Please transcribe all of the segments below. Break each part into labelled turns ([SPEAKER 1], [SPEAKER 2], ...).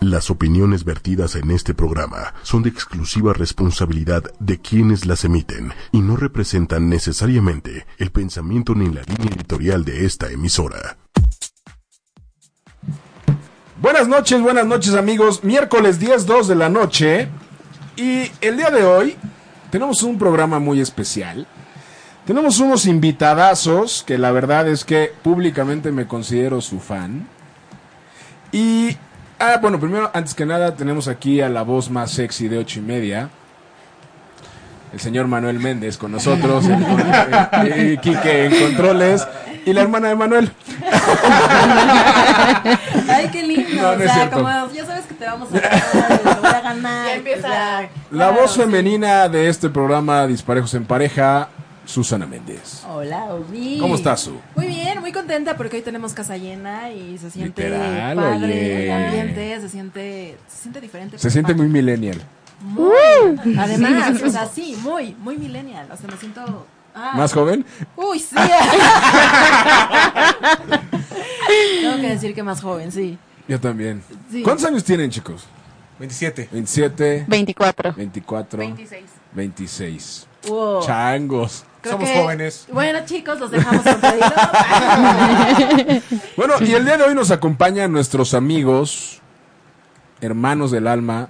[SPEAKER 1] Las opiniones vertidas en este programa son de exclusiva responsabilidad de quienes las emiten y no representan necesariamente el pensamiento ni la línea editorial de esta emisora.
[SPEAKER 2] Buenas noches, buenas noches amigos. Miércoles 10.02 de la noche y el día de hoy tenemos un programa muy especial. Tenemos unos invitadazos que la verdad es que públicamente me considero su fan. Y Ah, bueno, primero, antes que nada, tenemos aquí a la voz más sexy de ocho y media. El señor Manuel Méndez con nosotros, el, el- el- el Quique en controles y la hermana de Manuel.
[SPEAKER 3] Ay, qué lindo.
[SPEAKER 2] No, no
[SPEAKER 3] o
[SPEAKER 2] es
[SPEAKER 3] sea,
[SPEAKER 2] cierto.
[SPEAKER 3] como ya sabes que te vamos a ganar, lo voy a ganar.
[SPEAKER 4] Ya empieza.
[SPEAKER 3] o sea,
[SPEAKER 2] La
[SPEAKER 3] claro,
[SPEAKER 2] voz
[SPEAKER 3] sí.
[SPEAKER 2] femenina de este programa Disparejos en Pareja, Susana Méndez.
[SPEAKER 3] Hola, Obi.
[SPEAKER 2] ¿Cómo estás, Su?
[SPEAKER 3] Muy bien, muy contenta porque hoy tenemos casa llena y se siente
[SPEAKER 2] Literal,
[SPEAKER 3] padre
[SPEAKER 2] oye.
[SPEAKER 3] el ambiente, se siente, se siente diferente.
[SPEAKER 2] Se siente muy millennial.
[SPEAKER 3] Muy. Además, o sea, sí, muy, muy millennial. O sea, me siento. ah,
[SPEAKER 2] ¿Más joven?
[SPEAKER 3] Uy, sí. Tengo que decir que más joven, sí.
[SPEAKER 2] Yo también.
[SPEAKER 3] Sí.
[SPEAKER 2] ¿Cuántos años tienen, chicos?
[SPEAKER 5] 27.
[SPEAKER 2] 27,
[SPEAKER 6] 24.
[SPEAKER 2] 24,
[SPEAKER 4] 26.
[SPEAKER 2] 26.
[SPEAKER 3] Wow.
[SPEAKER 2] Changos.
[SPEAKER 3] Oh. Creo
[SPEAKER 5] Somos
[SPEAKER 3] que-
[SPEAKER 5] jóvenes.
[SPEAKER 3] Bueno, chicos, los dejamos con pedido.
[SPEAKER 2] Bueno, y el día de hoy nos acompañan nuestros amigos, hermanos del alma,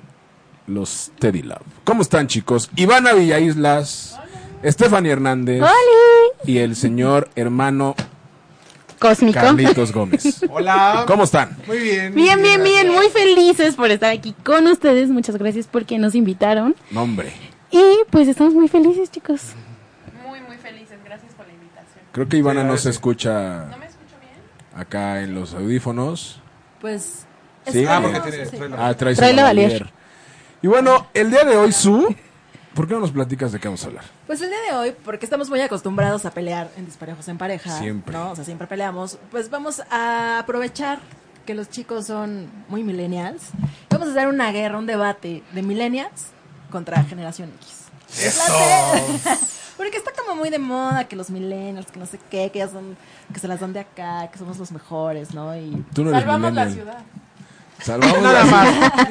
[SPEAKER 2] los Teddy Love. ¿Cómo están, chicos? Ivana Villaislas, Stephanie Hernández y el señor hermano
[SPEAKER 6] Cósmico.
[SPEAKER 2] Carlitos Gómez.
[SPEAKER 5] Hola.
[SPEAKER 2] ¿Cómo están?
[SPEAKER 5] Muy bien.
[SPEAKER 6] Bien, bien, bien.
[SPEAKER 5] gracias.
[SPEAKER 6] Muy felices por estar aquí con ustedes. Muchas gracias porque nos invitaron.
[SPEAKER 2] Nombre.
[SPEAKER 6] Y pues estamos muy felices, chicos.
[SPEAKER 4] Muy, muy felices. Gracias por la invitación.
[SPEAKER 2] Creo que Ivana
[SPEAKER 5] Sí,
[SPEAKER 2] no
[SPEAKER 5] gracias.
[SPEAKER 2] se escucha
[SPEAKER 4] ¿No me escucho bien?
[SPEAKER 2] acá en los audífonos.
[SPEAKER 3] Pues.
[SPEAKER 2] Sí,
[SPEAKER 3] espero
[SPEAKER 2] ah, porque
[SPEAKER 3] no
[SPEAKER 5] tiene-
[SPEAKER 3] se
[SPEAKER 5] trae la-
[SPEAKER 2] Ah, trae
[SPEAKER 6] Tráela a valer.
[SPEAKER 2] Y bueno, el día de hoy, Su, ¿por qué no nos platicas de qué vamos a hablar?
[SPEAKER 3] Pues el día de hoy, porque estamos muy acostumbrados a pelear en disparejos en pareja,
[SPEAKER 2] Siempre.
[SPEAKER 3] ¿no? O sea, siempre peleamos. Pues vamos a aprovechar que los chicos son muy millennials. Vamos a hacer una guerra, un debate de millennials contra generación X. Eso. Porque está como muy de moda que los millennials, que no sé qué, que ya son, que se las dan de acá, que somos los mejores, ¿no? Y
[SPEAKER 2] Tú no eres
[SPEAKER 4] Salvamos la
[SPEAKER 2] millennial.
[SPEAKER 4] ciudad.
[SPEAKER 2] Salvamos la
[SPEAKER 5] Nada más.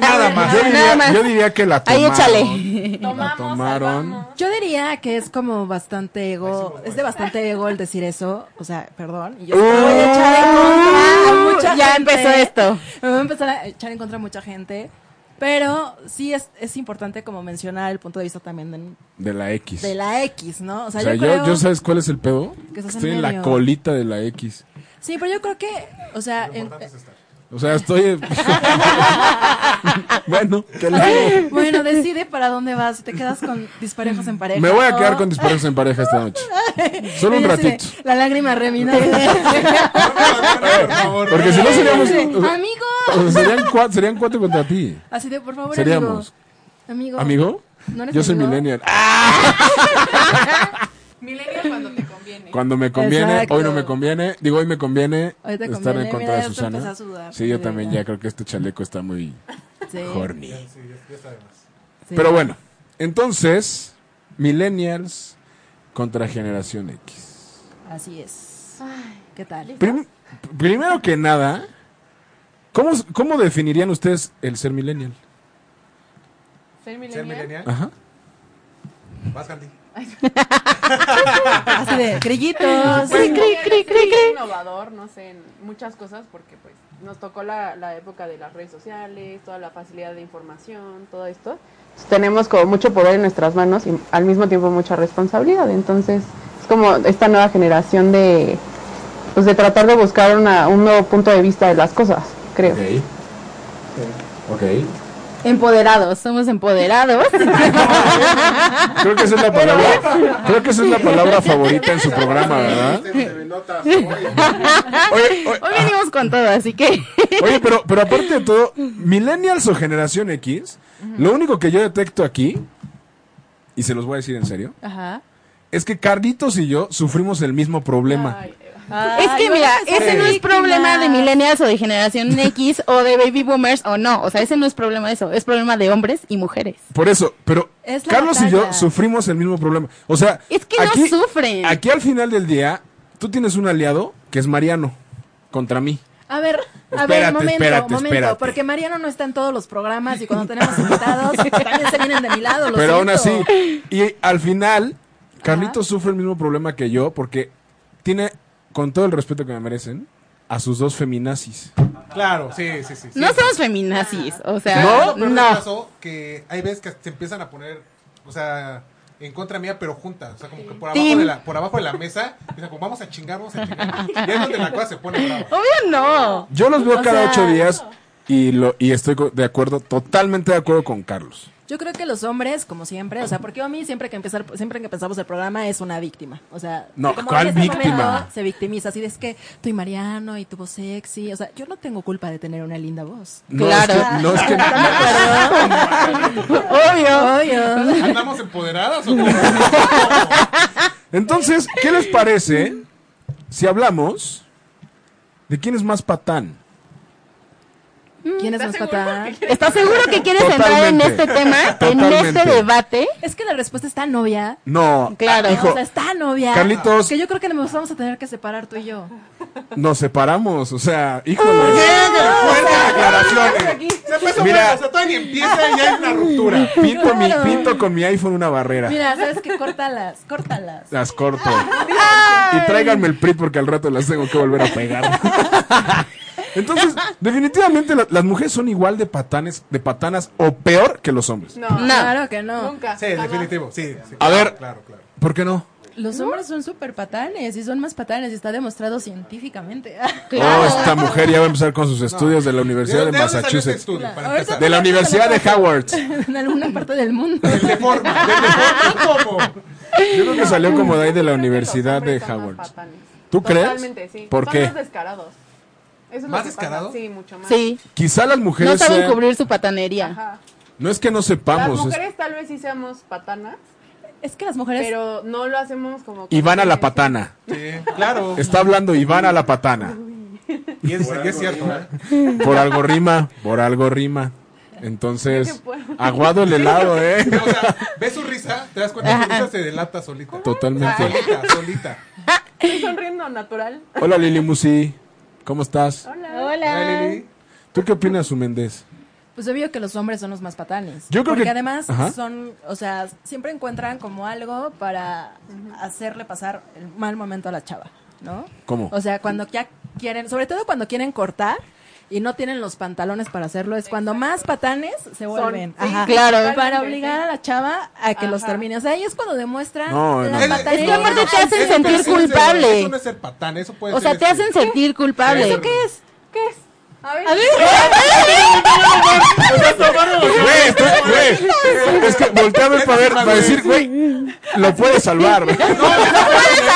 [SPEAKER 5] Nada más.
[SPEAKER 2] Yo diría,
[SPEAKER 6] Nada más.
[SPEAKER 2] yo diría que la
[SPEAKER 6] Ahí
[SPEAKER 2] tomaron.
[SPEAKER 6] échale.
[SPEAKER 2] La
[SPEAKER 4] Tomamos,
[SPEAKER 2] tomaron.
[SPEAKER 4] salvamos.
[SPEAKER 3] Yo diría que es como bastante ego, es de bastante ego el decir eso, o sea, perdón, y yo voy a echar en contra a mucha
[SPEAKER 6] Uh. Ya
[SPEAKER 3] gente.
[SPEAKER 6] empezó esto.
[SPEAKER 3] Me voy a empezar a echar en contra a mucha gente, pero sí es, es importante como mencionar el punto de vista también de,
[SPEAKER 2] De la X.
[SPEAKER 3] de la X, ¿no? O sea,
[SPEAKER 2] O sea,
[SPEAKER 3] yo,
[SPEAKER 2] yo,
[SPEAKER 3] creo,
[SPEAKER 2] yo ¿sabes cuál es el pedo?
[SPEAKER 3] Que estás en
[SPEAKER 2] estoy en la
[SPEAKER 3] medio.
[SPEAKER 2] colita de la X.
[SPEAKER 3] Sí, pero yo creo que, o sea, en- eh,
[SPEAKER 2] O sea, estoy... bueno, ¿qué le hago?
[SPEAKER 3] bueno, decide para dónde vas, te quedas con disparejos en pareja.
[SPEAKER 2] Me voy a
[SPEAKER 3] o-
[SPEAKER 2] quedar con disparos en pareja esta noche. Solo un
[SPEAKER 3] Ella sí de-
[SPEAKER 2] ratito.
[SPEAKER 3] La lágrima remina.
[SPEAKER 5] Por favor.
[SPEAKER 2] Porque si no seríamos...
[SPEAKER 3] Amigo.
[SPEAKER 2] o sea, serían, cuatro, serían cuatro contra ti.
[SPEAKER 3] Así de, por favor,
[SPEAKER 2] Seríamos.
[SPEAKER 3] amigo.
[SPEAKER 2] ¿Amigo?
[SPEAKER 3] ¿No eres
[SPEAKER 2] Yo soy
[SPEAKER 3] amigo?
[SPEAKER 2] millennial. Ah,
[SPEAKER 4] Millennial cuando te conviene.
[SPEAKER 2] Cuando me conviene,
[SPEAKER 3] Exacto.
[SPEAKER 2] hoy no me conviene. Digo, hoy me conviene
[SPEAKER 3] Hoy te
[SPEAKER 2] estar
[SPEAKER 3] conviene.
[SPEAKER 2] en contra
[SPEAKER 3] Mira,
[SPEAKER 2] de
[SPEAKER 3] ya te empezó
[SPEAKER 2] Susana.
[SPEAKER 3] a sudar,
[SPEAKER 2] Sí, yo
[SPEAKER 3] de
[SPEAKER 2] también
[SPEAKER 3] verdad.
[SPEAKER 2] ya creo que este chaleco está muy
[SPEAKER 3] Sí,
[SPEAKER 2] horny.
[SPEAKER 3] sí.
[SPEAKER 2] Pero bueno, entonces, millennials contra generación X.
[SPEAKER 3] Así es. ¿Qué tal?
[SPEAKER 2] Prim- primero que nada, ¿cómo, ¿cómo definirían ustedes el ser millennial?
[SPEAKER 4] Ser millennial.
[SPEAKER 5] ¿Ser millennial?
[SPEAKER 2] Ajá.
[SPEAKER 5] Vas, Gandhi.
[SPEAKER 3] Así de grillitos.
[SPEAKER 4] Pues,
[SPEAKER 6] Sí, cri,
[SPEAKER 4] podría
[SPEAKER 6] cri,
[SPEAKER 4] decir
[SPEAKER 6] cri, cri.
[SPEAKER 4] innovador, no sé, en muchas cosas, porque pues nos tocó la, la época de las redes sociales, toda la facilidad de información, todo esto. Entonces, tenemos como mucho poder en nuestras manos y al mismo tiempo mucha responsabilidad. Entonces, es como esta nueva generación de, pues, de tratar de buscar una- un nuevo punto de vista de las cosas, creo.
[SPEAKER 2] Ok.
[SPEAKER 6] Empoderados. Somos empoderados.
[SPEAKER 2] Creo que esa es la palabra, creo que esa es la palabra favorita en su programa, ¿verdad? Oye, oye,
[SPEAKER 6] Hoy venimos con todo, así que.
[SPEAKER 2] oye, pero, pero aparte de todo, millennials o generación X, lo único que yo detecto aquí, y se los voy a decir en serio,
[SPEAKER 3] Ajá.
[SPEAKER 2] es que Carlitos y yo sufrimos el mismo problema.
[SPEAKER 4] Ay, Eva.
[SPEAKER 6] es que mira, ese no es
[SPEAKER 3] víctima.
[SPEAKER 6] problema de millennials o de generación X o de baby boomers o no. O sea, ese no es problema de eso. Es problema de hombres y mujeres.
[SPEAKER 2] Por eso, pero
[SPEAKER 3] Es la
[SPEAKER 2] Carlos y yo
[SPEAKER 3] batalla.
[SPEAKER 2] sufrimos el mismo problema. O sea,
[SPEAKER 6] Es que no sufren.
[SPEAKER 2] Aquí al final del día, tú tienes un aliado que es Mariano contra mí.
[SPEAKER 3] A ver, a
[SPEAKER 2] Espérate,
[SPEAKER 3] ver, momento,
[SPEAKER 2] espérate,
[SPEAKER 3] momento,
[SPEAKER 2] espérate.
[SPEAKER 3] porque Mariano no está en todos los programas y cuando tenemos invitados también se vienen de mi lado, lo
[SPEAKER 2] Pero aún así,
[SPEAKER 3] siento.
[SPEAKER 2] y al final, Carlitos sufre el mismo problema que yo porque tiene, con todo el respeto que me merecen, a sus dos feminazis.
[SPEAKER 5] Claro, sí, sí, sí. sí.
[SPEAKER 6] No somos feminazis, o sea,
[SPEAKER 2] No,
[SPEAKER 6] no.
[SPEAKER 5] Pero me pasó que hay veces que se empiezan a poner, o sea, en contra mía, pero juntas. O sea, como que por abajo,
[SPEAKER 6] Team.
[SPEAKER 5] de la, por abajo de la mesa, empiezan como vamos a chingar, vamos a chingar. Y es donde la cosa se pone brava.
[SPEAKER 6] Obvio no.
[SPEAKER 2] Yo los veo
[SPEAKER 3] O
[SPEAKER 2] cada
[SPEAKER 3] sea,
[SPEAKER 2] ocho días y, lo, y estoy co- de acuerdo, totalmente de acuerdo con Carlos.
[SPEAKER 3] Yo creo que los hombres, como siempre, o sea, porque a mí siempre que empezar, siempre que empezamos el programa es una víctima. O sea,
[SPEAKER 2] No,
[SPEAKER 3] como
[SPEAKER 2] ¿cuál
[SPEAKER 3] en este
[SPEAKER 2] víctima?
[SPEAKER 3] momento se victimiza, así de, es que tú y Mariano y tu voz sexy, o sea, yo no tengo culpa de tener una linda voz.
[SPEAKER 2] No,
[SPEAKER 6] Claro.
[SPEAKER 2] es que, no, es que-
[SPEAKER 3] Obvio. Obvio.
[SPEAKER 5] ¿Andamos empoderadas o cómo?
[SPEAKER 2] Entonces, ¿qué les parece si hablamos de quién es más patán?
[SPEAKER 3] ¿Quién es más patán?
[SPEAKER 6] ¿Estás seguro que quieres entrar en
[SPEAKER 2] Totalmente.
[SPEAKER 6] este tema, en
[SPEAKER 2] Totalmente.
[SPEAKER 6] este debate?
[SPEAKER 3] Es que la respuesta está novia.
[SPEAKER 2] No,
[SPEAKER 6] Claro.
[SPEAKER 2] hijo,
[SPEAKER 3] O sea, está novia.
[SPEAKER 2] Carlitos.
[SPEAKER 3] Que yo creo que nos vamos a tener que separar tú y yo.
[SPEAKER 2] nos separamos, o sea, híjole.
[SPEAKER 5] Fuertes declaraciones. Se empezó
[SPEAKER 2] Mira.
[SPEAKER 5] bueno, pues, o sea, todavía ni empieza y ya hay una ruptura.
[SPEAKER 2] Pinto, mi-
[SPEAKER 3] Claro.
[SPEAKER 2] pinto con mi iPhone una barrera.
[SPEAKER 3] Mira, ¿sabes qué? Córtalas, córtalas.
[SPEAKER 2] Las corto. Y tráiganme el PRI porque al rato las tengo que volver a pegar. Entonces, definitivamente la- las mujeres son igual de patanes, de patanas o peor que los hombres.
[SPEAKER 4] No,
[SPEAKER 3] Claro que no.
[SPEAKER 4] nunca.
[SPEAKER 5] Sí,
[SPEAKER 4] jamás.
[SPEAKER 5] definitivo. Sí, sí,
[SPEAKER 2] A ver.
[SPEAKER 5] Claro, claro.
[SPEAKER 2] ¿Por qué no?
[SPEAKER 3] Los hombres son súper patanes y son más patanes y está demostrado científicamente.
[SPEAKER 2] Oh, esta mujer ya va a empezar con sus estudios de la Universidad de
[SPEAKER 5] dónde salió ese
[SPEAKER 2] Massachusetts.
[SPEAKER 5] estudio, para
[SPEAKER 3] Ahorita-
[SPEAKER 5] empezar?
[SPEAKER 2] De la Universidad de Howard.
[SPEAKER 3] en alguna parte del mundo.
[SPEAKER 5] Del deforma, del deforma, ¿cómo?
[SPEAKER 2] Yo creo que salió como de ahí de la
[SPEAKER 4] Creo que los
[SPEAKER 2] Universidad de
[SPEAKER 4] hombres son más
[SPEAKER 2] Howard.
[SPEAKER 4] patanes.
[SPEAKER 2] ¿Tú crees?
[SPEAKER 4] Totalmente, sí.
[SPEAKER 2] ¿Por
[SPEAKER 4] Son
[SPEAKER 2] qué?
[SPEAKER 4] más descarados. Eso es lo
[SPEAKER 5] ¿Más
[SPEAKER 4] que pasa.
[SPEAKER 5] descarado?
[SPEAKER 4] Sí, mucho más.
[SPEAKER 6] Sí.
[SPEAKER 2] Quizá las
[SPEAKER 6] No
[SPEAKER 2] mujeres.
[SPEAKER 6] saben
[SPEAKER 2] sean-
[SPEAKER 6] cubrir su patanería.
[SPEAKER 4] Ajá.
[SPEAKER 2] No es que no
[SPEAKER 4] Las
[SPEAKER 2] sepamos. es-
[SPEAKER 4] mujeres tal vez sí seamos patanas,
[SPEAKER 3] Es que las mujeres.
[SPEAKER 4] pero no lo hacemos como...
[SPEAKER 2] Y van a la
[SPEAKER 4] patana.
[SPEAKER 2] patana.
[SPEAKER 5] Sí, claro.
[SPEAKER 2] Está hablando Iván a la patana.
[SPEAKER 5] Y es, y es cierto, ¿eh?
[SPEAKER 2] Por algo rima, por algo rima. Entonces,
[SPEAKER 4] ¿Qué puedo?
[SPEAKER 2] aguado el helado, ¿eh?
[SPEAKER 5] O sea, ves su risa, te das cuenta que su risa se delata solita.
[SPEAKER 2] Totalmente.
[SPEAKER 5] Solita, solita.
[SPEAKER 4] Estoy sonriendo natural.
[SPEAKER 2] Hola Lili Musi, ¿cómo estás?
[SPEAKER 4] Hola.
[SPEAKER 5] Hola,
[SPEAKER 6] Hola.
[SPEAKER 5] Lili.
[SPEAKER 2] ¿Tú qué opinas, su Méndez?
[SPEAKER 3] Pues obvio que los hombres son los más patanes.
[SPEAKER 2] Yo creo
[SPEAKER 3] porque
[SPEAKER 2] que-
[SPEAKER 3] además
[SPEAKER 2] Ajá.
[SPEAKER 3] son, o sea, siempre encuentran como algo para hacerle pasar el mal momento a la chava, ¿no?
[SPEAKER 2] ¿Cómo?
[SPEAKER 3] O sea, cuando ya quieren, sobre todo cuando quieren cortar y no tienen los pantalones para hacerlo, es cuando más patanes se vuelven.
[SPEAKER 4] sí,
[SPEAKER 6] claro.
[SPEAKER 3] Para
[SPEAKER 4] totalmente,
[SPEAKER 3] obligar a la chava a que los
[SPEAKER 4] Ajá.
[SPEAKER 3] termine. O sea, ahí es cuando demuestran
[SPEAKER 2] No,
[SPEAKER 3] la
[SPEAKER 2] no, no.
[SPEAKER 3] patanería.
[SPEAKER 6] Es que aparte te hacen
[SPEAKER 5] Eso,
[SPEAKER 6] sentir
[SPEAKER 5] pero eso no es ser-
[SPEAKER 6] culpable.
[SPEAKER 5] Eso no es ser patán, eso puede
[SPEAKER 6] O sea,
[SPEAKER 5] ser
[SPEAKER 6] te
[SPEAKER 5] este-
[SPEAKER 6] hacen sentir culpable.
[SPEAKER 5] ¿Eso qué
[SPEAKER 6] es?
[SPEAKER 4] ¿Qué es? A ver.
[SPEAKER 2] Güey, estoy- güey, es que voltea a ver para ver, para decir, güey, lo puedes salvar.
[SPEAKER 5] Eso, es- eso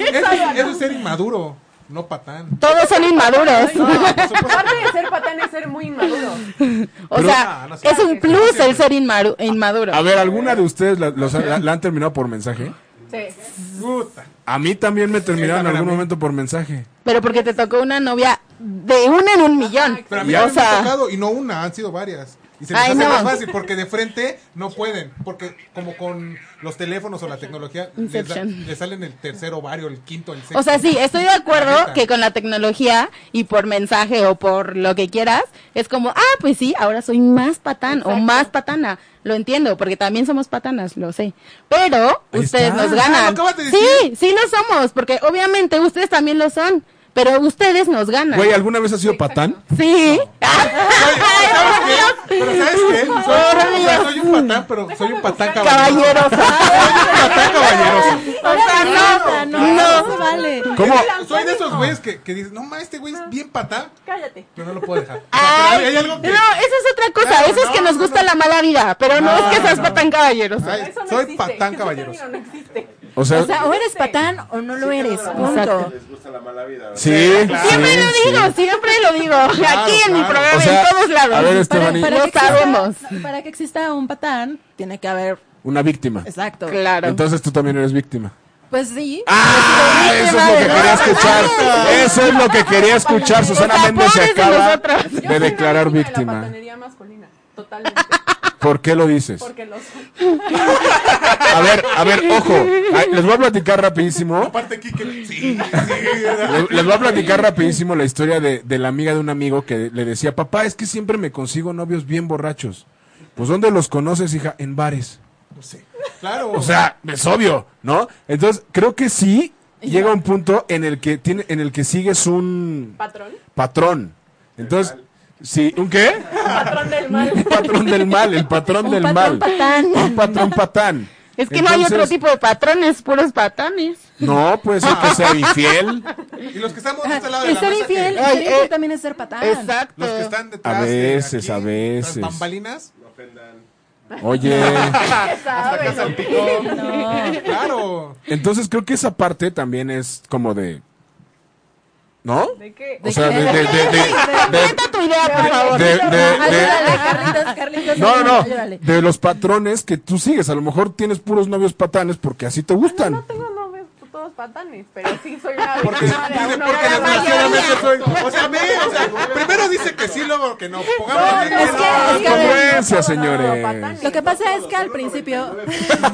[SPEAKER 5] es- eso es ser inmaduro, no patán.
[SPEAKER 6] Todos son inmaduros.
[SPEAKER 4] Parte de ser patán es ser muy inmaduro.
[SPEAKER 6] O sea,
[SPEAKER 5] ah, no, no sé.
[SPEAKER 6] es un plus el ser inmaru- inmaduro.
[SPEAKER 2] A ver, ¿alguna de ustedes la, los- la- la han terminado por mensaje?
[SPEAKER 4] Sí.
[SPEAKER 5] Puta.
[SPEAKER 2] A mí también me terminaron en
[SPEAKER 5] también a
[SPEAKER 2] algún
[SPEAKER 5] mí.
[SPEAKER 2] momento por mensaje.
[SPEAKER 6] Pero porque te tocó una novia de una en un millón.
[SPEAKER 5] Pero a mí
[SPEAKER 2] Ya,
[SPEAKER 5] también
[SPEAKER 6] o
[SPEAKER 5] me ha
[SPEAKER 6] sea-
[SPEAKER 5] tocado, y no una, han sido varias. Y se les
[SPEAKER 6] Ay,
[SPEAKER 5] hace
[SPEAKER 6] no.
[SPEAKER 5] más fácil, porque de frente no pueden. Porque como con los teléfonos o la tecnología, les, da-
[SPEAKER 6] Inception.
[SPEAKER 5] les salen el tercer ovario, el quinto, el sexto.
[SPEAKER 6] O sea, sí, estoy de
[SPEAKER 5] La
[SPEAKER 6] acuerdo
[SPEAKER 5] neta.
[SPEAKER 6] que con la tecnología y por mensaje o por lo que quieras, es como, ah, pues sí, ahora soy más patán o más patana. Lo entiendo, porque también somos patanas, lo sé. Pero
[SPEAKER 2] Ahí
[SPEAKER 6] ustedes
[SPEAKER 2] está.
[SPEAKER 6] nos
[SPEAKER 5] Ah, lo
[SPEAKER 6] ganan.
[SPEAKER 5] acabas
[SPEAKER 6] sí,
[SPEAKER 5] de decir.
[SPEAKER 6] sí lo somos, porque obviamente ustedes también lo son, pero ustedes nos ganan.
[SPEAKER 2] Güey, ¿alguna vez has sido patán?
[SPEAKER 6] sí. Ah,
[SPEAKER 5] Oye, ¿sabes qué? Pero ¿sabes qué? Soy, o sea, soy un patán, pero soy un patán caballero.
[SPEAKER 6] Caballeros.
[SPEAKER 5] Patán caballeroso.
[SPEAKER 3] O sea, no, no, no, se vale.
[SPEAKER 2] ¿Cómo?
[SPEAKER 5] Soy de esos güeyes que, que dicen, no ma, este güey es bien patán,
[SPEAKER 4] Ah. Cállate.
[SPEAKER 5] pero no lo puedo dejar. O sea,
[SPEAKER 6] Ay,
[SPEAKER 5] pero hay, hay algo que.
[SPEAKER 6] No, eso es otra cosa.
[SPEAKER 5] Claro,
[SPEAKER 6] eso es
[SPEAKER 5] no,
[SPEAKER 6] que nos
[SPEAKER 5] no,
[SPEAKER 6] gusta
[SPEAKER 5] no.
[SPEAKER 6] la mala vida, pero no, es que seas patán caballeroso.
[SPEAKER 5] Ay,
[SPEAKER 4] Eso no
[SPEAKER 5] soy
[SPEAKER 4] existe.
[SPEAKER 5] patán
[SPEAKER 4] Ese
[SPEAKER 5] caballeroso.
[SPEAKER 4] término no existe.
[SPEAKER 2] O
[SPEAKER 3] O
[SPEAKER 2] sea,
[SPEAKER 3] sea, o eres patán o no lo eres. Punto.
[SPEAKER 7] Les gusta la mala vida, ¿verdad?
[SPEAKER 2] sí.
[SPEAKER 6] Siempre
[SPEAKER 2] sí,
[SPEAKER 6] lo
[SPEAKER 2] sí.
[SPEAKER 6] digo, siempre lo digo. Aquí en mi
[SPEAKER 5] claro.
[SPEAKER 6] programa,
[SPEAKER 2] O sea,
[SPEAKER 6] en todos lados.
[SPEAKER 2] a ver, Estefany.
[SPEAKER 6] Lo
[SPEAKER 3] que exista-
[SPEAKER 6] sabemos.
[SPEAKER 3] para que exista un patán, tiene que haber.
[SPEAKER 2] Una víctima.
[SPEAKER 3] Exacto.
[SPEAKER 6] Claro.
[SPEAKER 2] Entonces tú también eres víctima.
[SPEAKER 3] Pues sí.
[SPEAKER 2] ¡Ah! Eso es lo que quería escuchar. Eso es lo que quería escuchar. Susana
[SPEAKER 6] Los
[SPEAKER 2] Méndez se
[SPEAKER 6] tapones de
[SPEAKER 2] acaba
[SPEAKER 6] nosotros.
[SPEAKER 4] Yo soy
[SPEAKER 2] de
[SPEAKER 4] una
[SPEAKER 2] declarar
[SPEAKER 4] De la
[SPEAKER 2] víctima.
[SPEAKER 4] patanería masculina. Totalmente.
[SPEAKER 2] ¿Por qué lo dices?
[SPEAKER 4] Porque los...
[SPEAKER 2] A ver, a ver, ojo. Ay, Les voy a platicar rapidísimo.
[SPEAKER 5] Aparte, Kike, sí, sí. ¿verdad?
[SPEAKER 2] Les, les voy a platicar rapidísimo la historia de, de la amiga de un amigo que le decía, papá, es que siempre me consigo novios bien borrachos. Pues ¿dónde los conoces, hija? En bares.
[SPEAKER 5] Sí. Claro.
[SPEAKER 2] O sea, es obvio, ¿no? Entonces, creo que sí llega un punto en el que tiene, en el que sigues un
[SPEAKER 4] ¿Patrón?
[SPEAKER 2] patrón. Entonces, sí, ¿un qué?
[SPEAKER 4] Patrón del mal.
[SPEAKER 2] Un patrón del mal, el patrón
[SPEAKER 6] Un
[SPEAKER 2] del
[SPEAKER 6] patrón
[SPEAKER 2] mal.
[SPEAKER 6] patán.
[SPEAKER 2] Un patrón patán.
[SPEAKER 6] Es que no hay otro
[SPEAKER 2] Entonces,
[SPEAKER 6] tipo de patrones, puros patanes.
[SPEAKER 2] No, puede ser que sea infiel.
[SPEAKER 5] y los que estamos de este lado de
[SPEAKER 3] Y
[SPEAKER 5] la
[SPEAKER 3] ser
[SPEAKER 5] mesa, que-
[SPEAKER 3] infiel,
[SPEAKER 6] Ay,
[SPEAKER 3] ser infiel
[SPEAKER 6] eh,
[SPEAKER 3] también es ser patán.
[SPEAKER 6] Exacto.
[SPEAKER 5] Los que están detrás.
[SPEAKER 2] A
[SPEAKER 5] de
[SPEAKER 2] veces,
[SPEAKER 5] aquí,
[SPEAKER 2] a veces.
[SPEAKER 5] Las bambalinas.
[SPEAKER 2] Oye.
[SPEAKER 5] Acá salpicó. Claro.
[SPEAKER 2] Entonces creo que esa parte también es como de. ¿No?
[SPEAKER 4] ¿De qué?
[SPEAKER 2] O sea, de. de, de, de- de-
[SPEAKER 6] Cuenta tu idea, por favor.
[SPEAKER 2] de- de- de-
[SPEAKER 3] Ayúdale, Carlitos, Carlitos.
[SPEAKER 2] no, no, no.
[SPEAKER 3] ayúdale.
[SPEAKER 2] De los patrones que tú sigues. A lo mejor tienes puros novios patanes porque así te
[SPEAKER 4] No,
[SPEAKER 2] gustan.
[SPEAKER 4] no tengo novios todos patanes, pero sí soy una
[SPEAKER 5] Porque,
[SPEAKER 4] víctima de
[SPEAKER 5] dice,
[SPEAKER 4] una
[SPEAKER 5] porque
[SPEAKER 4] gran
[SPEAKER 5] desgraciadamente soy. O sea, ve, o sea, primero dice que sí, luego que no. Pongamos
[SPEAKER 3] No, es que- es que-
[SPEAKER 2] Congruencia,
[SPEAKER 4] no,
[SPEAKER 2] señores.
[SPEAKER 4] patanes.
[SPEAKER 3] Lo que pasa es que al principio.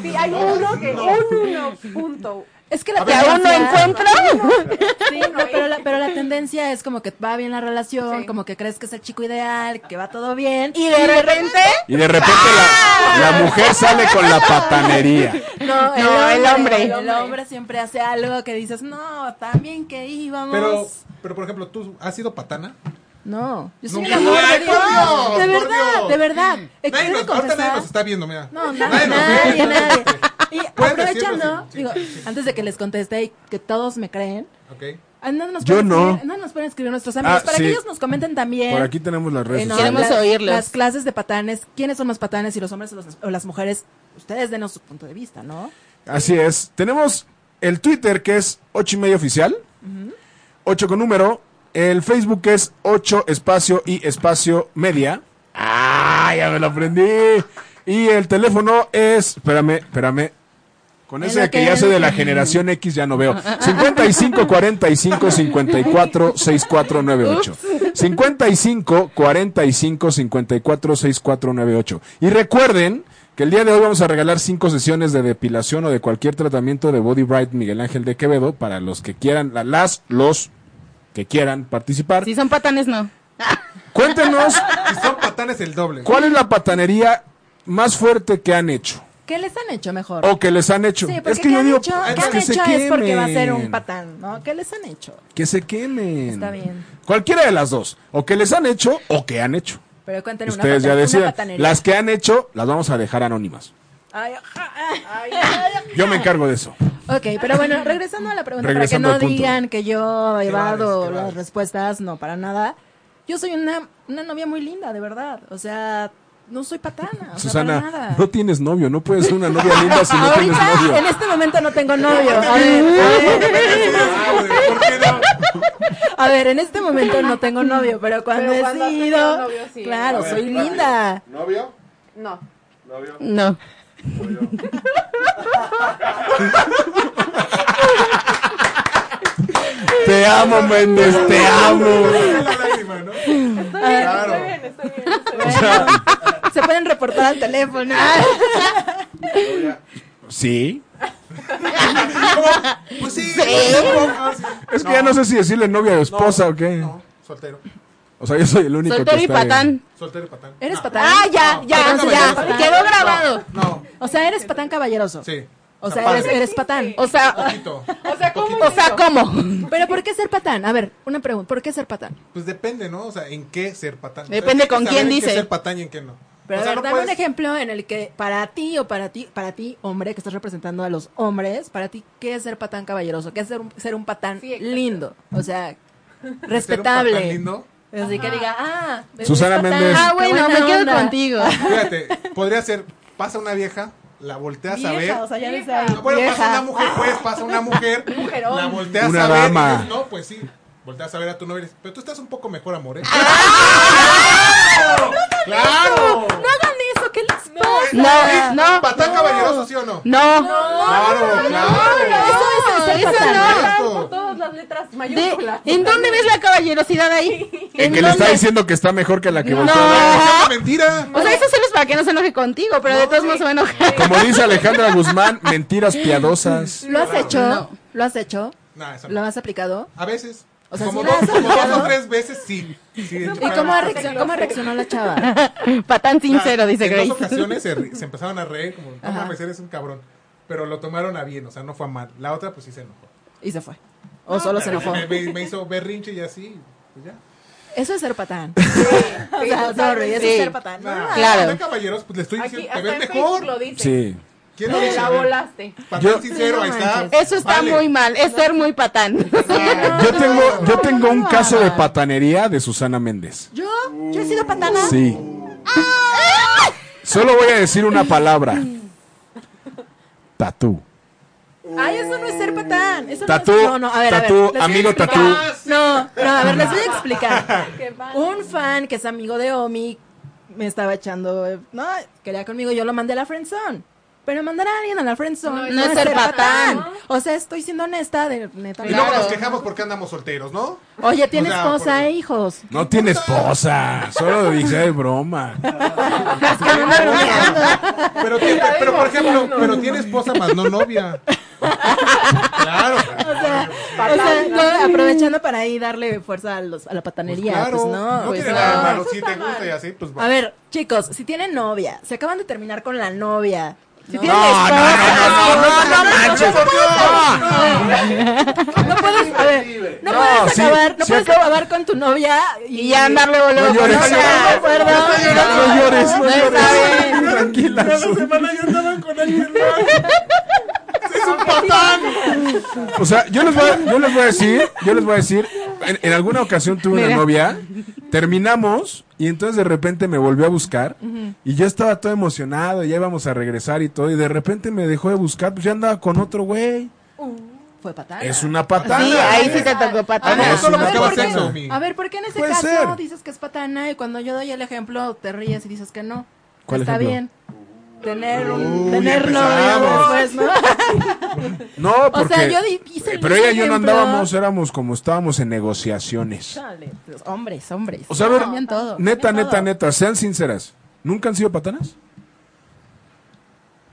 [SPEAKER 4] Sí, hay uno que un uno punto.
[SPEAKER 3] Es que la
[SPEAKER 6] Que aún no
[SPEAKER 3] tendencia-
[SPEAKER 6] encuentra.
[SPEAKER 3] Sí, no, pero, la, pero la tendencia es como que va bien la relación,
[SPEAKER 4] Sí.
[SPEAKER 3] como que crees que es el chico ideal, que va todo bien.
[SPEAKER 6] Y de repente.
[SPEAKER 2] Y de repente la,
[SPEAKER 4] Ah.
[SPEAKER 2] la mujer sale con la patanería.
[SPEAKER 3] No,
[SPEAKER 6] el hombre.
[SPEAKER 3] El hombre, siempre hace algo que dices, no, también que íbamos.
[SPEAKER 5] Pero, pero, por ejemplo, ¿tú has sido patana?
[SPEAKER 3] no, yo soy
[SPEAKER 5] Nunca.
[SPEAKER 3] una gorda,
[SPEAKER 5] ¡Ay, por Dios,
[SPEAKER 3] De
[SPEAKER 5] por
[SPEAKER 3] verdad,
[SPEAKER 5] Dios!
[SPEAKER 3] de verdad. Eh,
[SPEAKER 5] Nadie
[SPEAKER 3] debo
[SPEAKER 5] nos, ahorita nadie
[SPEAKER 3] confesar-
[SPEAKER 5] nos está viendo, mira.
[SPEAKER 3] No,
[SPEAKER 5] Nadie
[SPEAKER 3] nadie,
[SPEAKER 5] nos
[SPEAKER 3] nadie,
[SPEAKER 5] ve.
[SPEAKER 3] nadie. Y
[SPEAKER 5] Pueden
[SPEAKER 3] aprovechando,
[SPEAKER 5] decirlo, sí,
[SPEAKER 3] digo, antes de que les conteste y que todos me creen,
[SPEAKER 5] Ok.
[SPEAKER 3] ah, no nos
[SPEAKER 2] Yo
[SPEAKER 3] pueden
[SPEAKER 2] no.
[SPEAKER 3] escribir- nos pueden escribir nuestros amigos
[SPEAKER 2] Ah,
[SPEAKER 3] para
[SPEAKER 2] sí.
[SPEAKER 3] que ellos nos comenten también.
[SPEAKER 2] Por aquí tenemos las redes
[SPEAKER 3] Eh, no,
[SPEAKER 2] sociales.
[SPEAKER 6] Queremos
[SPEAKER 3] la-
[SPEAKER 6] oírlos.
[SPEAKER 3] Las clases de patanes, ¿quiénes son más patanes, si los hombres o, los- o las mujeres? Ustedes denos su punto de vista, ¿no?
[SPEAKER 2] Así es. Tenemos el Twitter que es 8 y media oficial. 8 con número. El Facebook que es 8 espacio y espacio media. ¡Ah! Ya me lo aprendí. Y el teléfono es. Espérame, espérame. Con
[SPEAKER 3] Es
[SPEAKER 2] ese
[SPEAKER 3] lo
[SPEAKER 2] que,
[SPEAKER 3] que
[SPEAKER 2] ya
[SPEAKER 3] es.
[SPEAKER 2] sé de la generación X ya no veo. 55 45 54 64 98. 55 45 54 64 98. Y recuerden que el día de hoy vamos a regalar cinco sesiones de depilación o de cualquier tratamiento de Body Bright Miguel Ángel de Quevedo para los que quieran, la- las, los que quieran participar.
[SPEAKER 6] Si son patanes, no.
[SPEAKER 2] Cuéntenos
[SPEAKER 5] Si son patanes, el doble.
[SPEAKER 2] cuál es la patanería más fuerte que han hecho
[SPEAKER 3] ¿Qué les han hecho mejor?
[SPEAKER 2] o que les han hecho.
[SPEAKER 3] Sí, porque
[SPEAKER 2] es que
[SPEAKER 3] ¿qué
[SPEAKER 2] yo
[SPEAKER 3] han
[SPEAKER 2] digo,
[SPEAKER 3] hecho,
[SPEAKER 2] "Ay,
[SPEAKER 3] ¿qué han
[SPEAKER 2] que se
[SPEAKER 3] hecho es porque va a ser un
[SPEAKER 2] quemen".
[SPEAKER 3] patán, ¿no? ¿Qué les han hecho?
[SPEAKER 2] Que se quemen.
[SPEAKER 3] Está bien.
[SPEAKER 2] Cualquiera de las dos. O que les han hecho o que han hecho.
[SPEAKER 3] Pero cuenten una,
[SPEAKER 2] Ustedes
[SPEAKER 3] pata-
[SPEAKER 2] ya
[SPEAKER 3] una
[SPEAKER 2] decían.
[SPEAKER 3] patanería.
[SPEAKER 2] Las que han hecho las vamos a dejar anónimas.
[SPEAKER 3] Ay, ajá, ay,
[SPEAKER 2] Yo me encargo de eso.
[SPEAKER 3] Ok, pero bueno, regresando a la pregunta,
[SPEAKER 2] Regresando
[SPEAKER 3] para
[SPEAKER 2] al
[SPEAKER 3] que no
[SPEAKER 2] punto.
[SPEAKER 3] digan que yo evado
[SPEAKER 5] qué
[SPEAKER 3] las
[SPEAKER 5] bares.
[SPEAKER 3] respuestas, no, para nada. Yo soy una, una novia muy linda, de verdad. O sea, no soy patana, o sea, para
[SPEAKER 2] Susana,
[SPEAKER 3] nada.
[SPEAKER 2] no tienes novio. No puedes ser una novia linda si no tienes
[SPEAKER 3] Ahorita,
[SPEAKER 2] novio.
[SPEAKER 3] en este momento no tengo novio. A ver, a ver,
[SPEAKER 5] Ah, güey, ¿Por qué no?
[SPEAKER 3] a ver, en este momento no tengo novio, pero cuando
[SPEAKER 4] Pero
[SPEAKER 3] he
[SPEAKER 4] cuando has
[SPEAKER 3] sido,
[SPEAKER 4] tenido novio, sí.
[SPEAKER 3] claro, soy linda.
[SPEAKER 7] ¿Novio?
[SPEAKER 4] No.
[SPEAKER 7] ¿Novio?
[SPEAKER 6] No.
[SPEAKER 3] este
[SPEAKER 2] Te amo, Méndez, Pues te amo.
[SPEAKER 5] La lágrima, ¿no?
[SPEAKER 4] Estoy bien,
[SPEAKER 5] Claro.
[SPEAKER 4] estoy bien, estoy bien. estoy bien.
[SPEAKER 3] Bueno, se pueden reportar al teléfono.
[SPEAKER 2] Sí.
[SPEAKER 5] Pues sí. pues sí.
[SPEAKER 2] Es que ya no sé si decirle novia o esposa o qué.
[SPEAKER 5] No, soltero.
[SPEAKER 2] O sea, yo soy el único
[SPEAKER 6] Soltero
[SPEAKER 2] que
[SPEAKER 6] y
[SPEAKER 2] está
[SPEAKER 6] patán.
[SPEAKER 5] Soltero y patán.
[SPEAKER 3] ¿Eres patán?
[SPEAKER 6] Ah, ya, ya,
[SPEAKER 5] no,
[SPEAKER 6] ya.
[SPEAKER 5] no, no,
[SPEAKER 6] Quedó grabado.
[SPEAKER 5] No,
[SPEAKER 3] O sea, eres patán caballeroso.
[SPEAKER 5] sí.
[SPEAKER 3] O sea,
[SPEAKER 5] Padre.
[SPEAKER 3] eres, eres patán.
[SPEAKER 6] O sea,
[SPEAKER 5] Poquito.
[SPEAKER 4] O sea, ¿cómo?
[SPEAKER 6] o sea, ¿cómo?
[SPEAKER 3] Pero ¿por qué ser patán? A ver, una pregunta. ¿Por qué ser patán?
[SPEAKER 5] Pues depende, ¿no? O sea, en qué ser patán.
[SPEAKER 6] Depende
[SPEAKER 5] O sea, hay que
[SPEAKER 6] con
[SPEAKER 5] saber
[SPEAKER 6] quién
[SPEAKER 5] en qué
[SPEAKER 6] dice.
[SPEAKER 5] ser patán y en qué no.
[SPEAKER 3] Pero
[SPEAKER 5] o
[SPEAKER 3] a
[SPEAKER 5] sea,
[SPEAKER 3] ver,
[SPEAKER 5] no
[SPEAKER 3] dame un
[SPEAKER 5] puedes-
[SPEAKER 3] ejemplo en el que para ti o para ti, para ti, hombre, que estás representando a los hombres, para ti, ¿qué es ser patán caballeroso? ¿Qué es ser un, ser un patán
[SPEAKER 4] Sí, exacto.
[SPEAKER 3] lindo? O sea,
[SPEAKER 5] ser un patán
[SPEAKER 3] respetable.
[SPEAKER 5] lindo.
[SPEAKER 3] Así que diga, ah, es-
[SPEAKER 2] Susana
[SPEAKER 3] es patán,
[SPEAKER 2] Méndez.
[SPEAKER 6] Ah,
[SPEAKER 3] qué
[SPEAKER 6] bueno,
[SPEAKER 3] buena
[SPEAKER 6] me quedo
[SPEAKER 3] onda.
[SPEAKER 6] contigo.
[SPEAKER 5] Fíjate, podría ser, pasa una vieja, la volteas a ver.
[SPEAKER 3] Vieja, o sea, ya desde ahí.
[SPEAKER 5] No, bueno, pasa
[SPEAKER 3] vieja.
[SPEAKER 5] una mujer, pues, pasa una mujer,
[SPEAKER 4] Mujerón.
[SPEAKER 5] la volteas
[SPEAKER 2] Una
[SPEAKER 5] a ver. y
[SPEAKER 2] dama.
[SPEAKER 5] dices, no, pues sí, volteas a ver a tu novia y dices, pero tú estás un poco mejor, amor, ¿eh? ¡Claro!
[SPEAKER 3] No hagan eso, ¿qué les pasa?
[SPEAKER 6] No, no,
[SPEAKER 5] ¿Patán caballeroso, sí o no?
[SPEAKER 6] no.
[SPEAKER 5] ¡Claro, claro!
[SPEAKER 3] Eso es ser
[SPEAKER 6] eso
[SPEAKER 3] patán.
[SPEAKER 5] Exacto.
[SPEAKER 4] Todas las letras
[SPEAKER 6] De-
[SPEAKER 4] mayúsculas.
[SPEAKER 6] ¿En dónde ves la caballerosidad ahí?
[SPEAKER 2] En que le está diciendo que está mejor que la que
[SPEAKER 6] No.
[SPEAKER 2] votó.
[SPEAKER 5] ¡Ah, mentira!
[SPEAKER 6] O sea, eso solo es para que no se enoje contigo, pero de todos modos se va a enojar.
[SPEAKER 2] Como dice Alejandra Guzmán, mentiras piadosas.
[SPEAKER 3] ¿Lo has hecho?
[SPEAKER 6] No.
[SPEAKER 3] ¿Lo has hecho?
[SPEAKER 5] Nah, esa no.
[SPEAKER 3] ¿Lo has aplicado?
[SPEAKER 5] A veces.
[SPEAKER 3] O sea,
[SPEAKER 5] como
[SPEAKER 3] sí la
[SPEAKER 5] dos,
[SPEAKER 3] has
[SPEAKER 5] como dos o
[SPEAKER 3] aplicado.
[SPEAKER 5] tres veces sí. Sí, de hecho,
[SPEAKER 3] ¿Y cómo,
[SPEAKER 5] para las
[SPEAKER 3] ha
[SPEAKER 5] cosas.
[SPEAKER 3] reaccionado, cómo reaccionó la chava?
[SPEAKER 6] Patán
[SPEAKER 5] O sea,
[SPEAKER 6] sincero, dice
[SPEAKER 5] en
[SPEAKER 6] Grace.
[SPEAKER 5] dos ocasiones se, ri- se empezaron a reír, como, no
[SPEAKER 3] Ajá.
[SPEAKER 5] mames, eres un cabrón. Pero lo tomaron a bien, o sea, no fue a mal. La otra, pues sí se enojó.
[SPEAKER 3] Y se fue. O solo se enojó.
[SPEAKER 5] Me, me- me hizo berrinche y así. Pues ya.
[SPEAKER 3] Eso es ser patán.
[SPEAKER 4] Sí,
[SPEAKER 3] O sea, sorry,
[SPEAKER 4] totalmente.
[SPEAKER 3] eso es ser patán.
[SPEAKER 5] Nah,
[SPEAKER 6] Claro.
[SPEAKER 5] están caballeros, pues le estoy
[SPEAKER 4] Ah, Aquí,
[SPEAKER 5] diciendo, te
[SPEAKER 4] hasta
[SPEAKER 5] ves
[SPEAKER 4] en Facebook
[SPEAKER 5] mejor.
[SPEAKER 4] lo dice.
[SPEAKER 2] Sí.
[SPEAKER 5] ¿Quién lo
[SPEAKER 4] Te
[SPEAKER 5] dice?
[SPEAKER 4] la volaste.
[SPEAKER 5] Papel
[SPEAKER 2] Yo-
[SPEAKER 5] sincero, ahí está.
[SPEAKER 6] Eso está
[SPEAKER 5] Vale.
[SPEAKER 6] muy mal, es ser muy patán.
[SPEAKER 2] Yo tengo, yo tengo un caso de patanería de Susana Méndez.
[SPEAKER 3] ¿Yo? ¿Yo he sido patana?
[SPEAKER 2] Sí. Solo voy a decir una palabra. Tatú.
[SPEAKER 3] Ay, eso no es ser patán. Eso
[SPEAKER 2] Tatú,
[SPEAKER 3] no es... No, no, a ver, a
[SPEAKER 2] tatú,
[SPEAKER 3] ver. les voy a
[SPEAKER 2] amigo
[SPEAKER 3] explicar.
[SPEAKER 2] tatú.
[SPEAKER 5] Ah,
[SPEAKER 3] No, no, a ver, les voy a explicar.
[SPEAKER 4] Qué mal.
[SPEAKER 3] Un fan que es amigo de Omi me estaba echando, eh, no, quería conmigo, yo lo mandé a la friendzone. Pero mandar a alguien a la friendzone
[SPEAKER 6] No es ser patán.
[SPEAKER 3] O sea, estoy siendo honesta de neta.
[SPEAKER 5] Y luego
[SPEAKER 6] Claro.
[SPEAKER 5] nos quejamos porque andamos solteros, ¿no?
[SPEAKER 3] Oye, tiene
[SPEAKER 5] O sea,
[SPEAKER 3] esposa
[SPEAKER 5] por-
[SPEAKER 3] e hijos.
[SPEAKER 2] No tiene esposa. Solo dice de broma.
[SPEAKER 5] Pero, tiene- pero por ejemplo, pero tiene esposa más no novia. Claro.
[SPEAKER 3] O sea, yo aprovechando para ahí darle fuerza a, los, a la
[SPEAKER 5] pues
[SPEAKER 3] patanería.
[SPEAKER 5] claro.
[SPEAKER 3] Pues no,
[SPEAKER 5] no
[SPEAKER 3] pues
[SPEAKER 5] tiene
[SPEAKER 3] no.
[SPEAKER 5] nada de malo.
[SPEAKER 4] eso
[SPEAKER 5] Si
[SPEAKER 4] está
[SPEAKER 5] te gusta
[SPEAKER 4] mal.
[SPEAKER 5] y así, pues va.
[SPEAKER 3] A ver, chicos, si tienen novia, se acaban de terminar con la novia. Si tienen
[SPEAKER 2] No, no, no, no, no, no, no manches. No.
[SPEAKER 3] No puedes, a ver, no, puedes
[SPEAKER 2] sí,
[SPEAKER 3] acabar, no
[SPEAKER 2] sí
[SPEAKER 3] puedes
[SPEAKER 2] acaba-
[SPEAKER 3] acabar con tu novia y,
[SPEAKER 6] Y ya andarle
[SPEAKER 2] No
[SPEAKER 6] volviendo
[SPEAKER 2] llores.
[SPEAKER 3] de acuerdo.
[SPEAKER 2] No llores, no
[SPEAKER 6] No está
[SPEAKER 2] llores.
[SPEAKER 6] bien.
[SPEAKER 2] Tranquila.
[SPEAKER 5] Cada semana yo andaba con alguien más. ¡Es un patán!
[SPEAKER 2] O sea, yo les voy a, yo les voy a decir, yo les voy a decir, en, en alguna ocasión tuve una
[SPEAKER 6] Mira.
[SPEAKER 2] novia, terminamos y entonces de repente me volvió a buscar y yo estaba todo emocionado, ya íbamos a regresar y todo y de repente me dejó de buscar, pues ya andaba con otro güey.
[SPEAKER 3] Fue patana.
[SPEAKER 2] Es una patada.
[SPEAKER 6] Ah. Sí, ahí sí te tocó
[SPEAKER 5] Ah,
[SPEAKER 6] patán.
[SPEAKER 5] no, solo
[SPEAKER 3] A ver,
[SPEAKER 5] buscaba
[SPEAKER 3] ¿por qué?
[SPEAKER 5] sexo, mi.
[SPEAKER 3] A ver, ¿por qué en ese
[SPEAKER 2] Puede
[SPEAKER 3] caso
[SPEAKER 2] ser.
[SPEAKER 3] dices que es patana y cuando yo doy el ejemplo te ríes y dices que no?
[SPEAKER 2] ¿Cuál
[SPEAKER 3] Está
[SPEAKER 2] ejemplo?
[SPEAKER 3] bien. Tener un
[SPEAKER 5] Uy,
[SPEAKER 3] tener novio
[SPEAKER 5] empezamos.
[SPEAKER 3] después, ¿no?
[SPEAKER 2] No, porque eh,
[SPEAKER 3] yo di- hice el
[SPEAKER 2] pero ella y yo no
[SPEAKER 3] ejemplo.
[SPEAKER 2] andábamos, éramos como estábamos en negociaciones.
[SPEAKER 3] Chale, los hombres, hombres.
[SPEAKER 2] O sea, a ver,
[SPEAKER 3] Cambian todo,
[SPEAKER 2] neta,
[SPEAKER 3] cambian
[SPEAKER 2] neta,
[SPEAKER 3] todo.
[SPEAKER 2] neta, sean sinceras. ¿Nunca han sido patanas?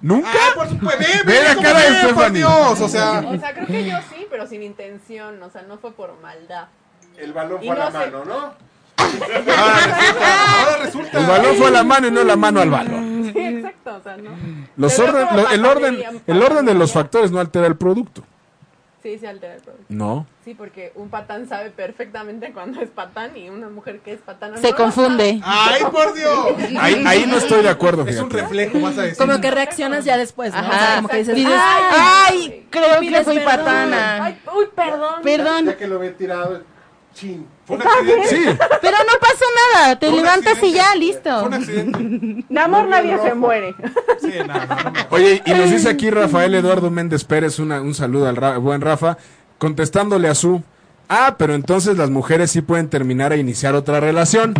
[SPEAKER 2] ¿Nunca?
[SPEAKER 5] Ah, por supuesto. Ve,
[SPEAKER 2] Ve la
[SPEAKER 5] como
[SPEAKER 2] cara de
[SPEAKER 5] ve, por
[SPEAKER 2] Stephanie.
[SPEAKER 5] Dios, o sea.
[SPEAKER 4] O sea, creo que yo sí, pero sin intención. O sea, no fue por maldad.
[SPEAKER 7] El balón
[SPEAKER 4] Y
[SPEAKER 7] fue a la
[SPEAKER 4] no sé.
[SPEAKER 7] mano, ¿no?
[SPEAKER 5] Ahora Ah, resulta.
[SPEAKER 2] El balón fue a la mano y no la mano al balón.
[SPEAKER 4] Sí, exacto. O sea, no.
[SPEAKER 2] Los
[SPEAKER 4] Pero
[SPEAKER 2] orden-
[SPEAKER 4] como
[SPEAKER 2] lo- el,
[SPEAKER 4] patanería,
[SPEAKER 2] orden, el orden de los
[SPEAKER 4] patanería.
[SPEAKER 2] factores no altera el producto.
[SPEAKER 4] Sí, se altera el producto.
[SPEAKER 2] No.
[SPEAKER 4] Sí, porque un patán sabe perfectamente cuando es patán y una mujer que es patana no
[SPEAKER 6] Se
[SPEAKER 4] lo
[SPEAKER 6] confunde.
[SPEAKER 5] ¡Ay, por Dios!
[SPEAKER 2] Ahí, ahí no estoy de acuerdo.
[SPEAKER 5] Es un
[SPEAKER 2] fíjate.
[SPEAKER 5] reflejo, vas a decir.
[SPEAKER 3] Como que reaccionas ya después, Ah, ¿no? O sea,
[SPEAKER 6] Ajá.
[SPEAKER 3] como que dices,
[SPEAKER 6] Dices, "Ah".
[SPEAKER 3] "Ay,
[SPEAKER 6] ay, creo que
[SPEAKER 3] pides
[SPEAKER 6] fui
[SPEAKER 3] perdón".
[SPEAKER 6] patana.
[SPEAKER 4] Ay, uy, perdón.
[SPEAKER 7] Ya
[SPEAKER 6] Perdón,
[SPEAKER 7] que lo ve tirado, chin.
[SPEAKER 5] Fue un accidente.
[SPEAKER 2] Sí,
[SPEAKER 6] pero no pasó nada, te
[SPEAKER 5] Fue un
[SPEAKER 6] levantas y
[SPEAKER 5] accidente.
[SPEAKER 6] ya,
[SPEAKER 5] Fue
[SPEAKER 6] listo.
[SPEAKER 5] un accidente.
[SPEAKER 4] De amor nadie se muere.
[SPEAKER 5] Sí, no, no, no.
[SPEAKER 2] Oye, y nos dice aquí Rafael Eduardo Méndez Pérez, una- un saludo al Ra- buen Rafa, contestándole a su, ah, pero entonces las mujeres sí pueden terminar e iniciar otra relación.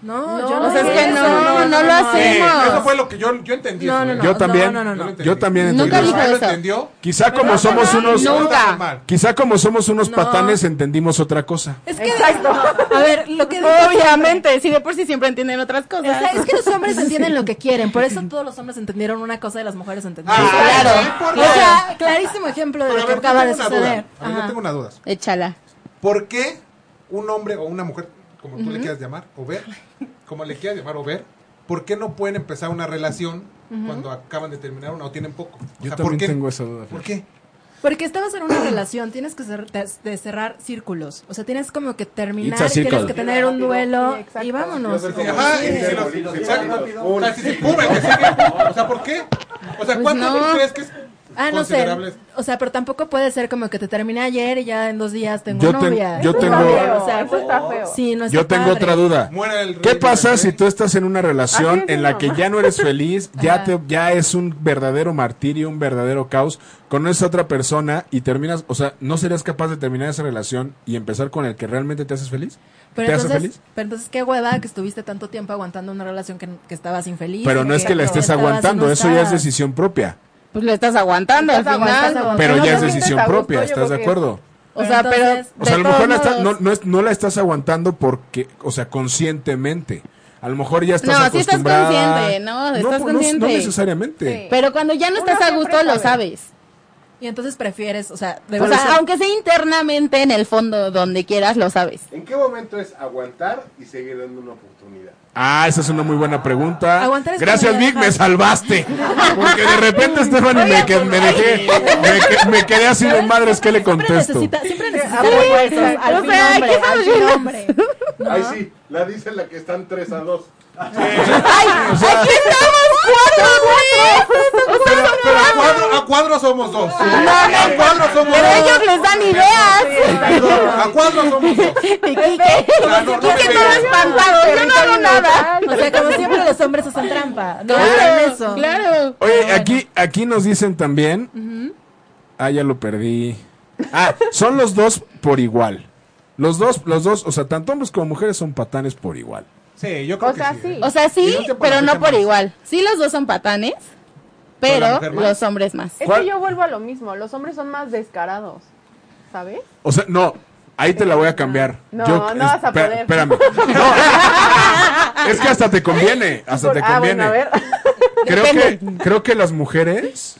[SPEAKER 3] No,
[SPEAKER 4] No,
[SPEAKER 3] yo no
[SPEAKER 4] o sea,
[SPEAKER 3] dije
[SPEAKER 4] es que
[SPEAKER 3] eso,
[SPEAKER 4] no,
[SPEAKER 6] no lo
[SPEAKER 5] Sí, eso
[SPEAKER 6] hacemos.
[SPEAKER 5] fue lo que yo, yo entendí.
[SPEAKER 3] No,
[SPEAKER 5] eso,
[SPEAKER 3] no,
[SPEAKER 5] ¿eh?
[SPEAKER 3] no.
[SPEAKER 2] yo también,
[SPEAKER 3] no, no, no,
[SPEAKER 5] no.
[SPEAKER 2] yo también.
[SPEAKER 6] Nunca
[SPEAKER 2] entendí.
[SPEAKER 6] dijo
[SPEAKER 5] ¿Rafael lo
[SPEAKER 6] eso.
[SPEAKER 5] entendió?
[SPEAKER 2] Quizá como somos unos,
[SPEAKER 5] No
[SPEAKER 6] Nunca.
[SPEAKER 5] está mal.
[SPEAKER 2] quizá como somos unos
[SPEAKER 3] No.
[SPEAKER 2] patanes entendimos otra cosa.
[SPEAKER 3] Es que, a ver, lo que dijo-
[SPEAKER 6] Obviamente, sí, de por sí siempre entienden otras
[SPEAKER 3] O sea,
[SPEAKER 6] cosas.
[SPEAKER 3] es que los hombres entienden lo que quieren, por eso todos los hombres entendieron una cosa y las mujeres entendieron.
[SPEAKER 5] Ah,
[SPEAKER 3] otra.
[SPEAKER 5] claro. sí, por
[SPEAKER 3] O sea, clarísimo ejemplo de
[SPEAKER 5] Pero a
[SPEAKER 3] lo que
[SPEAKER 5] ver, yo
[SPEAKER 3] acaba de
[SPEAKER 5] tengo una
[SPEAKER 3] suceder.
[SPEAKER 5] duda. A ver, yo
[SPEAKER 3] Ajá.
[SPEAKER 5] tengo una duda.
[SPEAKER 6] Échala.
[SPEAKER 5] ¿Por qué un hombre o una mujer, como tú le quieras llamar, o ver, como le quieras llamar o ver, por qué no pueden empezar una relación cuando acaban de terminar una o tienen poco? O
[SPEAKER 2] Yo
[SPEAKER 5] sea, ¿por
[SPEAKER 2] también
[SPEAKER 5] qué?
[SPEAKER 2] tengo esa duda.
[SPEAKER 5] ¿Por qué?
[SPEAKER 3] Porque estabas en una relación, tienes que cer- de- de cerrar círculos. O sea, tienes como que terminar,
[SPEAKER 2] It's a circle.
[SPEAKER 3] tienes que tener un duelo
[SPEAKER 4] Sí, exacto.
[SPEAKER 3] y vámonos.
[SPEAKER 7] Yo soy como-
[SPEAKER 5] Ajá, y
[SPEAKER 7] Sí,
[SPEAKER 5] si
[SPEAKER 7] sí,
[SPEAKER 5] los-
[SPEAKER 7] sí, sí,
[SPEAKER 5] exacto.
[SPEAKER 7] sí, sí,
[SPEAKER 5] O sea, si se cubren, que siguen. O sea, ¿por qué? O sea, ¿cuántos
[SPEAKER 6] no.
[SPEAKER 5] crees que es
[SPEAKER 3] Ah, no sé.
[SPEAKER 5] considerable?
[SPEAKER 3] O sea, pero tampoco puede ser como que te terminé ayer y ya en dos días tengo
[SPEAKER 2] Yo te-
[SPEAKER 3] novia.
[SPEAKER 2] yo
[SPEAKER 3] Eso
[SPEAKER 2] tengo-
[SPEAKER 3] está feo,
[SPEAKER 4] Feo,
[SPEAKER 3] o sea,
[SPEAKER 4] eso está feo.
[SPEAKER 3] sí, no está
[SPEAKER 2] Yo tengo
[SPEAKER 3] padre.
[SPEAKER 2] otra duda.
[SPEAKER 5] Muera el rey
[SPEAKER 2] ¿Qué
[SPEAKER 5] del
[SPEAKER 2] pasa
[SPEAKER 5] rey?
[SPEAKER 2] si tú estás en una
[SPEAKER 4] Así
[SPEAKER 2] relación
[SPEAKER 4] es,
[SPEAKER 2] en
[SPEAKER 4] mi
[SPEAKER 2] la que
[SPEAKER 4] mamá.
[SPEAKER 2] ya no eres feliz, ya te ya es un verdadero martirio, un verdadero caos, conoces a otra persona y terminas, o sea, no serías capaz de terminar esa relación y empezar con el que realmente te haces feliz?
[SPEAKER 3] Pero
[SPEAKER 2] ¿Te hace
[SPEAKER 3] entonces,
[SPEAKER 2] feliz?
[SPEAKER 3] pero entonces qué hueva que estuviste tanto tiempo aguantando una relación que, que estabas infeliz.
[SPEAKER 2] Pero no es que la estés
[SPEAKER 3] estabas
[SPEAKER 2] aguantando, eso ya es
[SPEAKER 3] enojada.
[SPEAKER 2] decisión propia.
[SPEAKER 6] Pues lo estás aguantando al
[SPEAKER 3] Estás aguantando,
[SPEAKER 6] final.
[SPEAKER 3] aguantando.
[SPEAKER 2] Pero
[SPEAKER 3] No,
[SPEAKER 2] ya es
[SPEAKER 3] no,
[SPEAKER 2] decisión
[SPEAKER 4] a gusto,
[SPEAKER 2] propia,
[SPEAKER 4] yo
[SPEAKER 2] ¿estás
[SPEAKER 4] creo
[SPEAKER 2] de
[SPEAKER 4] que-
[SPEAKER 2] acuerdo?
[SPEAKER 6] O sea, pero.
[SPEAKER 3] Entonces,
[SPEAKER 2] O sea, a
[SPEAKER 6] de
[SPEAKER 2] lo mejor
[SPEAKER 6] todos
[SPEAKER 2] la está-
[SPEAKER 6] modos-
[SPEAKER 2] no, no es- no la estás aguantando porque, o sea, conscientemente. A lo mejor ya estás
[SPEAKER 6] No, sí estás
[SPEAKER 2] acostumbrada.
[SPEAKER 6] consciente, no, estás
[SPEAKER 2] pues, No,
[SPEAKER 6] consciente.
[SPEAKER 2] necesariamente.
[SPEAKER 4] Sí.
[SPEAKER 6] Pero cuando ya no
[SPEAKER 4] Uno
[SPEAKER 6] estás a
[SPEAKER 4] siempre
[SPEAKER 6] gusto, lo
[SPEAKER 4] sabe.
[SPEAKER 6] sabes.
[SPEAKER 3] Y entonces prefieres, o sea, de
[SPEAKER 6] O
[SPEAKER 3] verdad.
[SPEAKER 6] sea, aunque sea internamente, en el fondo, donde quieras, lo sabes.
[SPEAKER 7] ¿En qué momento es aguantar y seguir dando una oportunidad?
[SPEAKER 2] Ah, esa es una muy buena pregunta.
[SPEAKER 3] Aguantar es
[SPEAKER 2] Gracias,
[SPEAKER 3] cuando ya
[SPEAKER 2] Vic, me
[SPEAKER 3] dejas.
[SPEAKER 2] salvaste. Porque de repente, Stephanie,
[SPEAKER 4] pues,
[SPEAKER 2] me, que- me dejé. Me, que- me quedé así de madres, ¿qué le
[SPEAKER 3] Siempre
[SPEAKER 2] contesto?
[SPEAKER 3] necesita, siempre necesita. pues,
[SPEAKER 6] O sea, hay que saber-
[SPEAKER 7] Ahí sí, la dice la que están 3 a 2.
[SPEAKER 6] ¡Ay! ¡Aquí estamos cuatro, güey!
[SPEAKER 5] Pero, pero a, cuadro, a cuadro somos dos. a cuadro somos
[SPEAKER 6] Pero
[SPEAKER 5] dos.
[SPEAKER 6] ellos les dan ideas.
[SPEAKER 5] A cuadro somos dos. O sea, no, no me
[SPEAKER 6] Todo
[SPEAKER 5] pegues.
[SPEAKER 6] espantado, yo no hago nada.
[SPEAKER 3] O sea, como siempre los hombres hacen trampa. No hagan eso.
[SPEAKER 6] Claro, claro.
[SPEAKER 2] Oye, aquí, aquí nos dicen también. Ah, ya lo perdí. Ah, son los dos por igual. Los dos, los dos, o sea, tanto hombres como mujeres son patanes por igual.
[SPEAKER 5] Sí, yo creo
[SPEAKER 4] O sea,
[SPEAKER 5] que sí.
[SPEAKER 4] sí.
[SPEAKER 5] ¿eh?
[SPEAKER 6] O sea,
[SPEAKER 5] Y
[SPEAKER 6] sí,
[SPEAKER 5] no te
[SPEAKER 6] pero no por
[SPEAKER 5] más.
[SPEAKER 6] igual. Sí, los dos son patanes,
[SPEAKER 5] Pero la
[SPEAKER 6] pero
[SPEAKER 5] mujer más.
[SPEAKER 6] los hombres más.
[SPEAKER 4] Es
[SPEAKER 2] ¿Cuál?
[SPEAKER 4] que yo vuelvo a lo mismo. Los hombres son más descarados. ¿Sabes?
[SPEAKER 2] O sea, no, ahí te la voy a cambiar.
[SPEAKER 4] No, no vas a
[SPEAKER 2] espera-
[SPEAKER 4] poder.
[SPEAKER 2] Espérame. No. es que hasta te conviene, hasta te
[SPEAKER 4] ah, bueno,
[SPEAKER 2] conviene.
[SPEAKER 4] a ver.
[SPEAKER 2] creo, que, creo que las mujeres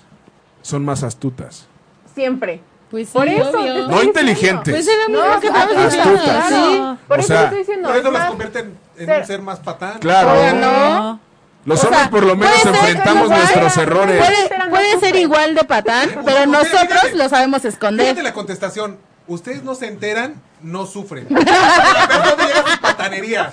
[SPEAKER 2] son más astutas.
[SPEAKER 4] Siempre.
[SPEAKER 6] Pues
[SPEAKER 4] Por
[SPEAKER 6] sí,
[SPEAKER 4] eso,
[SPEAKER 6] obvio.
[SPEAKER 4] te estoy
[SPEAKER 2] No inteligentes.
[SPEAKER 6] Pues era
[SPEAKER 4] No,
[SPEAKER 6] lo que estaba
[SPEAKER 4] astutas.
[SPEAKER 6] diciendo.
[SPEAKER 2] Astutas.
[SPEAKER 6] Sí.
[SPEAKER 4] Claro. Por
[SPEAKER 2] O
[SPEAKER 4] eso
[SPEAKER 2] sea,
[SPEAKER 4] te estoy diciendo.
[SPEAKER 5] Por eso
[SPEAKER 4] es
[SPEAKER 5] las
[SPEAKER 4] más-
[SPEAKER 5] convierten en
[SPEAKER 4] ser-
[SPEAKER 5] un ser más patán.
[SPEAKER 2] Claro.
[SPEAKER 6] Oiga, no.
[SPEAKER 2] Los
[SPEAKER 6] O sea,
[SPEAKER 2] hombres por lo menos
[SPEAKER 6] puede ser
[SPEAKER 2] enfrentamos
[SPEAKER 6] igual.
[SPEAKER 2] nuestros errores.
[SPEAKER 6] Puede, puede ser igual de patán, pero nosotros lo sabemos
[SPEAKER 5] Fíjate
[SPEAKER 6] esconder.
[SPEAKER 5] la contestación. Ustedes no se enteran, no sufren. Pero no te llegas a su patanería.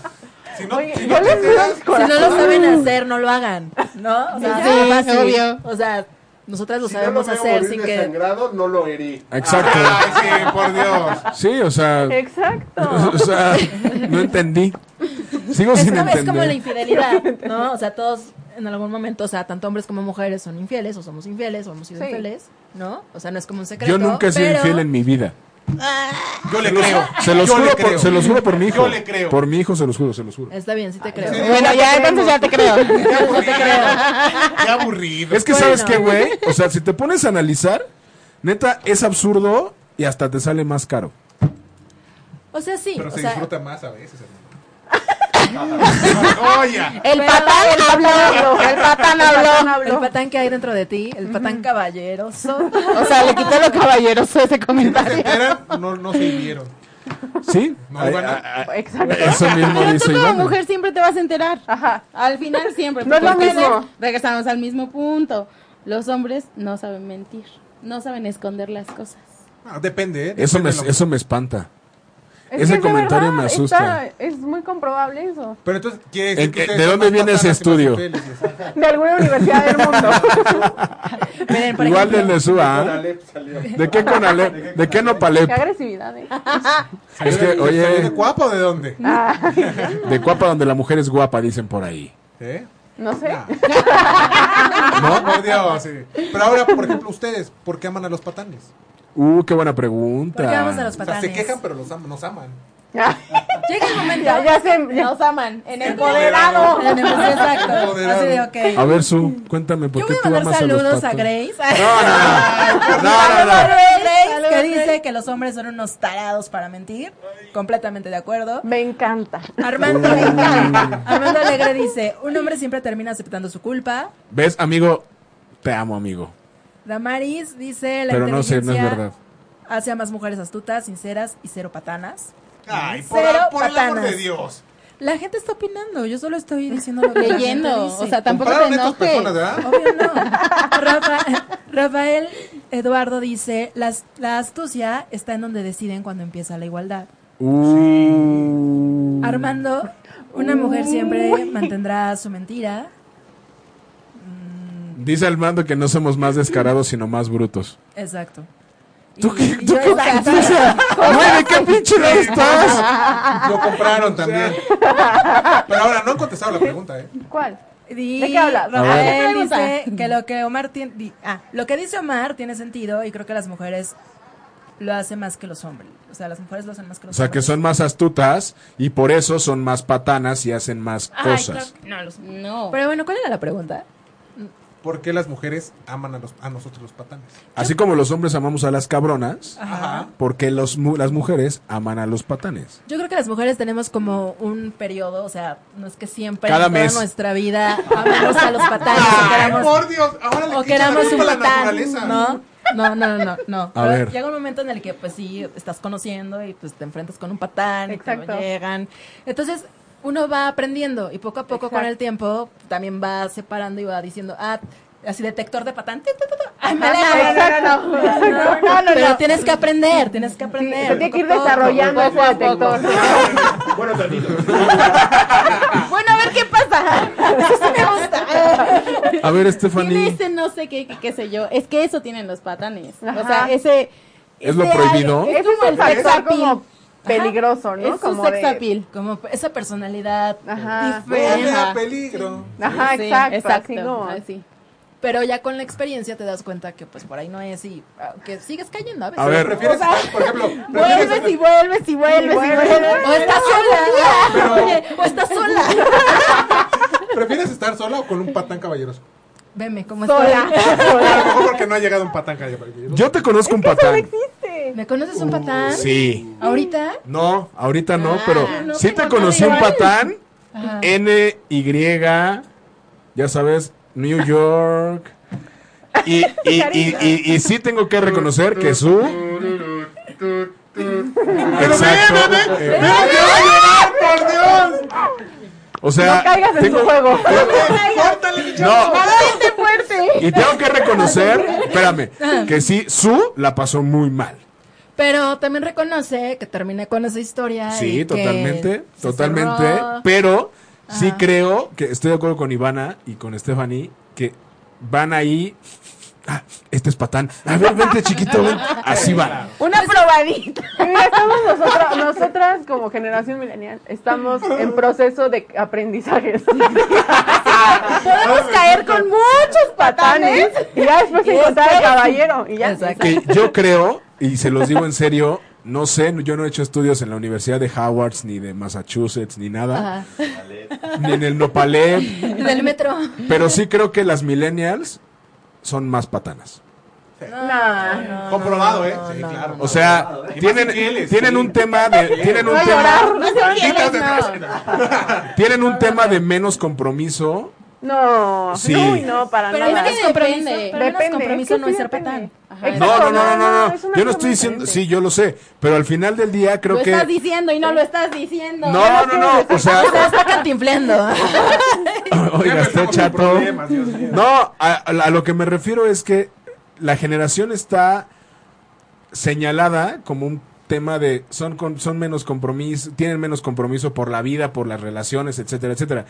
[SPEAKER 5] Si no,
[SPEAKER 4] Oye,
[SPEAKER 5] si no
[SPEAKER 4] yo
[SPEAKER 5] te
[SPEAKER 4] les digo
[SPEAKER 5] enteras,
[SPEAKER 4] el
[SPEAKER 3] Si no
[SPEAKER 4] corazón.
[SPEAKER 3] lo saben hacer, no lo hagan. ¿No? O sea,
[SPEAKER 6] Sí,
[SPEAKER 3] fácil.
[SPEAKER 6] obvio.
[SPEAKER 3] O sea, nosotras lo
[SPEAKER 7] Si no lo
[SPEAKER 3] sabemos
[SPEAKER 7] veo
[SPEAKER 3] hacer
[SPEAKER 7] morir
[SPEAKER 3] sin que.
[SPEAKER 7] desangrado, no lo herí.
[SPEAKER 2] Exacto.
[SPEAKER 5] Ay, sí, por Dios.
[SPEAKER 2] Sí, o sea,
[SPEAKER 4] Exacto.
[SPEAKER 2] o sea, no entendí. Sigo
[SPEAKER 3] Es
[SPEAKER 2] sin
[SPEAKER 3] como, es como
[SPEAKER 2] entender.
[SPEAKER 3] la infidelidad, ¿no? O sea, todos en algún momento, o sea, tanto hombres como mujeres son infieles, o somos infieles, o hemos sido
[SPEAKER 4] Sí.
[SPEAKER 3] infieles, ¿no? O sea, no es como un secreto.
[SPEAKER 2] Yo nunca he sido
[SPEAKER 3] pero-
[SPEAKER 2] infiel en mi vida.
[SPEAKER 5] Yo le creo.
[SPEAKER 2] Se los,
[SPEAKER 5] yo le
[SPEAKER 2] juro por,
[SPEAKER 5] creo.
[SPEAKER 2] se los juro por mi hijo.
[SPEAKER 5] Yo le creo.
[SPEAKER 2] Por mi hijo se los juro, se los juro.
[SPEAKER 3] Está bien, sí te creo.
[SPEAKER 6] Bueno, ya, entonces ya te creo.
[SPEAKER 5] Qué aburrido. Qué aburrido.
[SPEAKER 2] Es que sabes qué, güey. O sea, si te pones a analizar, neta, es absurdo y hasta te sale más caro.
[SPEAKER 3] O sea, sí.
[SPEAKER 5] Pero
[SPEAKER 3] o
[SPEAKER 5] se
[SPEAKER 3] sea,
[SPEAKER 5] disfruta más a veces. hermano. Oye.
[SPEAKER 6] El patán habló, el patán habló.
[SPEAKER 3] El patán que hay dentro de ti, el patán caballeroso.
[SPEAKER 6] O sea, le quitó lo caballeroso ese
[SPEAKER 5] No se
[SPEAKER 6] comentario.
[SPEAKER 5] enteran, no, no se vivieron.
[SPEAKER 2] ¿Sí?
[SPEAKER 5] No,
[SPEAKER 2] Ay,
[SPEAKER 5] Ivana.
[SPEAKER 2] ay, ay,
[SPEAKER 4] Exacto.
[SPEAKER 2] Eso mismo
[SPEAKER 6] Pero tú
[SPEAKER 2] dice
[SPEAKER 6] como
[SPEAKER 2] Ivana.
[SPEAKER 6] mujer siempre te vas a enterar.
[SPEAKER 4] Ajá.
[SPEAKER 6] Al final siempre.
[SPEAKER 4] No es lo
[SPEAKER 6] porque
[SPEAKER 4] mismo.
[SPEAKER 6] Regresamos al mismo punto. Los hombres no saben mentir, no saben esconder las cosas.
[SPEAKER 5] Ah, depende, ¿eh?
[SPEAKER 2] Eso me,
[SPEAKER 5] Depende de lo-
[SPEAKER 2] eso me espanta.
[SPEAKER 4] Es
[SPEAKER 2] Ese
[SPEAKER 4] que es de
[SPEAKER 2] comentario me
[SPEAKER 4] verdad,
[SPEAKER 2] asusta.
[SPEAKER 4] está- es muy comprobable eso.
[SPEAKER 5] Pero entonces, ¿quiere
[SPEAKER 2] ¿En
[SPEAKER 5] decir que
[SPEAKER 2] qué-
[SPEAKER 5] ustedes
[SPEAKER 2] de
[SPEAKER 5] son
[SPEAKER 2] dónde
[SPEAKER 5] más
[SPEAKER 2] viene ese
[SPEAKER 5] patanas y más
[SPEAKER 2] estudio?
[SPEAKER 5] infieles?
[SPEAKER 4] De alguna universidad del mundo.
[SPEAKER 3] Miren, por
[SPEAKER 2] Igual de
[SPEAKER 3] ejemplo,
[SPEAKER 7] Con
[SPEAKER 2] Lesúa. ¿eh?
[SPEAKER 7] Alep pues, salió.
[SPEAKER 2] ¿De qué con Alep? ¿De qué no Palep?
[SPEAKER 4] Qué agresividad, ¿eh?
[SPEAKER 2] Es que,
[SPEAKER 5] ¿Salió de- salió de
[SPEAKER 2] oye,
[SPEAKER 5] guapo o de dónde?
[SPEAKER 4] Ah.
[SPEAKER 2] de guapa donde la mujer es guapa, dicen por ahí.
[SPEAKER 5] ¿Eh?
[SPEAKER 4] No sé.
[SPEAKER 5] Ah. No, por Dios, sí. Pero ahora, por ejemplo, ustedes, ¿por qué aman a los patanes?
[SPEAKER 2] Uh, qué buena
[SPEAKER 3] ¿por qué vamos a
[SPEAKER 2] pregunta.
[SPEAKER 3] los
[SPEAKER 5] O sea,
[SPEAKER 3] patanes?
[SPEAKER 5] se quejan, pero los aman, nos aman.
[SPEAKER 3] Llega el momento.
[SPEAKER 4] Ya, ya se. ya-
[SPEAKER 6] aman. En
[SPEAKER 5] empoderado.
[SPEAKER 3] La nemoción, exacto.
[SPEAKER 5] Moderado.
[SPEAKER 3] Así de, ok.
[SPEAKER 2] A ver, Su, cuéntame Ah, por
[SPEAKER 3] Yo
[SPEAKER 2] qué
[SPEAKER 3] voy a
[SPEAKER 2] tú
[SPEAKER 3] mandar
[SPEAKER 2] amas a los
[SPEAKER 3] saludos a,
[SPEAKER 2] patanes.
[SPEAKER 3] Grace.
[SPEAKER 2] No, no, no. No, no, no.
[SPEAKER 3] Grace, que
[SPEAKER 6] Grace.
[SPEAKER 3] dice que los hombres son unos tarados para mentir. Completamente de acuerdo.
[SPEAKER 4] Me encanta.
[SPEAKER 2] Mm.
[SPEAKER 3] Armando Alegre, Armando Alegre dice, un hombre siempre termina aceptando su culpa.
[SPEAKER 2] ¿Ves, amigo? Te amo, amigo.
[SPEAKER 3] Damaris dice, la
[SPEAKER 2] Pero no sé, no es
[SPEAKER 3] inteligencia
[SPEAKER 2] verdad.
[SPEAKER 3] hace a más mujeres astutas, sinceras y cero patanas.
[SPEAKER 5] Ay, por,
[SPEAKER 3] Cero
[SPEAKER 5] por el amor
[SPEAKER 3] patanas.
[SPEAKER 5] de Dios.
[SPEAKER 3] La gente está opinando, yo solo estoy diciendo lo que la gente
[SPEAKER 6] Leyendo.
[SPEAKER 3] dice.
[SPEAKER 6] O sea, tampoco te
[SPEAKER 5] Compraron estas personas,
[SPEAKER 6] enojes.
[SPEAKER 5] ¿verdad?
[SPEAKER 3] Obvio no. Rafa- Rafael Eduardo dice, "Las- la astucia está en donde deciden cuando empieza la igualdad.
[SPEAKER 2] Uh.
[SPEAKER 3] Armando, una mujer siempre mantendrá su mentira.
[SPEAKER 2] Dice Armando que no somos más descarados, sino más brutos.
[SPEAKER 3] Exacto.
[SPEAKER 2] ¿Tú
[SPEAKER 3] Y-
[SPEAKER 2] qué,
[SPEAKER 3] y
[SPEAKER 2] tú
[SPEAKER 3] yo-
[SPEAKER 2] qué
[SPEAKER 3] exacto.
[SPEAKER 2] princesa? Güey, ¿de qué pinche lado estás?
[SPEAKER 5] Lo compraron también. Pero ahora no han contestado la pregunta, ¿eh?
[SPEAKER 4] ¿Cuál?
[SPEAKER 3] Y
[SPEAKER 4] ¿De qué hablas?
[SPEAKER 2] A
[SPEAKER 3] Rafael
[SPEAKER 6] ver.
[SPEAKER 3] dice que lo que Omar tiene, di- ah, lo que dice Omar tiene sentido y creo que las mujeres lo hacen más que los hombres. O sea, las mujeres lo hacen más
[SPEAKER 2] O
[SPEAKER 3] que los
[SPEAKER 2] sea, que
[SPEAKER 3] hombres.
[SPEAKER 2] son más astutas y por eso son más patanas y hacen más
[SPEAKER 3] Ay,
[SPEAKER 2] cosas.
[SPEAKER 3] claro que no, los-
[SPEAKER 6] No.
[SPEAKER 3] Pero bueno, ¿cuál era la pregunta?
[SPEAKER 5] por qué las mujeres aman a, los, a nosotros los patanes.
[SPEAKER 2] Así como los hombres amamos a las cabronas,
[SPEAKER 5] Ajá.
[SPEAKER 2] porque los, mu- las mujeres aman a los patanes.
[SPEAKER 3] Yo creo que las mujeres tenemos como un periodo, o sea, no es que siempre
[SPEAKER 2] Cada
[SPEAKER 3] en toda
[SPEAKER 2] mes.
[SPEAKER 3] nuestra vida amamos a los patanes o
[SPEAKER 5] ¡Ay,
[SPEAKER 3] queramos-
[SPEAKER 5] por Dios! Ahora le
[SPEAKER 3] Ah, o
[SPEAKER 5] quitan la
[SPEAKER 3] queramos un
[SPEAKER 5] culpa a la naturaleza.
[SPEAKER 3] patán, ¿no? No, no, no, no, no.
[SPEAKER 2] A
[SPEAKER 3] Pero
[SPEAKER 2] ver.
[SPEAKER 3] Llega un momento en el que, pues sí, estás conociendo y pues te enfrentas con un patán, y te lo
[SPEAKER 4] Exacto.
[SPEAKER 3] llegan. Entonces, uno va aprendiendo y poco a poco con
[SPEAKER 4] Exacto.
[SPEAKER 3] el tiempo también va separando y va diciendo, ah, así detector de patán. tu, tu, tu, tu. Ay,
[SPEAKER 4] Ah,
[SPEAKER 3] me alejo.
[SPEAKER 4] Exacto. No, no, no.
[SPEAKER 3] Pero tienes que aprender, tienes que aprender.
[SPEAKER 4] Hay
[SPEAKER 3] poco
[SPEAKER 4] que ir
[SPEAKER 3] a poco.
[SPEAKER 4] desarrollando ese detector.
[SPEAKER 7] Bueno, tantito.
[SPEAKER 6] Bueno, a ver qué pasa.
[SPEAKER 3] Eso sí me gusta.
[SPEAKER 2] A ver,
[SPEAKER 6] Tiene
[SPEAKER 2] Stephanie,
[SPEAKER 6] ese no sé qué, qué, qué sé yo. Es que eso tienen los patanes. O sea,
[SPEAKER 4] Ajá.
[SPEAKER 6] ese.
[SPEAKER 2] ¿Es lo
[SPEAKER 6] ese
[SPEAKER 2] prohibido?
[SPEAKER 6] aire-
[SPEAKER 4] Ese es un
[SPEAKER 6] sex
[SPEAKER 4] factor
[SPEAKER 6] appeal.
[SPEAKER 4] como peligroso, ¿no?
[SPEAKER 6] Es
[SPEAKER 4] como
[SPEAKER 6] un sex
[SPEAKER 4] de-
[SPEAKER 6] appeal.
[SPEAKER 3] Como esa personalidad
[SPEAKER 4] Ajá.
[SPEAKER 5] Huele
[SPEAKER 3] diferente.
[SPEAKER 5] a Pues, peligro.
[SPEAKER 4] Ajá,
[SPEAKER 6] Sí,
[SPEAKER 4] exacto. Así como.
[SPEAKER 6] así.
[SPEAKER 3] Pero ya con la experiencia te das cuenta que pues por ahí no es y ah, que sigues cayendo a veces.
[SPEAKER 2] A ver.
[SPEAKER 5] ¿Prefieres, por ejemplo,
[SPEAKER 6] Vuelves y
[SPEAKER 5] prefieres,
[SPEAKER 6] vuelves y vuelves y vuelves.
[SPEAKER 3] O estás sola. Oye, o estás sola.
[SPEAKER 5] prefieres estar sola o con un patán caballeroso?
[SPEAKER 3] Veme, ¿cómo
[SPEAKER 4] Sola.
[SPEAKER 5] A lo mejor porque no ha llegado un patán caballeroso.
[SPEAKER 2] yo te conozco un patán.
[SPEAKER 3] estoy? ¿Me conoces un patán?
[SPEAKER 2] Uh, Sí.
[SPEAKER 3] ¿Ahorita?
[SPEAKER 2] No, ahorita no, pero
[SPEAKER 3] Ah, no
[SPEAKER 2] sí
[SPEAKER 3] te
[SPEAKER 2] te
[SPEAKER 3] conozco
[SPEAKER 2] conocí un
[SPEAKER 3] igual.
[SPEAKER 2] patán.
[SPEAKER 3] Ajá.
[SPEAKER 2] N, Y, ya sabes, New York. Y, y, y, y- y sí tengo que reconocer que su... Exacto. Eh, O sea,
[SPEAKER 4] No caigas en
[SPEAKER 2] tengo-
[SPEAKER 4] su juego.
[SPEAKER 2] no,
[SPEAKER 4] ¡Fuerte, fuerte!
[SPEAKER 2] y tengo que reconocer, espérame, que sí, su la pasó muy mal.
[SPEAKER 3] Pero también reconoce que terminé con esa historia. y
[SPEAKER 2] Sí,
[SPEAKER 3] que
[SPEAKER 2] totalmente,
[SPEAKER 3] se
[SPEAKER 2] totalmente.
[SPEAKER 3] cerró.
[SPEAKER 2] Pero sí
[SPEAKER 3] Ajá.
[SPEAKER 2] creo que estoy de acuerdo con Ivana y con Stephanie que van ahí. Ah, este es patán. A ver, vente, chiquito, ven. Así va.
[SPEAKER 6] Una probadita.
[SPEAKER 4] Mira, estamos nosotras, nosotras como generación milenial, estamos en proceso de aprendizajes.
[SPEAKER 6] Podemos caer con muchos
[SPEAKER 4] Patanes.
[SPEAKER 6] patanes.
[SPEAKER 4] Y ya después
[SPEAKER 6] Y
[SPEAKER 4] encontrar al
[SPEAKER 6] después-
[SPEAKER 4] caballero. Y ya.
[SPEAKER 3] Exacto.
[SPEAKER 2] Que yo creo, y se los digo en serio, no sé, yo no he hecho estudios en la Universidad de Howard, ni de Massachusetts, ni nada,
[SPEAKER 3] Ajá.
[SPEAKER 2] ni en el Nopalé,
[SPEAKER 3] Del metro.
[SPEAKER 2] pero sí creo que las millennials son más patanas.
[SPEAKER 4] No, no.
[SPEAKER 5] Comprobado, ¿eh? sí, claro.
[SPEAKER 2] O sea, tienen, tienen un tema de... Tienen un
[SPEAKER 4] Voy a
[SPEAKER 2] tema...
[SPEAKER 4] llorar.
[SPEAKER 5] Malditas
[SPEAKER 3] no.
[SPEAKER 5] desgracias.
[SPEAKER 2] Tienen un tema de menos compromiso.
[SPEAKER 4] No.
[SPEAKER 2] Sí.
[SPEAKER 4] Uy, no, para
[SPEAKER 3] Pero
[SPEAKER 4] nada.
[SPEAKER 3] menos compromiso,
[SPEAKER 6] depende.
[SPEAKER 3] pero menos
[SPEAKER 4] Depende,
[SPEAKER 3] compromiso
[SPEAKER 4] es que
[SPEAKER 3] no es
[SPEAKER 4] sí
[SPEAKER 3] ser
[SPEAKER 4] depende.
[SPEAKER 3] patán. Ajá.
[SPEAKER 2] No,
[SPEAKER 4] Exacto,
[SPEAKER 2] no, no, no, no. no.
[SPEAKER 4] es una
[SPEAKER 2] Yo no
[SPEAKER 4] cosa
[SPEAKER 2] estoy diciendo,
[SPEAKER 4] diferente.
[SPEAKER 2] sí, yo lo sé, pero al final del día creo
[SPEAKER 6] Lo
[SPEAKER 2] que
[SPEAKER 6] estás diciendo y no lo estás diciendo.
[SPEAKER 2] No, no, no, o sea,
[SPEAKER 3] O sea, está cantinflando.
[SPEAKER 5] Ya
[SPEAKER 2] oiga, está
[SPEAKER 5] empezamos con
[SPEAKER 2] chato.
[SPEAKER 5] problemas, Dios mío.
[SPEAKER 2] No, a, a lo que me refiero es que la generación está señalada como un tema de son con- son menos compromiso, tienen menos compromiso por la vida, por las relaciones, etcétera, etcétera.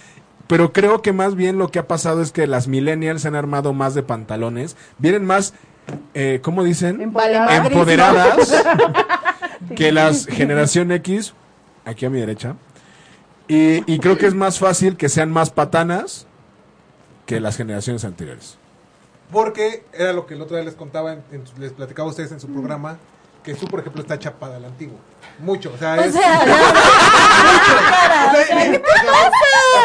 [SPEAKER 2] Pero creo que más bien lo que ha pasado es que las millennials se han armado más de pantalones, vienen más eh, ¿cómo dicen?
[SPEAKER 4] Empoderadas.
[SPEAKER 2] empoderadas que las generación X, aquí a mi derecha. Y, y creo que es más fácil que sean más patanas que las generaciones anteriores.
[SPEAKER 5] Porque era lo que el otro día les contaba, en- en su- les platicaba a ustedes en su programa, que tú, por ejemplo, está chapada al antiguo. Mucho, o sea,
[SPEAKER 3] O
[SPEAKER 5] es...
[SPEAKER 3] sea, no,
[SPEAKER 5] o sea, es-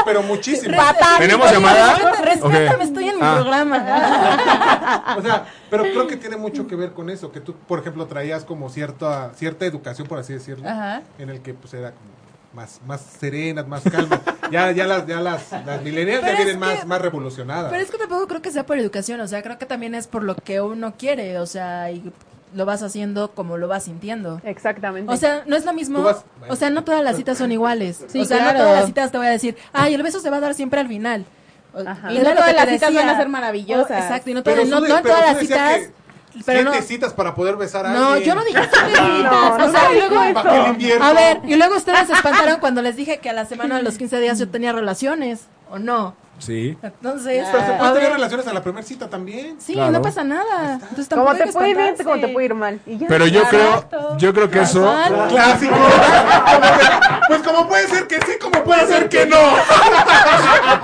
[SPEAKER 5] pero muchísimo.
[SPEAKER 6] Patán.
[SPEAKER 2] ¿Tenemos llamada?
[SPEAKER 3] respétame,
[SPEAKER 2] Ok.
[SPEAKER 3] estoy en mi
[SPEAKER 2] Ah.
[SPEAKER 3] programa.
[SPEAKER 5] O sea, pero creo que tiene mucho que ver con eso, que tú, por ejemplo, traías como cierta, cierta educación, por así decirlo,
[SPEAKER 3] Ajá.
[SPEAKER 5] en el que pues era como más, más serenas, más calmas. ya, ya las, ya las, las millennials ya
[SPEAKER 3] Pero
[SPEAKER 5] vienen
[SPEAKER 3] es
[SPEAKER 5] más,
[SPEAKER 3] que-
[SPEAKER 5] más revolucionadas.
[SPEAKER 3] Pero es que tampoco creo que sea por educación, o sea, creo que también es por lo que uno quiere, o sea, y lo vas haciendo como lo vas sintiendo.
[SPEAKER 4] Exactamente.
[SPEAKER 3] O sea, no es lo mismo.
[SPEAKER 5] Tú vas-
[SPEAKER 3] o sea, no todas las citas son iguales.
[SPEAKER 6] Sí,
[SPEAKER 3] o sea,
[SPEAKER 6] claro.
[SPEAKER 3] no todas las citas te voy a decir, ay, el beso se va a dar siempre al final. O-
[SPEAKER 4] Ajá.
[SPEAKER 6] Y no
[SPEAKER 3] era lo
[SPEAKER 6] todas
[SPEAKER 3] que te
[SPEAKER 6] las citas van a
[SPEAKER 3] decía.
[SPEAKER 6] ser maravillosas.
[SPEAKER 3] O- exacto, y no,
[SPEAKER 5] Pero
[SPEAKER 3] todas- no-
[SPEAKER 5] tú de-
[SPEAKER 3] no en
[SPEAKER 5] pero
[SPEAKER 3] todas
[SPEAKER 5] tú
[SPEAKER 3] las
[SPEAKER 5] decías
[SPEAKER 3] citas.
[SPEAKER 5] que
[SPEAKER 3] Pero no,
[SPEAKER 5] siete citas para poder besar a
[SPEAKER 3] no,
[SPEAKER 5] alguien.
[SPEAKER 3] yo no dije siete
[SPEAKER 4] No,
[SPEAKER 3] citas.
[SPEAKER 4] no
[SPEAKER 3] o sea,
[SPEAKER 4] me
[SPEAKER 3] y luego
[SPEAKER 4] dijo
[SPEAKER 5] ¿Para qué le invierto?
[SPEAKER 3] a ver, y luego ustedes se espantaron cuando les dije que a la semana de los 15 días yo tenía relaciones, ¿o no?
[SPEAKER 2] Sí.
[SPEAKER 3] Entonces,
[SPEAKER 5] Pero se
[SPEAKER 3] a
[SPEAKER 5] puede tener
[SPEAKER 3] ver,
[SPEAKER 5] relaciones a la primera cita también.
[SPEAKER 3] sí,
[SPEAKER 2] Claro.
[SPEAKER 3] no pasa nada. Entonces,
[SPEAKER 4] como
[SPEAKER 3] tampoco
[SPEAKER 4] te
[SPEAKER 3] hay que
[SPEAKER 4] puede ir bien,
[SPEAKER 3] espantarse.
[SPEAKER 4] como te puede ir mal. Y ya.
[SPEAKER 2] Pero yo creo,
[SPEAKER 6] Exacto.
[SPEAKER 2] yo creo que eso
[SPEAKER 3] Casual.
[SPEAKER 5] Clásico. pues como puede ser que sí, como puede ser que no.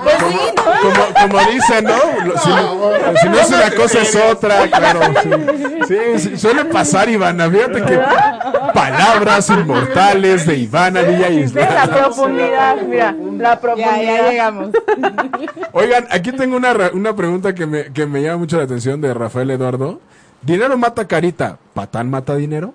[SPEAKER 3] Pues sí, no.
[SPEAKER 2] como, como dicen, ¿no? Lo- Si, no- si no es una cosa es otra, claro. Sí, sí, suele pasar Ivana, fíjate que palabras inmortales de Ivana Villa
[SPEAKER 4] Ve la
[SPEAKER 2] Isla.
[SPEAKER 4] profundidad, mira. La
[SPEAKER 6] Ya,
[SPEAKER 4] profundidad.
[SPEAKER 6] ya llegamos.
[SPEAKER 2] Oigan, aquí tengo una, ra- una pregunta que me, que me llama mucho la atención de Rafael Eduardo. ¿Dinero mata carita? ¿Patán mata dinero?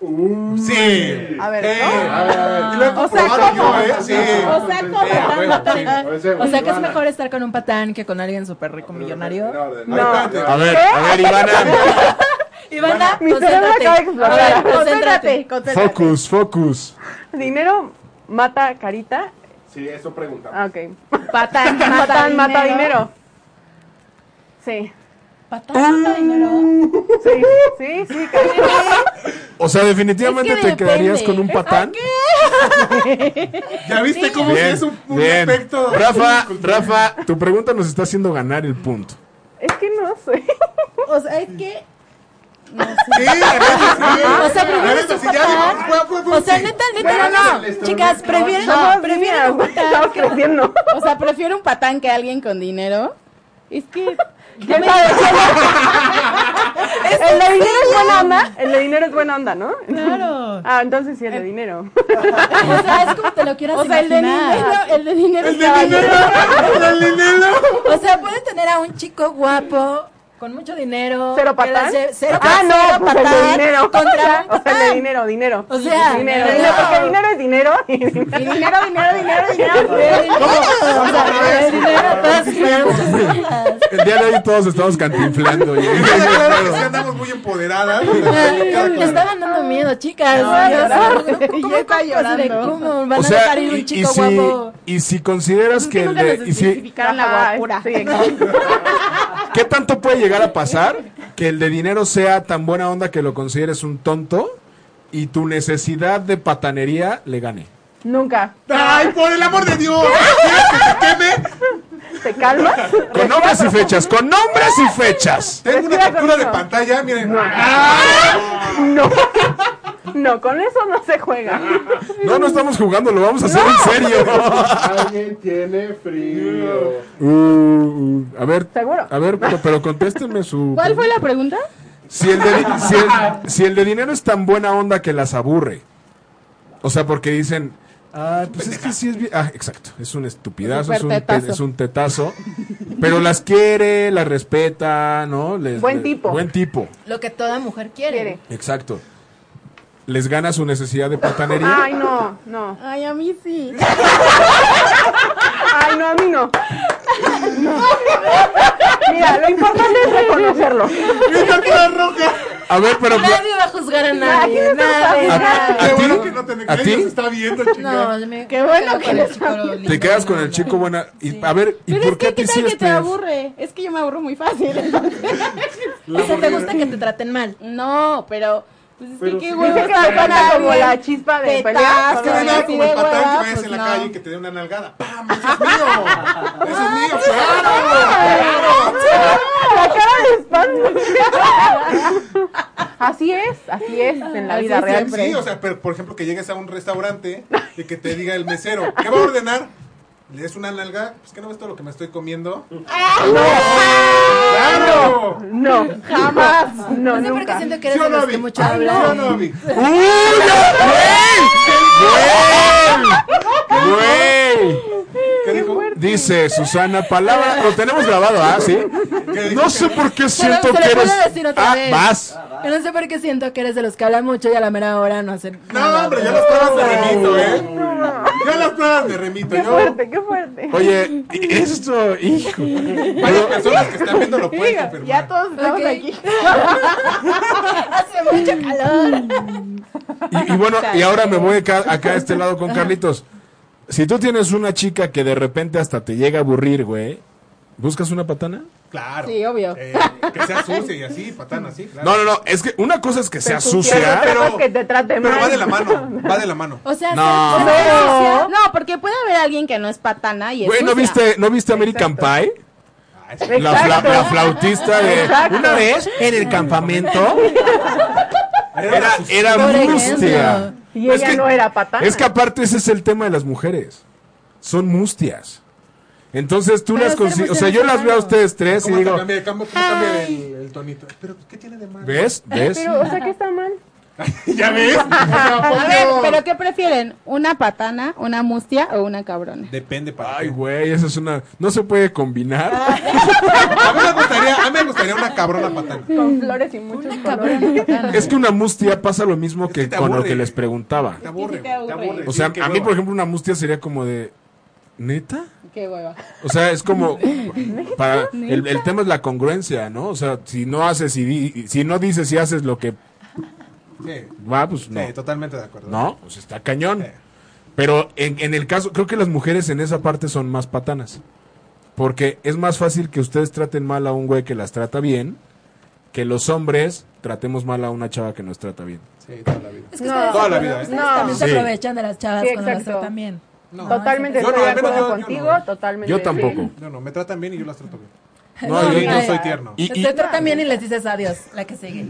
[SPEAKER 5] Sí.
[SPEAKER 4] A ver,
[SPEAKER 5] Eh,
[SPEAKER 4] ¿no?
[SPEAKER 7] A ver, a ver.
[SPEAKER 5] y lo he
[SPEAKER 6] o sea,
[SPEAKER 5] comprobado
[SPEAKER 6] ¿cómo?
[SPEAKER 5] yo, ¿eh? Sí.
[SPEAKER 6] O sea, ¿cómo?
[SPEAKER 5] Sí, a huevo, sí.
[SPEAKER 3] O sea que es mejor estar con un patán que con alguien súper rico millonario.
[SPEAKER 5] No, espérate.
[SPEAKER 2] A ver, a ver, Ivana.
[SPEAKER 3] Ivana,
[SPEAKER 4] Mi cerebro acaba
[SPEAKER 3] concéntrate.
[SPEAKER 4] de explotar.
[SPEAKER 3] Ahora,
[SPEAKER 6] Concéntrate,
[SPEAKER 3] concéntrate.
[SPEAKER 6] concéntrate.
[SPEAKER 2] Focus, focus.
[SPEAKER 4] Dinero mata carita.
[SPEAKER 7] Sí, eso preguntamos.
[SPEAKER 4] Ah, ok.
[SPEAKER 3] Patán,
[SPEAKER 4] Matan, mata dinero. Sí.
[SPEAKER 3] Patán mata dinero.
[SPEAKER 4] Sí, sí, sí, carita.
[SPEAKER 2] O sea, definitivamente
[SPEAKER 3] Es que
[SPEAKER 2] te quedarías
[SPEAKER 3] depende.
[SPEAKER 2] con un patán.
[SPEAKER 5] ¿Ya viste cómo es un, un
[SPEAKER 2] bien.
[SPEAKER 5] aspecto?
[SPEAKER 2] Rafa, Rafa, tu pregunta nos está haciendo ganar el punto.
[SPEAKER 4] Es que no sé.
[SPEAKER 3] O sea, es que.
[SPEAKER 5] Sí,
[SPEAKER 3] O sea,
[SPEAKER 5] Ahora
[SPEAKER 3] prefieres
[SPEAKER 5] sí,
[SPEAKER 3] un
[SPEAKER 5] ya digo,
[SPEAKER 3] patán.
[SPEAKER 5] fue, fue, fue,
[SPEAKER 3] O sea,
[SPEAKER 5] sí.
[SPEAKER 3] neta, neta,
[SPEAKER 5] Bueno,
[SPEAKER 3] no. Chicas, prefieren,
[SPEAKER 4] Somos
[SPEAKER 3] prefieren un
[SPEAKER 4] niñas,
[SPEAKER 3] patán.
[SPEAKER 4] Estamos
[SPEAKER 3] que-
[SPEAKER 4] creciendo.
[SPEAKER 6] O sea, prefiero un patán que alguien con dinero. Es que
[SPEAKER 4] ¿Quién sabe? El de dinero es buena onda. El de dinero es buena onda, ¿no?
[SPEAKER 3] Claro. Eh,
[SPEAKER 4] Ah, entonces sí, el de dinero.
[SPEAKER 3] O sea, es como te lo quieras
[SPEAKER 6] O sea, el de dinero,
[SPEAKER 3] imaginar.
[SPEAKER 6] el de dinero
[SPEAKER 5] El
[SPEAKER 6] es caballero.
[SPEAKER 5] dinero, el dinero.
[SPEAKER 3] O sea, puedes tener a un chico guapo, con mucho dinero.
[SPEAKER 4] ¿Cero
[SPEAKER 3] que las
[SPEAKER 4] patán?
[SPEAKER 3] lle- Cero
[SPEAKER 4] ah,
[SPEAKER 3] patán.
[SPEAKER 4] no,
[SPEAKER 3] cero
[SPEAKER 4] pues el de
[SPEAKER 3] patán
[SPEAKER 4] dinero.
[SPEAKER 3] Contra un
[SPEAKER 4] O sea, el de
[SPEAKER 3] patán.
[SPEAKER 4] dinero, dinero.
[SPEAKER 3] O sea,
[SPEAKER 4] dinero,
[SPEAKER 3] no.
[SPEAKER 4] dinero, porque dinero es dinero. Y dinero,
[SPEAKER 6] Y dinero, dinero, dinero, dinero.
[SPEAKER 3] El dinero, o sea, el dinero, todas sus cosas.
[SPEAKER 2] El día de hoy todos estamos cantinflando. oye.
[SPEAKER 5] Claro que sí, andamos muy empoderadas. Cada cosa.
[SPEAKER 3] Estaban dando miedo, chicas. Dios, ¿cómo- cómo-
[SPEAKER 6] está
[SPEAKER 3] cómo- así de,
[SPEAKER 6] llorando.
[SPEAKER 3] ¿Cómo van
[SPEAKER 2] O
[SPEAKER 3] a
[SPEAKER 2] sea,
[SPEAKER 3] dejar ir
[SPEAKER 2] y,
[SPEAKER 3] un
[SPEAKER 2] y
[SPEAKER 3] chico
[SPEAKER 2] si,
[SPEAKER 3] guapo?
[SPEAKER 2] y si consideras que el
[SPEAKER 6] Nunca
[SPEAKER 2] de,
[SPEAKER 6] nos
[SPEAKER 2] y si,
[SPEAKER 6] especificaron la
[SPEAKER 4] Ajá,
[SPEAKER 6] guapura.
[SPEAKER 4] sí, exacto.
[SPEAKER 2] ¿Qué tanto puede llegar a pasar que el de dinero sea tan buena onda que lo consideres un tonto y tu necesidad de patanería le gane?
[SPEAKER 4] Nunca.
[SPEAKER 5] Ay, por el amor de Dios. ¿Quieres que te queme?
[SPEAKER 4] ¿Te calmas?
[SPEAKER 2] Con nombres y fechas, con nombres y fechas.
[SPEAKER 5] Tengo una
[SPEAKER 4] Respira
[SPEAKER 5] captura de
[SPEAKER 4] conmigo.
[SPEAKER 5] pantalla, miren. Ah,
[SPEAKER 4] No. No, con eso no se juega.
[SPEAKER 2] No, no estamos jugando, lo vamos a hacer en serio.
[SPEAKER 7] Alguien tiene frío.
[SPEAKER 2] Uh, uh, a ver,
[SPEAKER 4] ¿Seguro?
[SPEAKER 2] a ver, pero, pero contéstenme su.
[SPEAKER 6] ¿Cuál fue la pregunta?
[SPEAKER 2] Si el, de, di- si, el, si el de dinero es tan buena onda que las aburre. O sea, porque dicen, ah, pues es que sí es bien. Ah, exacto, es un estupidazo, es un, te-
[SPEAKER 6] Supertetazo.
[SPEAKER 2] es un tetazo. Pero las quiere, las respeta, ¿no? Les-
[SPEAKER 4] Buen
[SPEAKER 2] les-
[SPEAKER 4] tipo.
[SPEAKER 2] Buen tipo,
[SPEAKER 3] Lo que toda mujer quiere.
[SPEAKER 4] Quiere.
[SPEAKER 2] exacto. Les gana su necesidad de patanería.
[SPEAKER 4] Ay, no, no.
[SPEAKER 6] Ay, a mí sí.
[SPEAKER 4] Ay, no, a mí no. No. Mira, lo importante es reconocerlo.
[SPEAKER 5] mi captura roja.
[SPEAKER 2] A ver, pero.
[SPEAKER 3] Nadie va a juzgar a
[SPEAKER 4] Aquí no
[SPEAKER 3] nadie.
[SPEAKER 4] estamos
[SPEAKER 3] nadie,
[SPEAKER 2] ¿A,
[SPEAKER 3] nadie.
[SPEAKER 4] hablando.
[SPEAKER 2] a
[SPEAKER 5] Qué
[SPEAKER 2] ti?
[SPEAKER 5] bueno que no te
[SPEAKER 2] ¿A
[SPEAKER 5] que
[SPEAKER 2] ti?
[SPEAKER 5] ella se está viendo,
[SPEAKER 3] No,
[SPEAKER 5] chingada.
[SPEAKER 3] me-
[SPEAKER 6] Qué bueno
[SPEAKER 3] me quedo
[SPEAKER 6] que
[SPEAKER 3] con
[SPEAKER 6] no
[SPEAKER 3] el chico lindo,
[SPEAKER 2] Te quedas
[SPEAKER 3] buena
[SPEAKER 2] con el
[SPEAKER 3] onda.
[SPEAKER 2] chico buena. Y, A ver, ¿y
[SPEAKER 6] Pero
[SPEAKER 2] por
[SPEAKER 6] es que
[SPEAKER 2] qué a
[SPEAKER 6] qué
[SPEAKER 2] ti sí
[SPEAKER 6] tal que te
[SPEAKER 2] este-
[SPEAKER 6] aburre. Es que yo me aburro muy fácil. entonces.
[SPEAKER 3] O sea, te gusta que te traten mal.
[SPEAKER 6] No, pero pues es que
[SPEAKER 7] Pero
[SPEAKER 6] qué
[SPEAKER 7] sí.
[SPEAKER 6] hueva
[SPEAKER 4] Dice que me
[SPEAKER 6] estar con
[SPEAKER 4] falta como
[SPEAKER 6] alguien.
[SPEAKER 4] la chispa de
[SPEAKER 6] Te
[SPEAKER 4] pelea.
[SPEAKER 5] Es que no
[SPEAKER 6] Ay,
[SPEAKER 5] hay nada
[SPEAKER 6] así
[SPEAKER 5] como el
[SPEAKER 6] de
[SPEAKER 5] patán
[SPEAKER 6] hueva,
[SPEAKER 5] que vayas
[SPEAKER 6] pues
[SPEAKER 5] en la
[SPEAKER 6] no.
[SPEAKER 5] calle y que te dé una nalgada. ¡Pam! ¡Eso es mío! ¡Eso es mío! ¡Claro! ¡Claro!
[SPEAKER 4] La cara de espanto. Así es, así es en la
[SPEAKER 6] Así
[SPEAKER 4] vida
[SPEAKER 6] es
[SPEAKER 4] real.
[SPEAKER 6] siempre.
[SPEAKER 5] Sí, o sea, pero por ejemplo, que llegues a un restaurante y que te diga el mesero, ¿qué va a ordenar? ¿Le des una nalga? Pues que no ves todo lo que me estoy comiendo. ¡Claro!
[SPEAKER 4] No, jamás. No,
[SPEAKER 3] No sé por qué
[SPEAKER 4] nunca.
[SPEAKER 3] siento que
[SPEAKER 5] ¿Sí
[SPEAKER 3] eres
[SPEAKER 5] o
[SPEAKER 3] de
[SPEAKER 5] no,
[SPEAKER 3] los
[SPEAKER 5] Vi?
[SPEAKER 3] que mucho
[SPEAKER 5] Ay, ¿Sí o
[SPEAKER 3] hablan.
[SPEAKER 5] no, Vi?
[SPEAKER 2] ¡Uy! no! ¡Güey! ¡Güey!
[SPEAKER 5] ¿Qué dijo?
[SPEAKER 2] Dice Susana, palabra, lo tenemos grabado, ¿ah? Sí. No sé por qué siento
[SPEAKER 3] se lo
[SPEAKER 2] que eres.
[SPEAKER 3] puedo decir otra
[SPEAKER 2] ah,
[SPEAKER 3] vez.
[SPEAKER 2] vas.
[SPEAKER 3] Yo no sé por qué siento que eres de los que habla mucho y a la mera hora no hace
[SPEAKER 5] No,
[SPEAKER 3] nada.
[SPEAKER 5] hombre, yo a las pruebas me remito, ¿eh? Yo a las pruebas me remito.
[SPEAKER 4] Qué
[SPEAKER 5] Yo,
[SPEAKER 4] fuerte, qué fuerte.
[SPEAKER 2] Oye, esto, hijo.
[SPEAKER 5] varias personas que están viendo lo pueden
[SPEAKER 4] Diga, Ya
[SPEAKER 5] confirmar.
[SPEAKER 4] todos estamos
[SPEAKER 3] Ok.
[SPEAKER 4] aquí.
[SPEAKER 3] Hace mucho calor.
[SPEAKER 2] Y, y bueno, y ahora me voy acá, acá a este lado con Carlitos. Si tú tienes una chica que de repente hasta te llega a aburrir, güey, ¿buscas una patana?
[SPEAKER 5] Claro.
[SPEAKER 6] Sí, obvio.
[SPEAKER 5] Eh, que sea sucia y así, patán así, claro.
[SPEAKER 2] No, no, no, es que una cosa es que sea
[SPEAKER 4] Pero
[SPEAKER 2] sucia.
[SPEAKER 4] otra
[SPEAKER 5] pero-
[SPEAKER 4] cosa es que te trate
[SPEAKER 5] Pero
[SPEAKER 4] mal.
[SPEAKER 5] va de la mano, va de la mano.
[SPEAKER 3] O sea,
[SPEAKER 2] No.
[SPEAKER 3] ser- ser
[SPEAKER 6] No,
[SPEAKER 3] sucia.
[SPEAKER 6] no, porque puede haber alguien que no es patana y es
[SPEAKER 2] Güey, ¿no
[SPEAKER 6] sucia.
[SPEAKER 2] viste, ¿no viste American Pie?
[SPEAKER 5] Ah, eso-
[SPEAKER 2] La, fla-
[SPEAKER 4] Exacto.
[SPEAKER 2] la flautista de
[SPEAKER 4] Exacto.
[SPEAKER 2] una vez en el campamento era,
[SPEAKER 5] sus-
[SPEAKER 2] era
[SPEAKER 3] Por ejemplo.
[SPEAKER 2] mustia.
[SPEAKER 4] Y
[SPEAKER 2] Es
[SPEAKER 4] ella
[SPEAKER 2] que-
[SPEAKER 4] no era patana.
[SPEAKER 2] Es que aparte ese es el tema de las mujeres. Son mustias. Entonces tú
[SPEAKER 3] Pero
[SPEAKER 2] las
[SPEAKER 3] ser
[SPEAKER 2] consi- O
[SPEAKER 3] mustia
[SPEAKER 2] sea,
[SPEAKER 3] no
[SPEAKER 2] yo
[SPEAKER 3] es
[SPEAKER 2] las veo a
[SPEAKER 3] malo.
[SPEAKER 2] ustedes tres y
[SPEAKER 5] ¿Cómo te
[SPEAKER 2] digo,
[SPEAKER 5] cambia, cómo- cómo cambia el, el tonito? Pero, ¿qué tiene de malo?
[SPEAKER 2] ¿ves? ¿Ves?
[SPEAKER 4] Pero, o sea, que está mal.
[SPEAKER 5] ¿Ya ves? O sea,
[SPEAKER 6] A ver,
[SPEAKER 5] pollo.
[SPEAKER 6] ¿pero qué prefieren? ¿Una patana, una mustia o una cabrona?
[SPEAKER 5] Depende para
[SPEAKER 2] Ay,
[SPEAKER 5] qué.
[SPEAKER 2] güey, esa es una. No se puede
[SPEAKER 4] Ah.
[SPEAKER 2] combinar.
[SPEAKER 5] A mí me gustaría, a mí me gustaría una cabrona patana.
[SPEAKER 4] Con flores y muchos
[SPEAKER 3] Una
[SPEAKER 4] colores.
[SPEAKER 3] cabrona patana.
[SPEAKER 2] Es que una mustia pasa lo mismo que
[SPEAKER 5] que te
[SPEAKER 2] con lo
[SPEAKER 5] aburre.
[SPEAKER 2] que les preguntaba.
[SPEAKER 5] Te aburre,
[SPEAKER 4] Sí, sí,
[SPEAKER 5] güey, te
[SPEAKER 4] te aburre.
[SPEAKER 5] aburre.
[SPEAKER 2] O sea,
[SPEAKER 7] Sí, qué
[SPEAKER 2] a mí,
[SPEAKER 7] hueva.
[SPEAKER 2] por ejemplo, una mustia sería como de. ¿Neta?
[SPEAKER 6] Qué hueva.
[SPEAKER 2] O sea, es como uh, para el, el tema es la congruencia, ¿no? O sea, si no haces y di- si no dices y haces lo que
[SPEAKER 5] Sí,
[SPEAKER 2] va, pues no.
[SPEAKER 5] sí, totalmente de acuerdo.
[SPEAKER 2] No, pues está cañón.
[SPEAKER 5] Sí.
[SPEAKER 2] Pero en, en el caso, creo que las mujeres en esa parte son más patanas. Porque es más fácil que ustedes traten mal a un güey que las trata bien, que los hombres tratemos mal a una chava que nos trata bien.
[SPEAKER 5] Sí, toda la vida.
[SPEAKER 3] Es que
[SPEAKER 4] No.
[SPEAKER 3] ustedes,
[SPEAKER 5] Toda la
[SPEAKER 3] también-
[SPEAKER 5] vida, ¿eh?
[SPEAKER 3] ustedes
[SPEAKER 4] No.
[SPEAKER 3] también se
[SPEAKER 2] Sí.
[SPEAKER 3] aprovechan de las chavas
[SPEAKER 4] Sí,
[SPEAKER 3] cuando las
[SPEAKER 4] exacto.
[SPEAKER 3] tratan bien.
[SPEAKER 5] No,
[SPEAKER 4] Totalmente
[SPEAKER 5] Yo no,
[SPEAKER 4] estoy de
[SPEAKER 5] al menos
[SPEAKER 4] acuerdo
[SPEAKER 5] yo- yo
[SPEAKER 4] contigo,
[SPEAKER 5] no.
[SPEAKER 4] totalmente.
[SPEAKER 2] Yo tampoco.
[SPEAKER 5] no, no, me tratan bien y yo las trato bien.
[SPEAKER 2] No,
[SPEAKER 5] yo
[SPEAKER 2] y-
[SPEAKER 5] no
[SPEAKER 3] ay,
[SPEAKER 5] soy
[SPEAKER 3] ay.
[SPEAKER 5] tierno.
[SPEAKER 2] y- y-
[SPEAKER 3] Te tratan bien y les dices adiós, la que sigue.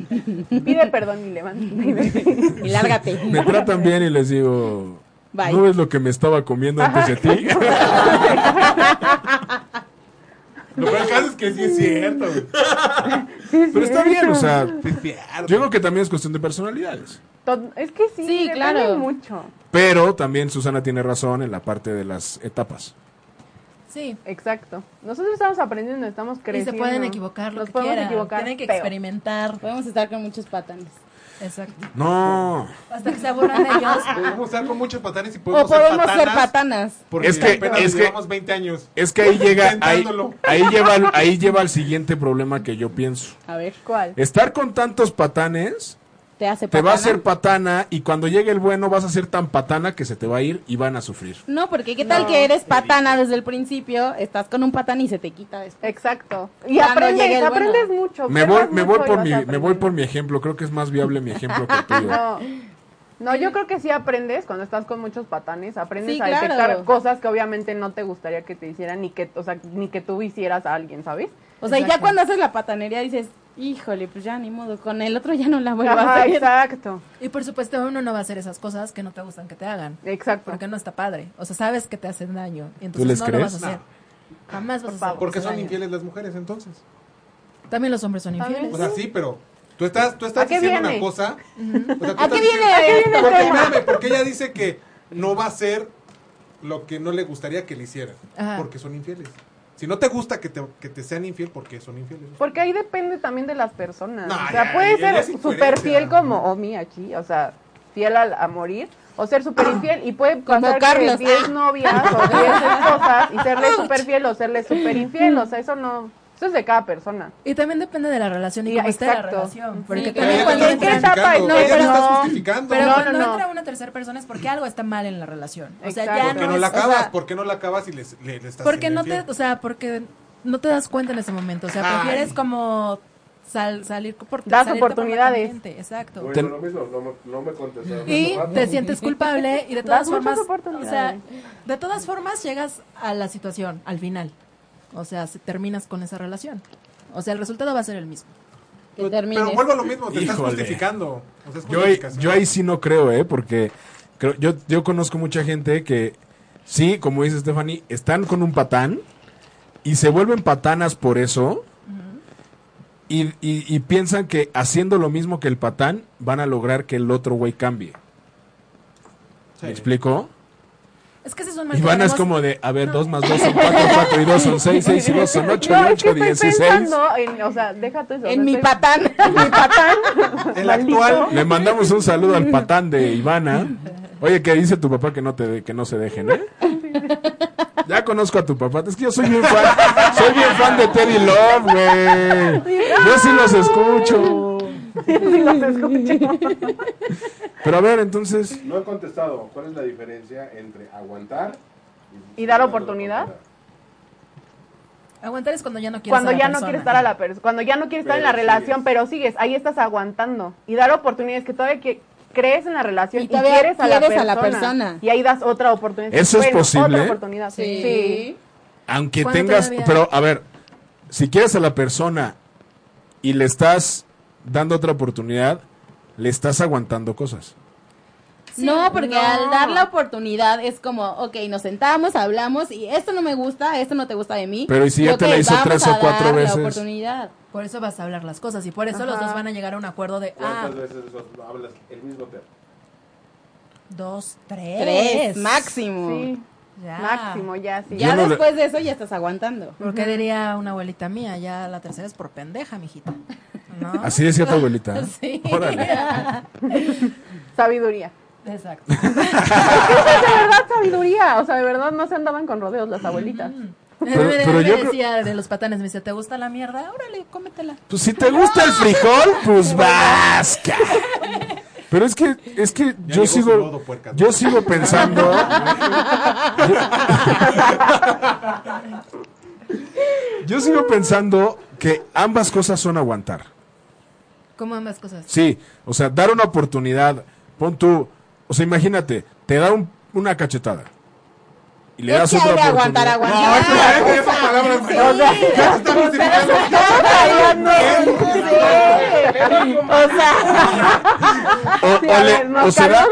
[SPEAKER 4] Pide perdón y levanta.
[SPEAKER 6] Y lárgate.
[SPEAKER 2] me tratan bien y les digo,
[SPEAKER 6] Bye.
[SPEAKER 2] ¿no ves lo que me estaba comiendo antes de ti?
[SPEAKER 5] Lo que caso es que sí es cierto. güey.
[SPEAKER 2] Pero está bien, o sea,
[SPEAKER 5] Sí es cierto.
[SPEAKER 2] yo creo que también es cuestión de personalidades.
[SPEAKER 4] To- Es que sí,
[SPEAKER 6] Sí,
[SPEAKER 4] depende
[SPEAKER 6] claro.
[SPEAKER 4] mucho.
[SPEAKER 2] Pero también Susana tiene razón en la parte de las etapas.
[SPEAKER 3] Sí.
[SPEAKER 4] Exacto. Nosotros estamos aprendiendo, estamos
[SPEAKER 3] Y
[SPEAKER 4] creciendo.
[SPEAKER 3] se pueden equivocar lo
[SPEAKER 4] Nos
[SPEAKER 3] que
[SPEAKER 4] podemos
[SPEAKER 3] quieran.
[SPEAKER 4] equivocar.
[SPEAKER 3] Tienen que
[SPEAKER 4] feo.
[SPEAKER 3] experimentar.
[SPEAKER 6] Podemos estar con muchos patanes.
[SPEAKER 3] Exacto.
[SPEAKER 2] No,
[SPEAKER 3] Hasta que se aburran de ellos.
[SPEAKER 5] Podemos estar con muchos patanes y
[SPEAKER 6] O
[SPEAKER 5] podemos,
[SPEAKER 6] podemos
[SPEAKER 5] ser
[SPEAKER 6] ser
[SPEAKER 5] patanas.
[SPEAKER 6] patanas.
[SPEAKER 5] Porque
[SPEAKER 2] Es que-
[SPEAKER 5] apenas
[SPEAKER 2] es que-
[SPEAKER 5] llevamos 20 años.
[SPEAKER 2] es que ahí llega, ahí,
[SPEAKER 5] Intentándolo.
[SPEAKER 2] ahí lleva, al- ahí lleva al siguiente problema que yo pienso.
[SPEAKER 6] A ver,
[SPEAKER 4] ¿Cuál?
[SPEAKER 2] Estar con tantos patanes
[SPEAKER 6] te
[SPEAKER 2] te
[SPEAKER 6] hace patana.
[SPEAKER 2] va a hacer patana y cuando llegue el bueno vas a ser tan patana que se te va a ir y van a sufrir.
[SPEAKER 6] No, porque qué tal que eres patana desde el principio, estás con un patán y se te quita después.
[SPEAKER 4] Exacto. Y
[SPEAKER 6] Cuando
[SPEAKER 4] aprendes,
[SPEAKER 6] llegue el bueno.
[SPEAKER 4] aprendes mucho.
[SPEAKER 2] Me voy,
[SPEAKER 4] observas
[SPEAKER 2] me voy
[SPEAKER 4] mucho y
[SPEAKER 2] por
[SPEAKER 4] vas
[SPEAKER 2] mi, me voy por
[SPEAKER 4] aprendiendo.
[SPEAKER 2] mi ejemplo. Creo que es más viable mi ejemplo que el tuyo.
[SPEAKER 4] No. No, yo creo que sí aprendes cuando estás con muchos patanes, aprendes
[SPEAKER 6] Sí,
[SPEAKER 4] a
[SPEAKER 6] claro.
[SPEAKER 4] detectar cosas que obviamente no te gustaría que te hicieran ni que, o sea, ni que tú hicieras a alguien, ¿sabes?
[SPEAKER 6] O sea, y ya
[SPEAKER 3] Exacto.
[SPEAKER 6] cuando haces la patanería dices, híjole, pues ya ni modo, con el otro ya no la
[SPEAKER 3] Pues
[SPEAKER 6] vuelvo a
[SPEAKER 4] Ajá,
[SPEAKER 6] hacer.
[SPEAKER 4] exacto,
[SPEAKER 3] Y por supuesto, uno no va a hacer esas cosas que no te gustan que te hagan.
[SPEAKER 4] exacto.
[SPEAKER 3] Porque no está padre. O sea, sabes que te hacen daño. Y
[SPEAKER 2] ¿Tú les
[SPEAKER 3] entonces no lo
[SPEAKER 2] crees?
[SPEAKER 3] vas a hacer. Jamás vas a hacer.
[SPEAKER 5] Porque
[SPEAKER 3] ese
[SPEAKER 5] son
[SPEAKER 3] daño.
[SPEAKER 5] infieles las mujeres entonces.
[SPEAKER 3] También los hombres son
[SPEAKER 4] También.
[SPEAKER 3] infieles.
[SPEAKER 5] O sea, sí, pero tú estás, tú estás
[SPEAKER 4] ¿A qué
[SPEAKER 5] diciendo
[SPEAKER 4] viene?
[SPEAKER 5] una cosa. o sea, tú
[SPEAKER 6] ¿A
[SPEAKER 5] estás
[SPEAKER 6] qué
[SPEAKER 5] diciendo-
[SPEAKER 6] viene?
[SPEAKER 5] Porque, espérame, porque ella dice que no va a hacer lo que no le gustaría que le hicieran.
[SPEAKER 3] Ajá.
[SPEAKER 5] Porque son infieles. Si no te gusta que te, que te sean infiel, porque son infieles.
[SPEAKER 4] Porque ahí depende también de las personas.
[SPEAKER 5] No,
[SPEAKER 4] o
[SPEAKER 5] ya,
[SPEAKER 4] sea, puede
[SPEAKER 5] ya, ya es
[SPEAKER 4] ser súper
[SPEAKER 5] incoherencia.
[SPEAKER 4] fiel como Omi aquí, o sea, fiel al- a, morir, o ser súper infiel y puede
[SPEAKER 6] Como
[SPEAKER 4] pasar
[SPEAKER 6] Carlos.
[SPEAKER 4] que 10 novias o 10 esposas y serle súper fiel o serle súper infiel, o sea, eso no, eso es de cada persona.
[SPEAKER 3] Y también depende de la relación y
[SPEAKER 4] Ya,
[SPEAKER 3] cómo esté la
[SPEAKER 4] exacto.
[SPEAKER 3] relación. Porque
[SPEAKER 6] claro.
[SPEAKER 5] Pero
[SPEAKER 3] también
[SPEAKER 5] ella
[SPEAKER 3] cuando
[SPEAKER 5] te
[SPEAKER 3] entran-
[SPEAKER 5] está justificando,
[SPEAKER 4] No,
[SPEAKER 5] ella te
[SPEAKER 4] pero-
[SPEAKER 5] está justificando.
[SPEAKER 3] Pero
[SPEAKER 4] No,
[SPEAKER 3] cuando
[SPEAKER 4] no, no.
[SPEAKER 3] entra una tercera persona es porque algo está mal en la relación. O sea,
[SPEAKER 4] Exacto.
[SPEAKER 3] ya
[SPEAKER 5] ¿Por qué
[SPEAKER 3] no,
[SPEAKER 5] no la
[SPEAKER 3] es- o sea,
[SPEAKER 5] acabas? ¿Por qué no la acabas y les, le, le estás
[SPEAKER 3] porque
[SPEAKER 5] siendo
[SPEAKER 3] no te,
[SPEAKER 5] infiel?
[SPEAKER 3] o sea, porque no te das cuenta en ese momento. O sea,
[SPEAKER 5] Ay.
[SPEAKER 3] prefieres como sal- salir por
[SPEAKER 4] Das
[SPEAKER 3] salirte por la
[SPEAKER 4] oportunidades.
[SPEAKER 3] tangente, Exacto.
[SPEAKER 7] Bueno, lo mismo, no, me- no me
[SPEAKER 2] pues,
[SPEAKER 7] contestaron.
[SPEAKER 3] y
[SPEAKER 7] Hace
[SPEAKER 3] te
[SPEAKER 7] rato.
[SPEAKER 3] sientes culpable y de
[SPEAKER 4] Das
[SPEAKER 3] todas
[SPEAKER 4] muchas
[SPEAKER 3] formas, o
[SPEAKER 4] oportunidades.
[SPEAKER 3] sea, de todas formas llegas a la situación al final. O sea, si terminas con esa relación. O sea, el resultado va a ser el mismo.
[SPEAKER 6] Que
[SPEAKER 5] Pero
[SPEAKER 6] termines.
[SPEAKER 5] vuelvo a lo mismo, te estás
[SPEAKER 2] Híjole.
[SPEAKER 5] justificando. O sea, es
[SPEAKER 2] Yo, ahí-
[SPEAKER 5] justificación.
[SPEAKER 2] yo ahí sí no creo, ¿eh? Porque creo, yo, yo conozco mucha gente que, sí, como dice Stephanie, están con un patán y se vuelven patanas por eso y, y- y piensan que haciendo lo mismo que el patán van a lograr que el otro güey cambie.
[SPEAKER 5] Sí.
[SPEAKER 2] ¿Me explico?
[SPEAKER 3] Es que ese es un
[SPEAKER 4] Pues
[SPEAKER 3] mal
[SPEAKER 2] Y
[SPEAKER 3] que
[SPEAKER 2] van es
[SPEAKER 3] tenemos-
[SPEAKER 2] como de, a ver, dos más dos son cuatro, cuatro y dos son seis, seis y dos son ocho,
[SPEAKER 4] No,
[SPEAKER 2] y
[SPEAKER 4] es que
[SPEAKER 2] ocho,
[SPEAKER 4] estoy
[SPEAKER 2] dieciséis.
[SPEAKER 4] pensando en, o sea, déjate eso. o sea,
[SPEAKER 6] En mi
[SPEAKER 4] estoy-
[SPEAKER 6] patán.
[SPEAKER 4] mi patán.
[SPEAKER 5] El
[SPEAKER 4] Maldito.
[SPEAKER 5] actual.
[SPEAKER 2] Le mandamos un saludo al patán de Ivana. Oye, que dice tu papá que no te de- que no se dejen, ¿eh? Ya conozco a tu papá. Es que yo soy bien fan, soy bien fan de Teddy Love, güey. Yo sí los escucho. Pero a ver, entonces,
[SPEAKER 7] No he contestado. ¿Cuál es la diferencia entre aguantar
[SPEAKER 4] ¿Y dar oportunidad?
[SPEAKER 3] Aguantar es cuando ya no quieres
[SPEAKER 4] cuando
[SPEAKER 3] a la
[SPEAKER 4] ya no
[SPEAKER 3] persona.
[SPEAKER 4] quieres estar a la persona, cuando ya no quieres estar en
[SPEAKER 7] Pero
[SPEAKER 4] la relación,
[SPEAKER 7] sigues.
[SPEAKER 4] pero sigues, ahí estás aguantando y dar oportunidades que todavía que crees en la relación
[SPEAKER 6] Y
[SPEAKER 4] y,
[SPEAKER 6] todavía
[SPEAKER 4] quieres, a la,
[SPEAKER 6] quieres
[SPEAKER 4] persona,
[SPEAKER 6] a la persona.
[SPEAKER 4] y ahí das otra oportunidad.
[SPEAKER 2] ¿Eso es
[SPEAKER 4] Bueno,
[SPEAKER 2] posible?
[SPEAKER 4] Otra oportunidad. Sí.
[SPEAKER 2] aunque
[SPEAKER 3] Cuando
[SPEAKER 2] tengas,
[SPEAKER 3] todavía-
[SPEAKER 2] pero a ver, si quieres a la persona y le estás dando otra oportunidad, le estás aguantando cosas.
[SPEAKER 6] no, porque
[SPEAKER 3] no.
[SPEAKER 6] al dar la oportunidad es como, ok, nos sentamos, hablamos y esto no me gusta, esto no te gusta de mí.
[SPEAKER 2] Pero, ¿y si ya
[SPEAKER 6] Ok,
[SPEAKER 2] te la hizo
[SPEAKER 6] vamos
[SPEAKER 2] tres o
[SPEAKER 6] a dar
[SPEAKER 2] cuatro veces?
[SPEAKER 6] La oportunidad.
[SPEAKER 3] Por eso vas a hablar las cosas y por eso los dos van a llegar a un acuerdo de, ah,
[SPEAKER 7] ¿Cuántas veces los- hablas el mismo tema?
[SPEAKER 3] dos, tres.
[SPEAKER 6] Tres, máximo.
[SPEAKER 4] Sí,
[SPEAKER 3] Ya.
[SPEAKER 6] Ah.
[SPEAKER 4] máximo, ya sí.
[SPEAKER 6] Ya
[SPEAKER 2] Yo no le-
[SPEAKER 6] después de eso ya estás aguantando.
[SPEAKER 3] Porque diría una abuelita mía, ya la tercera es por pendeja, mijita. ¿No?
[SPEAKER 2] Así decía tu abuelita. ¿eh?
[SPEAKER 3] Sí.
[SPEAKER 2] Órale.
[SPEAKER 4] Sabiduría.
[SPEAKER 3] Exacto.
[SPEAKER 4] Es de verdad sabiduría, o sea, de verdad no se andaban con rodeos las abuelitas.
[SPEAKER 2] Pero-
[SPEAKER 3] me,
[SPEAKER 2] pero
[SPEAKER 3] me
[SPEAKER 2] yo creo-
[SPEAKER 3] decía de los patanes, me dice, ¿te gusta la mierda? Órale, cómetela.
[SPEAKER 2] Pues si te gusta el frijol, pues vasca. Pero es que, es que yo
[SPEAKER 5] llegó su
[SPEAKER 2] sigo,
[SPEAKER 5] modo, puercas.
[SPEAKER 2] yo sigo pensando. yo, yo sigo pensando que ambas cosas son aguantar.
[SPEAKER 3] Como ambas cosas.
[SPEAKER 2] Sí, o sea, dar una oportunidad. Pon tú, o sea, imagínate, te da un- una cachetada. Y le das
[SPEAKER 6] es que hay
[SPEAKER 2] otra
[SPEAKER 6] de aguantar,
[SPEAKER 2] oportunidad.
[SPEAKER 6] aguantar.
[SPEAKER 5] Esa palabra,
[SPEAKER 6] O sea,
[SPEAKER 5] ya estamos diciendo.
[SPEAKER 6] o sea,
[SPEAKER 2] O, o
[SPEAKER 4] Sí, a
[SPEAKER 2] le-
[SPEAKER 4] ver, nos
[SPEAKER 2] o se da,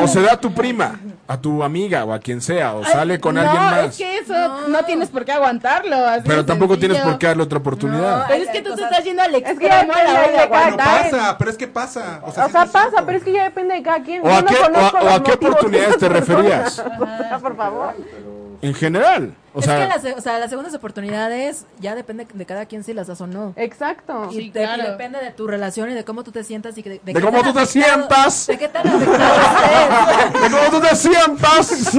[SPEAKER 2] o se da a tu prima, a tu amiga o a quien sea, o sale con
[SPEAKER 6] no,
[SPEAKER 2] alguien más.
[SPEAKER 6] es que eso no, tienes por qué aguantarlo. así
[SPEAKER 2] Pero
[SPEAKER 6] de
[SPEAKER 2] tampoco
[SPEAKER 6] sencillo.
[SPEAKER 2] tienes por qué darle otra oportunidad.
[SPEAKER 6] Pero es que tú te estás yendo al
[SPEAKER 4] que
[SPEAKER 6] extremo a
[SPEAKER 4] depende
[SPEAKER 6] la hora de
[SPEAKER 4] de cada
[SPEAKER 5] Pero
[SPEAKER 4] Aguantar.
[SPEAKER 6] aguantar.
[SPEAKER 5] pasa, pero es que pasa. O sea,
[SPEAKER 4] O sea,
[SPEAKER 5] sí es cierto.
[SPEAKER 4] pasa, pero es que ya depende de cada quien.
[SPEAKER 2] ¿O
[SPEAKER 4] Yo
[SPEAKER 2] a
[SPEAKER 4] no
[SPEAKER 2] qué- o a-
[SPEAKER 4] conozco
[SPEAKER 2] o a
[SPEAKER 4] los
[SPEAKER 2] qué
[SPEAKER 4] motivos
[SPEAKER 2] oportunidades
[SPEAKER 4] de
[SPEAKER 2] te
[SPEAKER 4] esas
[SPEAKER 2] referías?
[SPEAKER 4] personas. O sea, por favor.
[SPEAKER 2] En general. O
[SPEAKER 3] es
[SPEAKER 2] sea,
[SPEAKER 3] que las, o sea, las segundas oportunidades ya depende de cada quien si las das o no.
[SPEAKER 4] Exacto.
[SPEAKER 3] Y,
[SPEAKER 6] Sí,
[SPEAKER 3] de- y
[SPEAKER 6] claro.
[SPEAKER 3] depende de tu relación y de cómo tú te sientas y de,
[SPEAKER 2] De cómo tú
[SPEAKER 3] tan
[SPEAKER 2] te
[SPEAKER 3] afectado-
[SPEAKER 2] sientas.
[SPEAKER 3] De qué tan afectado estés.
[SPEAKER 2] ¿de cómo tú te sientas?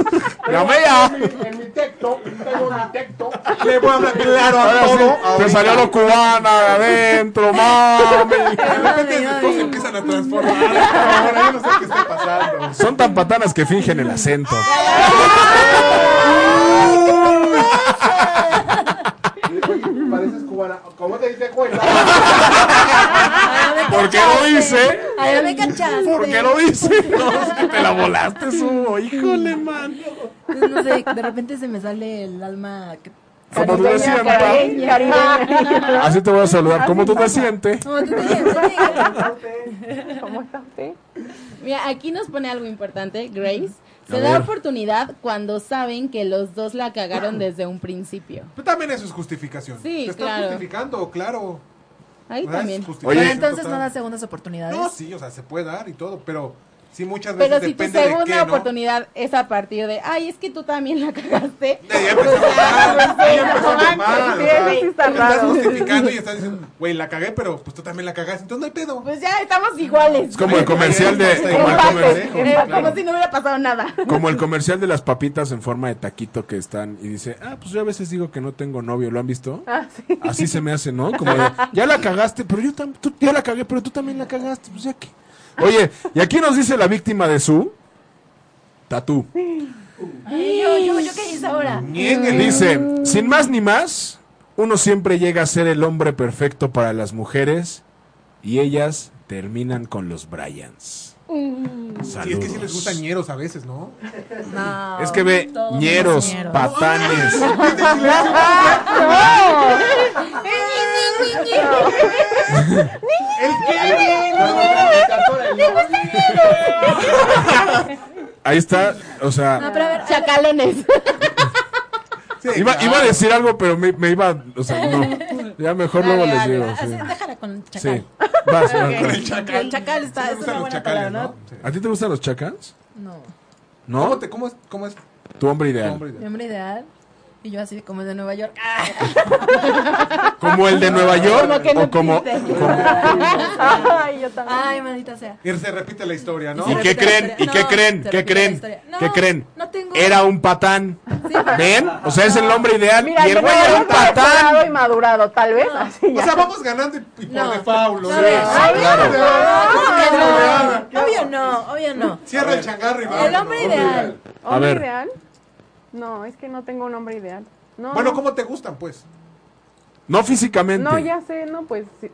[SPEAKER 2] Llamé ya.
[SPEAKER 7] En mi texto, tengo mi texto.
[SPEAKER 5] Le voy a hablar claro a
[SPEAKER 2] Ahora sí,
[SPEAKER 5] todo.
[SPEAKER 2] te
[SPEAKER 5] ahorita.
[SPEAKER 2] salió lo cubana de adentro, mami.
[SPEAKER 5] De repente
[SPEAKER 3] Ay,
[SPEAKER 5] esas
[SPEAKER 3] ay,
[SPEAKER 5] cosas
[SPEAKER 3] ay.
[SPEAKER 5] empiezan a transformar. Ahora yo no sé qué está pasando.
[SPEAKER 2] Son tan patanas que fingen el acento.
[SPEAKER 7] Pareces cubana. ¿Cómo te diste cuenta?
[SPEAKER 3] Ay, ya me
[SPEAKER 2] ¿Por qué lo
[SPEAKER 3] cachaste.
[SPEAKER 2] hice?
[SPEAKER 3] Ay, ya me cachaste.
[SPEAKER 2] ¿Por qué lo dice? No, es que te la volaste, subo. Híjole, man.
[SPEAKER 3] Pues no sé, de repente se me sale el alma. que-
[SPEAKER 2] Como tú te
[SPEAKER 4] Caribeña,
[SPEAKER 2] sientas.
[SPEAKER 4] caribeña, caribeña.
[SPEAKER 2] Así te voy a saludar. ¿Cómo tú te sientes?
[SPEAKER 3] No, tú te sientes.
[SPEAKER 4] ¿Cómo está usted?
[SPEAKER 6] Mira, aquí nos pone algo importante, Grace.
[SPEAKER 2] A
[SPEAKER 6] Se da
[SPEAKER 2] ver.
[SPEAKER 6] oportunidad cuando saben que los dos la cagaron desde un principio.
[SPEAKER 5] Pero también eso es justificación.
[SPEAKER 6] Sí,
[SPEAKER 5] Te estás
[SPEAKER 6] claro.
[SPEAKER 5] justificando, claro.
[SPEAKER 6] Ahí
[SPEAKER 5] ¿Verdad? Es
[SPEAKER 6] también.
[SPEAKER 5] justificación
[SPEAKER 3] Pero
[SPEAKER 2] Oye.
[SPEAKER 3] entonces no
[SPEAKER 5] total.
[SPEAKER 3] das segundas oportunidades.
[SPEAKER 5] No, sí, o sea, se puede dar y todo, pero sí muchas veces
[SPEAKER 6] Pero si tu
[SPEAKER 5] depende de
[SPEAKER 6] segunda
[SPEAKER 5] qué, ¿no?
[SPEAKER 6] oportunidad es a partir de, ay, es que tú también la cagaste.
[SPEAKER 5] Ya, ya empezamos mal, ya empezamos mal,
[SPEAKER 4] Sí,
[SPEAKER 5] o sea,
[SPEAKER 4] eso sí está
[SPEAKER 5] Estás
[SPEAKER 4] raro.
[SPEAKER 5] justificando y estás diciendo, güey, la cagué, pero pues tú también la cagaste, entonces no hay pedo.
[SPEAKER 6] Pues ya estamos iguales.
[SPEAKER 2] Es como el comercial de. Como el,
[SPEAKER 6] Empates,
[SPEAKER 2] comer-
[SPEAKER 6] eh, Como si no hubiera pasado nada.
[SPEAKER 2] como el comercial de las papitas en forma de taquito que están. Y dice, ah, pues yo a veces digo que no tengo novio. ¿Lo han visto?
[SPEAKER 4] Ah, sí.
[SPEAKER 2] Así se me hace, ¿no? Como de, ya la cagaste, pero yo también, tú ya la cagué, pero tú también la cagaste, pues ya que. Oye, y aquí nos dice la víctima de su tatú.
[SPEAKER 3] Ay, yo, yo, yo qué hice ahora.
[SPEAKER 5] Niéguenle.
[SPEAKER 2] Dice,
[SPEAKER 3] Em.
[SPEAKER 2] sin más ni más, uno siempre llega a ser el hombre perfecto para las mujeres y ellas terminan con los Bryans.
[SPEAKER 3] Mm.
[SPEAKER 5] Sí, es que sí les
[SPEAKER 2] Saludos.
[SPEAKER 5] gustan ñeros a veces, ¿no?
[SPEAKER 3] No.
[SPEAKER 2] Es que ve,
[SPEAKER 3] todos
[SPEAKER 2] ñeros,
[SPEAKER 3] los ñeros.
[SPEAKER 2] patanes. Ahí está, o sea.
[SPEAKER 3] No, pero a ver, a ver,
[SPEAKER 6] Chacalones.
[SPEAKER 5] Sí,
[SPEAKER 2] Iba,
[SPEAKER 5] claro.
[SPEAKER 2] iba a decir algo, pero me, me iba. O sea, no. Ya mejor luego les digo.
[SPEAKER 3] así,
[SPEAKER 2] sí.
[SPEAKER 3] déjala con el chacal.
[SPEAKER 2] Sí. Vas, vas,
[SPEAKER 3] Ok.
[SPEAKER 2] vas.
[SPEAKER 5] El chacal.
[SPEAKER 3] El chacal está,
[SPEAKER 5] Sí,
[SPEAKER 3] es
[SPEAKER 5] les gustan
[SPEAKER 3] una
[SPEAKER 5] los
[SPEAKER 3] buena
[SPEAKER 5] chacales,
[SPEAKER 3] palabra,
[SPEAKER 5] ¿no?
[SPEAKER 3] ¿no?
[SPEAKER 5] Sí.
[SPEAKER 2] ¿A ti te gustan los chacans?
[SPEAKER 3] No.
[SPEAKER 2] ¿No?
[SPEAKER 5] ¿Cómo, te, cómo, es, ¿Cómo es
[SPEAKER 2] Tu hombre
[SPEAKER 5] tu
[SPEAKER 2] ideal.
[SPEAKER 5] nombre?
[SPEAKER 3] Mi hombre ideal. Y yo así como de Nueva York. ¡Ah!
[SPEAKER 2] ¿Como el de Nueva York?
[SPEAKER 6] Como que no
[SPEAKER 2] ¿O como.?
[SPEAKER 6] existe.
[SPEAKER 4] Ay, yo también.
[SPEAKER 3] Ay, maldita sea.
[SPEAKER 5] Y se repite la historia, ¿no?
[SPEAKER 2] ¿Y
[SPEAKER 3] Se
[SPEAKER 2] qué
[SPEAKER 3] repite la
[SPEAKER 2] creen? ¿Y
[SPEAKER 3] historia.
[SPEAKER 2] qué
[SPEAKER 3] No,
[SPEAKER 2] creen?
[SPEAKER 3] se
[SPEAKER 2] ¿Qué
[SPEAKER 3] repite la
[SPEAKER 2] creen?
[SPEAKER 3] historia.
[SPEAKER 2] ¿Qué
[SPEAKER 3] No,
[SPEAKER 2] creen?
[SPEAKER 3] no tengo-
[SPEAKER 2] Era un patán. ¿Ven? O sea, es el hombre ideal.
[SPEAKER 4] Mira,
[SPEAKER 2] Y el
[SPEAKER 4] que
[SPEAKER 2] güey
[SPEAKER 4] no
[SPEAKER 2] era
[SPEAKER 4] hayas
[SPEAKER 2] un patán.
[SPEAKER 4] mejorado y madurado, tal vez. Así
[SPEAKER 5] O
[SPEAKER 4] ya.
[SPEAKER 5] sea, vamos ganando y, y por
[SPEAKER 3] No.
[SPEAKER 5] default. Ah, o
[SPEAKER 3] No,
[SPEAKER 5] sea,
[SPEAKER 3] a ver,
[SPEAKER 5] ay,
[SPEAKER 2] claro.
[SPEAKER 5] de verdad, qué cagada.
[SPEAKER 3] Obvio no, obvio no.
[SPEAKER 5] Cierra el changarro y va.
[SPEAKER 3] El hombre ideal.
[SPEAKER 2] A
[SPEAKER 4] ¿Hombre
[SPEAKER 2] ver.
[SPEAKER 4] ideal? No, es que no tengo un hombre ideal. No,
[SPEAKER 5] Bueno,
[SPEAKER 4] no.
[SPEAKER 5] ¿cómo te gustan, pues?
[SPEAKER 2] No físicamente.
[SPEAKER 4] No, ya sé, no, pues sí.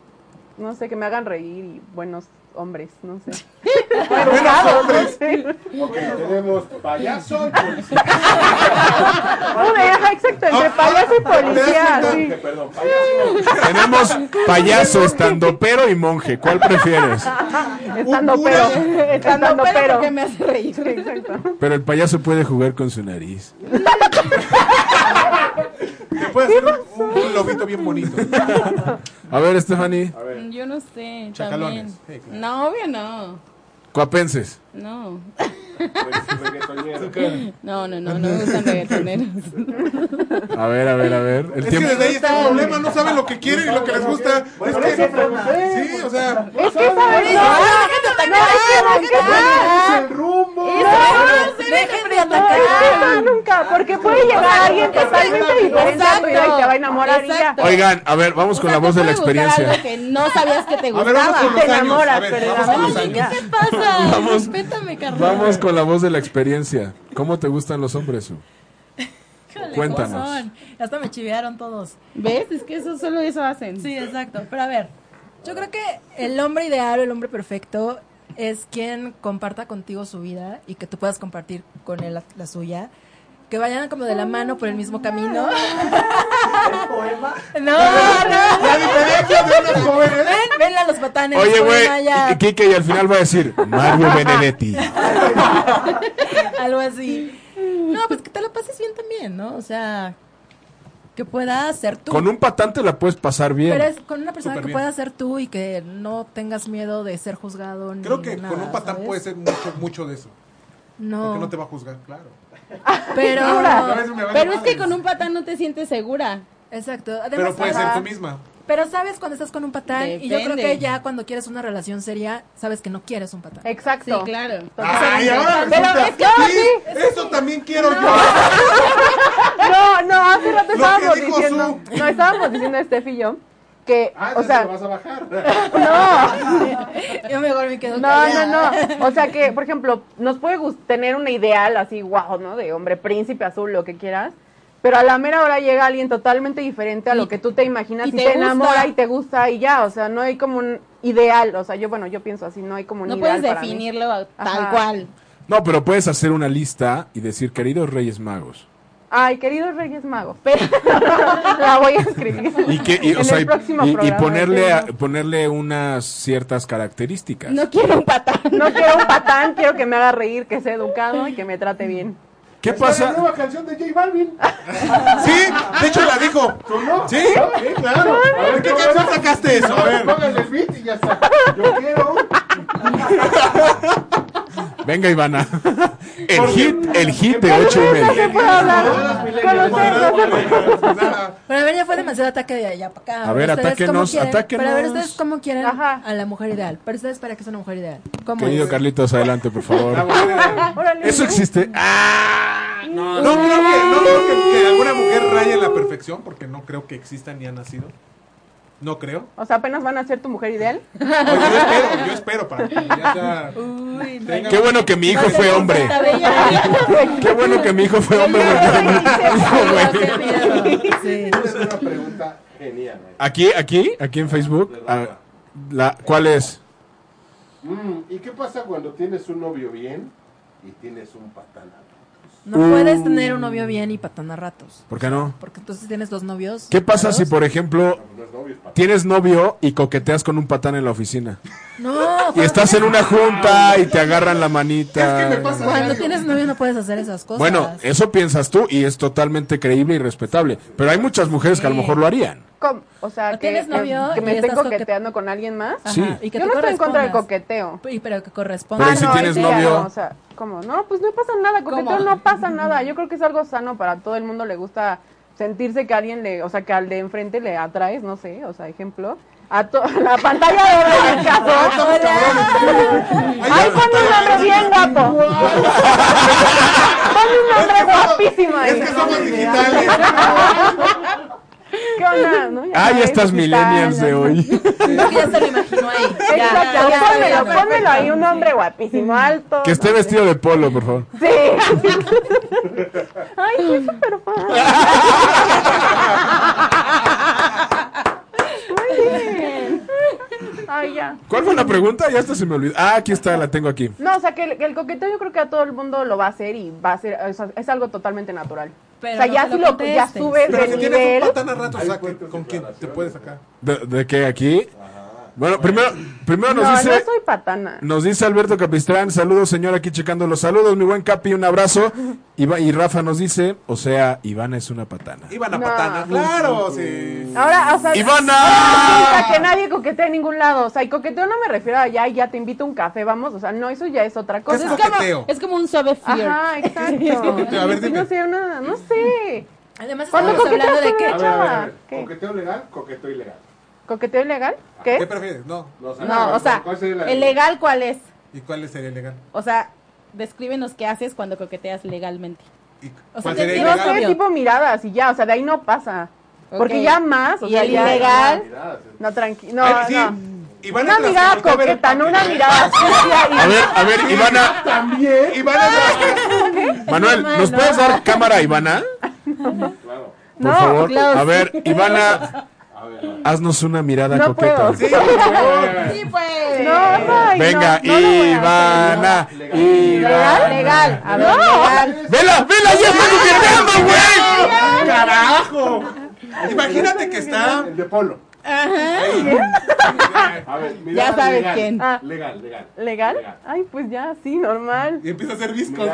[SPEAKER 4] no sé, que me hagan reír y buenos hombres, no sé.
[SPEAKER 7] Ok, tenemos payaso y
[SPEAKER 2] pues.
[SPEAKER 7] policía.
[SPEAKER 4] Una, ajá, ah, exacto, entre payaso y policía. sí.
[SPEAKER 7] Perdón, payaso.
[SPEAKER 2] Tenemos payaso, estandopero y monje. ¿Cuál prefieres?
[SPEAKER 4] Estando pero. Estando
[SPEAKER 6] pero
[SPEAKER 4] pero.
[SPEAKER 6] porque me hace reír.
[SPEAKER 4] Sí, exacto.
[SPEAKER 2] Pero el payaso puede jugar con su nariz.
[SPEAKER 5] Te puede hacer un, un lobito bien bonito.
[SPEAKER 2] A ver, Stephanie,
[SPEAKER 6] Yo no sé,
[SPEAKER 5] Chacalones, sí,
[SPEAKER 6] también.
[SPEAKER 5] claro.
[SPEAKER 6] No, obvio no.
[SPEAKER 2] coapenses.
[SPEAKER 6] No,
[SPEAKER 7] Reggaetonero.
[SPEAKER 6] no, no, no, no me gustan reggaetoneros.
[SPEAKER 2] A ver, a ver, a ver. El
[SPEAKER 5] Es que
[SPEAKER 2] tiempo.
[SPEAKER 5] desde ahí está el problema, no saben lo que quieren y lo que les gusta. Es que- sí, o sea,
[SPEAKER 4] Es que sabes, no,
[SPEAKER 7] el rumbo.
[SPEAKER 3] Déjenme
[SPEAKER 4] no, es que
[SPEAKER 3] atacar.
[SPEAKER 4] no, nunca, porque puede llegar alguien totalmente diferente a tu vida y te va a enamorar y ya.
[SPEAKER 6] Exacto.
[SPEAKER 2] Oigan, a ver, vamos
[SPEAKER 6] O
[SPEAKER 2] con
[SPEAKER 6] sea,
[SPEAKER 2] la
[SPEAKER 6] te
[SPEAKER 2] voz de la
[SPEAKER 6] puede gustar
[SPEAKER 2] experiencia.
[SPEAKER 6] algo que no sabías que te
[SPEAKER 5] a ver, vamos
[SPEAKER 6] gustaba.
[SPEAKER 5] con los años.
[SPEAKER 4] enamoras,
[SPEAKER 5] A ver,
[SPEAKER 4] pero
[SPEAKER 5] vamos con los
[SPEAKER 4] enamoras y
[SPEAKER 5] años.
[SPEAKER 6] ¿Qué pasa?
[SPEAKER 2] Vamos.
[SPEAKER 6] Respétame, carnal.
[SPEAKER 2] Vamos con la voz de la experiencia. ¿Cómo te gustan los hombres? Su?
[SPEAKER 3] Híjole,
[SPEAKER 2] Cuéntanos.
[SPEAKER 3] ¿cómo son? Hasta me chivearon todos.
[SPEAKER 6] ¿Ves? Es que eso solo eso hacen.
[SPEAKER 3] Sí, exacto. Pero a ver, yo creo que el hombre ideal o el hombre perfecto es quien comparta contigo su vida y que tú puedas compartir con él la, la suya. Que vayan como de la mano por el mismo camino. No, no.
[SPEAKER 5] La diferencia de unos jóvenes.
[SPEAKER 3] Ven, ven a los botanes.
[SPEAKER 2] Oye,
[SPEAKER 3] por
[SPEAKER 2] güey,
[SPEAKER 3] Maya,
[SPEAKER 2] y- y Kike, y al final va a decir Mario Benedetti.
[SPEAKER 3] Algo así. No, pues que te la pases bien también, ¿no? O sea, que puedas ser tú.
[SPEAKER 2] Con un patán te la puedes pasar bien.
[SPEAKER 3] Pero es con una persona
[SPEAKER 5] Súper
[SPEAKER 3] que
[SPEAKER 5] bien.
[SPEAKER 3] pueda ser tú y que no tengas miedo de ser juzgado. ni
[SPEAKER 5] Creo que
[SPEAKER 3] nada,
[SPEAKER 5] con un patán
[SPEAKER 3] ¿sabes?
[SPEAKER 5] puede ser mucho, mucho de eso.
[SPEAKER 3] No, Ah,
[SPEAKER 5] Porque no te va a juzgar, claro.
[SPEAKER 3] pero...
[SPEAKER 5] A veces me vale
[SPEAKER 6] Pero es que
[SPEAKER 5] madres.
[SPEAKER 6] con un patán no te sientes segura.
[SPEAKER 3] Exacto. Además,
[SPEAKER 5] Pero puede
[SPEAKER 3] para-
[SPEAKER 5] ser tú misma.
[SPEAKER 3] Pero sabes cuando estás con un patán y yo creo
[SPEAKER 6] Depende.
[SPEAKER 3] que ya cuando quieres una relación seria, sabes que no quieres un patán.
[SPEAKER 6] Sí,
[SPEAKER 4] Exacto.
[SPEAKER 6] claro.
[SPEAKER 5] Ay, ahora
[SPEAKER 4] Pero
[SPEAKER 5] resulta-
[SPEAKER 4] es que ahora
[SPEAKER 5] sí, eso también quiero yo.
[SPEAKER 4] No, no, hace rato
[SPEAKER 5] que
[SPEAKER 4] estábamos
[SPEAKER 5] dijo
[SPEAKER 4] diciendo. No, estábamos diciendo Steph y yo que,
[SPEAKER 7] Ah,
[SPEAKER 4] o
[SPEAKER 7] entonces
[SPEAKER 4] sea,
[SPEAKER 7] te vas a bajar.
[SPEAKER 4] no,
[SPEAKER 3] Yo mejor me quedo
[SPEAKER 4] no, no, no. O sea que, por ejemplo, nos puede gus- tener un ideal así, wow, ¿no? De hombre príncipe azul, lo que quieras. Pero a la mera hora llega alguien totalmente diferente a lo que tú te imaginas
[SPEAKER 6] y
[SPEAKER 4] y
[SPEAKER 6] te
[SPEAKER 4] te,
[SPEAKER 6] gusta.
[SPEAKER 4] enamora y te gusta y ya. O sea, no hay como un ideal. O sea, yo, bueno, yo pienso así, no hay como un
[SPEAKER 6] No
[SPEAKER 4] ideal.
[SPEAKER 6] puedes
[SPEAKER 4] para mí.
[SPEAKER 6] definirlo a- tal
[SPEAKER 4] Ajá.
[SPEAKER 6] cual.
[SPEAKER 2] No, pero puedes hacer una lista y decir, queridos Reyes Magos.
[SPEAKER 4] Ay, queridos Reyes Magos, pero la voy a escribir.
[SPEAKER 2] Y, que, y,
[SPEAKER 4] en
[SPEAKER 2] o sea,
[SPEAKER 4] el
[SPEAKER 2] y-
[SPEAKER 4] próximo
[SPEAKER 2] y- y
[SPEAKER 4] programa,
[SPEAKER 2] ponerle,
[SPEAKER 4] sí,
[SPEAKER 2] a-
[SPEAKER 4] ¿no?
[SPEAKER 2] ponerle unas ciertas características.
[SPEAKER 6] No quiero un patán.
[SPEAKER 4] No quiero un patán, quiero que me haga reír, que sea educado y que me trate bien.
[SPEAKER 2] ¿Qué
[SPEAKER 7] La
[SPEAKER 2] pasa?
[SPEAKER 7] nueva canción de J Balvin.
[SPEAKER 5] Sí, de hecho la dijo.
[SPEAKER 7] ¿No?
[SPEAKER 5] Sí.
[SPEAKER 7] Sí, claro. A ver,
[SPEAKER 5] ¿Qué
[SPEAKER 7] ¿cómo
[SPEAKER 5] canción
[SPEAKER 7] es?
[SPEAKER 5] sacaste eso? A ver.
[SPEAKER 7] Póngale el beat y ya está. Yo quiero.
[SPEAKER 2] Venga, Ivana. El hit, el hit de ocho y
[SPEAKER 4] No se
[SPEAKER 2] medio.
[SPEAKER 4] puede hablar.
[SPEAKER 7] Todas las
[SPEAKER 4] Con ustedes no se puede.
[SPEAKER 3] Pero a ver, ya fue demasiado ataque de allá para acá.
[SPEAKER 2] A ver,
[SPEAKER 3] ¿Ustedes
[SPEAKER 2] atáquenos,
[SPEAKER 3] cómo quieren-
[SPEAKER 2] atáquenos.
[SPEAKER 3] Pero a ver, ustedes cómo quieren
[SPEAKER 4] Ajá.
[SPEAKER 3] a la mujer ideal. Pero ustedes para qué son una mujer ideal. ¿Cómo
[SPEAKER 2] Querido
[SPEAKER 3] es?
[SPEAKER 2] Carlitos, adelante, por favor.
[SPEAKER 4] Órale.
[SPEAKER 2] ¿Eso existe? ¡Ah!
[SPEAKER 5] No, no creo que, no creo que, que alguna mujer raye en la perfección, porque no creo que existan ni han nacido. No creo.
[SPEAKER 4] O sea, apenas van a ser tu mujer ideal.
[SPEAKER 5] Oye, yo espero, yo espero para que ya sea. tenga-
[SPEAKER 2] Qué bueno que mi hijo fue hombre. Qué bueno que mi hijo fue hombre. porque-
[SPEAKER 3] Sí.
[SPEAKER 7] Esa es una pregunta genial. eh.
[SPEAKER 2] Aquí, aquí, aquí en Facebook. ah, la, ¿Cuál es?
[SPEAKER 7] Mm, ¿Y qué pasa cuando tienes un novio bien y tienes un patán?
[SPEAKER 3] No puedes
[SPEAKER 2] Uh.
[SPEAKER 3] tener un novio bien y patán a ratos.
[SPEAKER 2] ¿Por qué no?
[SPEAKER 3] Porque entonces tienes dos novios.
[SPEAKER 2] ¿Qué pasa si,
[SPEAKER 3] malos.
[SPEAKER 2] por ejemplo,
[SPEAKER 7] No es novio, es patán.
[SPEAKER 2] tienes novio y coqueteas con un patán en la oficina?
[SPEAKER 3] No,
[SPEAKER 2] Y estás en una junta y te agarran la manita.
[SPEAKER 5] Es que me pasa.
[SPEAKER 3] cuando tienes novio no puedes hacer esas cosas.
[SPEAKER 2] Bueno, eh, eso piensas tú y es totalmente creíble y respetable. Pero hay muchas mujeres que a lo mejor lo harían.
[SPEAKER 4] ¿Cómo? O sea,
[SPEAKER 3] ¿O
[SPEAKER 4] que,
[SPEAKER 3] tienes novio
[SPEAKER 4] que- que
[SPEAKER 3] y
[SPEAKER 4] me estén
[SPEAKER 3] estás coquet-
[SPEAKER 4] coqueteando con alguien más.
[SPEAKER 3] Ajá,
[SPEAKER 2] sí.
[SPEAKER 3] y que
[SPEAKER 4] Yo
[SPEAKER 3] tú
[SPEAKER 4] no estoy en contra del
[SPEAKER 3] correspondas.
[SPEAKER 4] coqueteo.
[SPEAKER 3] Y- Pero que Ah, corresponda.
[SPEAKER 2] Pero ¿y si
[SPEAKER 4] no,
[SPEAKER 2] tienes
[SPEAKER 4] ese ya
[SPEAKER 2] novio?
[SPEAKER 4] no, o sea, ¿cómo? No, pues no pasa nada, coqueteo
[SPEAKER 6] ¿Cómo?
[SPEAKER 4] no pasa nada. Yo creo que es algo sano para todo el mundo, le gusta sentirse que alguien le, o sea, que al de enfrente le atraes, no sé, o sea, ejemplo, a to- la pantalla de oro en el caso.
[SPEAKER 5] Ah, estamos cabrones. Ay,
[SPEAKER 4] Ay, ponme un hombre bien guapo. Ponme un hombre guapísimo ahí.
[SPEAKER 5] Es que somos digitales.
[SPEAKER 4] ¿Qué onda? ¿No? Ya
[SPEAKER 2] Ay,
[SPEAKER 4] sabes,
[SPEAKER 2] estas
[SPEAKER 4] digitales,
[SPEAKER 2] millennials de
[SPEAKER 4] ¿no?
[SPEAKER 2] hoy.
[SPEAKER 3] Porque ya se lo imagino ahí. Ya, ya,
[SPEAKER 4] Exacto,
[SPEAKER 3] ya,
[SPEAKER 4] pónmelo,
[SPEAKER 3] ya.
[SPEAKER 4] pónmelo ahí, un hombre guapísimo, alto.
[SPEAKER 2] Que esté
[SPEAKER 4] no sé.
[SPEAKER 2] vestido de polo, por favor.
[SPEAKER 4] Sí. Ay, soy súper fan. Muy bien. Ay, ya. pregunta?
[SPEAKER 2] ¿Cuál fue la pregunta? Ya hasta se me olvidó. Ah, aquí está, la tengo aquí.
[SPEAKER 4] No, o sea, que el, el coqueteo yo creo que a todo el mundo lo va a hacer y va a ser, o sea, es algo totalmente natural.
[SPEAKER 3] Pero
[SPEAKER 4] o sea,
[SPEAKER 3] no
[SPEAKER 4] ya
[SPEAKER 3] te
[SPEAKER 4] si
[SPEAKER 3] lo
[SPEAKER 4] lo, ya
[SPEAKER 3] contestes.
[SPEAKER 4] subes
[SPEAKER 5] Pero si
[SPEAKER 4] de
[SPEAKER 5] tienes
[SPEAKER 4] nivel,
[SPEAKER 5] un patán a rato, o
[SPEAKER 7] Hay
[SPEAKER 5] sea, que-
[SPEAKER 7] fuertes
[SPEAKER 5] ¿con quién te
[SPEAKER 7] declaraciones.
[SPEAKER 5] puedes sacar?
[SPEAKER 2] ¿De, de qué aquí? Bueno, primero, primero
[SPEAKER 4] no,
[SPEAKER 2] nos dice...
[SPEAKER 4] no soy patana.
[SPEAKER 2] Nos dice Alberto Capistrán, saludos señor, aquí checando los saludos, mi buen Capi, un abrazo. Iba- y Rafa nos dice, o sea, Ivana es una patana.
[SPEAKER 5] Iban a
[SPEAKER 4] No.
[SPEAKER 5] patana, claro, sí.
[SPEAKER 4] Ahora, o sea,
[SPEAKER 2] ¡Ivana!
[SPEAKER 4] resulta que nadie coquetea en ningún lado. O sea, y coqueteo no me refiero a ya, ya te invito a un café, vamos. O sea, no, eso ya es otra
[SPEAKER 5] ¿Qué es
[SPEAKER 4] cosa.
[SPEAKER 5] coqueteo?
[SPEAKER 6] Es como un suave fear.
[SPEAKER 4] Ajá, exacto.
[SPEAKER 5] A ver,
[SPEAKER 4] Sí,
[SPEAKER 5] dime.
[SPEAKER 4] no sé, una, no sé.
[SPEAKER 3] Además,
[SPEAKER 4] ¿Cuándo
[SPEAKER 3] estamos
[SPEAKER 4] coqueteas
[SPEAKER 3] hablando de
[SPEAKER 4] con
[SPEAKER 3] qué,
[SPEAKER 4] una
[SPEAKER 7] A ver, a ver, a
[SPEAKER 3] chava.
[SPEAKER 7] ver.
[SPEAKER 4] ¿Qué?
[SPEAKER 7] ¿Coqueteo legal? Coqueteo ilegal. Ah,
[SPEAKER 4] ¿Coqueteo ilegal? ¿Qué?
[SPEAKER 5] ¿Qué prefieres? No.
[SPEAKER 7] No, o sea,
[SPEAKER 6] No, o sea,
[SPEAKER 7] ¿cuál sería la-
[SPEAKER 6] ¿el legal cuál es?
[SPEAKER 5] ¿Y cuál sería legal?
[SPEAKER 6] O sea, descríbenos qué haces cuando coqueteas legalmente.
[SPEAKER 5] ¿Y
[SPEAKER 6] O sea,
[SPEAKER 5] cuál
[SPEAKER 6] te
[SPEAKER 5] sería
[SPEAKER 6] digo
[SPEAKER 4] No
[SPEAKER 5] ilegal? Eh,
[SPEAKER 4] sé,
[SPEAKER 6] Obvio.
[SPEAKER 4] tipo miradas y ya, o sea, de ahí no pasa. Porque
[SPEAKER 6] Ok.
[SPEAKER 4] ya más, o
[SPEAKER 6] ¿Y
[SPEAKER 4] sea,
[SPEAKER 6] el
[SPEAKER 4] ya-
[SPEAKER 6] ilegal?
[SPEAKER 4] No, tranquilo. No,
[SPEAKER 5] Ay, sí,
[SPEAKER 4] no.
[SPEAKER 5] Ivana
[SPEAKER 4] Una
[SPEAKER 5] es la
[SPEAKER 4] mirada
[SPEAKER 5] que voltea a ver el
[SPEAKER 4] coqueta, no una
[SPEAKER 5] papel.
[SPEAKER 4] mirada sucia y
[SPEAKER 2] A ver, a ver, Ivana,
[SPEAKER 7] También.
[SPEAKER 5] Ivana es la-
[SPEAKER 2] Manuel, ¿nos puedes dar cámara, a Ivana?
[SPEAKER 7] Claro.
[SPEAKER 2] Por favor. A ver, Ivana,
[SPEAKER 7] A ver, a ver.
[SPEAKER 2] haznos una mirada
[SPEAKER 4] No
[SPEAKER 2] coqueta.
[SPEAKER 4] puedo.
[SPEAKER 5] Sí,
[SPEAKER 6] Sí, pues.
[SPEAKER 4] No, ay, no,
[SPEAKER 2] Venga,
[SPEAKER 4] no lo voy a hacer.
[SPEAKER 2] Ivana,
[SPEAKER 7] Legal.
[SPEAKER 2] Ivana.
[SPEAKER 6] Legal, legal. A ver, legal.
[SPEAKER 2] ¡Vela, vela, ya está coqueteando, güey!
[SPEAKER 5] ¡Carajo! Imagínate que está.
[SPEAKER 7] El de polo. A ver, mirada
[SPEAKER 6] sabes
[SPEAKER 7] legal.
[SPEAKER 6] quién.
[SPEAKER 4] Ah.
[SPEAKER 7] Legal, legal.
[SPEAKER 4] ¿Legal? Ay, pues ya, sí, normal.
[SPEAKER 5] Y empieza a hacer viscos.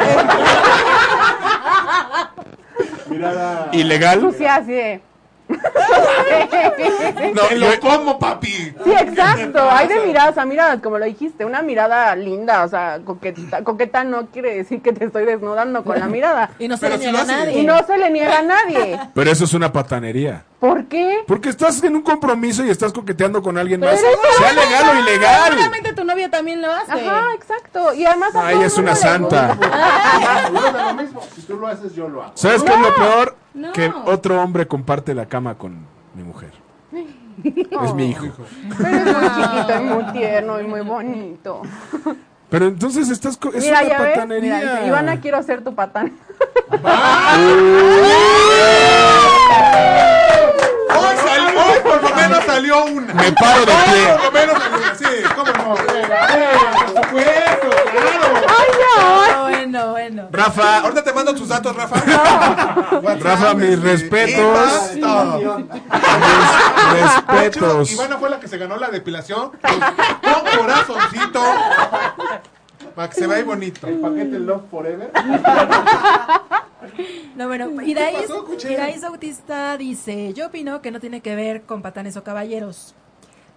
[SPEAKER 7] Mirada.
[SPEAKER 2] ¿Ilegal?
[SPEAKER 4] Sucia, sí. eh.
[SPEAKER 2] No,
[SPEAKER 5] Te
[SPEAKER 2] yo,
[SPEAKER 5] lo como, papi.
[SPEAKER 4] Sí, exacto. Hay de miradas a miradas, como lo dijiste. Una mirada linda, o sea, coqueta, coqueta no quiere decir que te estoy desnudando con la mirada.
[SPEAKER 3] Y no se
[SPEAKER 5] Pero
[SPEAKER 3] le
[SPEAKER 5] si
[SPEAKER 3] niega a
[SPEAKER 5] lo haces.
[SPEAKER 3] nadie.
[SPEAKER 4] Y no se le niega a nadie.
[SPEAKER 2] pero eso es una patanería.
[SPEAKER 4] ¿Por qué?
[SPEAKER 2] Porque estás en un compromiso y estás coqueteando con alguien más.
[SPEAKER 4] Pero eso-
[SPEAKER 2] Sea legal o ilegal.
[SPEAKER 6] Ah, Seguramente tu novio también lo hace.
[SPEAKER 4] Ajá, exacto. Y además. a
[SPEAKER 2] No,
[SPEAKER 4] todo
[SPEAKER 2] ella
[SPEAKER 4] el
[SPEAKER 2] es una
[SPEAKER 4] mundo le
[SPEAKER 2] santa.
[SPEAKER 7] Bueno, da lo mismo. Si tú lo haces, yo lo hago.
[SPEAKER 2] ¿Sabes qué es lo peor?
[SPEAKER 6] no.
[SPEAKER 2] Que otro hombre comparte la cama con mi mujer. Es mi hijo.
[SPEAKER 4] gusta, Pero es muy chiquito, es muy tierno y muy bonito.
[SPEAKER 2] Pero entonces estás. co- Es
[SPEAKER 4] Mira,
[SPEAKER 2] una
[SPEAKER 4] ya ves.
[SPEAKER 2] patanería.
[SPEAKER 4] Mira, dice, Ivana, quiero ser tu patán.
[SPEAKER 5] Hoy salió, hoy por lo menos salió una.
[SPEAKER 2] Me paro de
[SPEAKER 5] Por
[SPEAKER 2] pie.
[SPEAKER 5] lo menos salió una, sí, cómo no. Por supuesto, claro.
[SPEAKER 3] Ah, Bueno, bueno.
[SPEAKER 2] Rafa,
[SPEAKER 5] Ahorita te mando tus datos, este, Rafa.
[SPEAKER 2] Rafa, mis respetos.
[SPEAKER 5] Y basta.
[SPEAKER 2] respetos.
[SPEAKER 5] Ivana fue la que se ganó la depilación. Con Pues, corazoncito. Para que se vea ahí bonito.
[SPEAKER 7] El paquete Love Forever.
[SPEAKER 3] No, bueno, pues, Iraíz,
[SPEAKER 5] pasó, Cuchera?
[SPEAKER 3] Iraíz Bautista dice, yo opino que no tiene que ver con patanes o caballeros.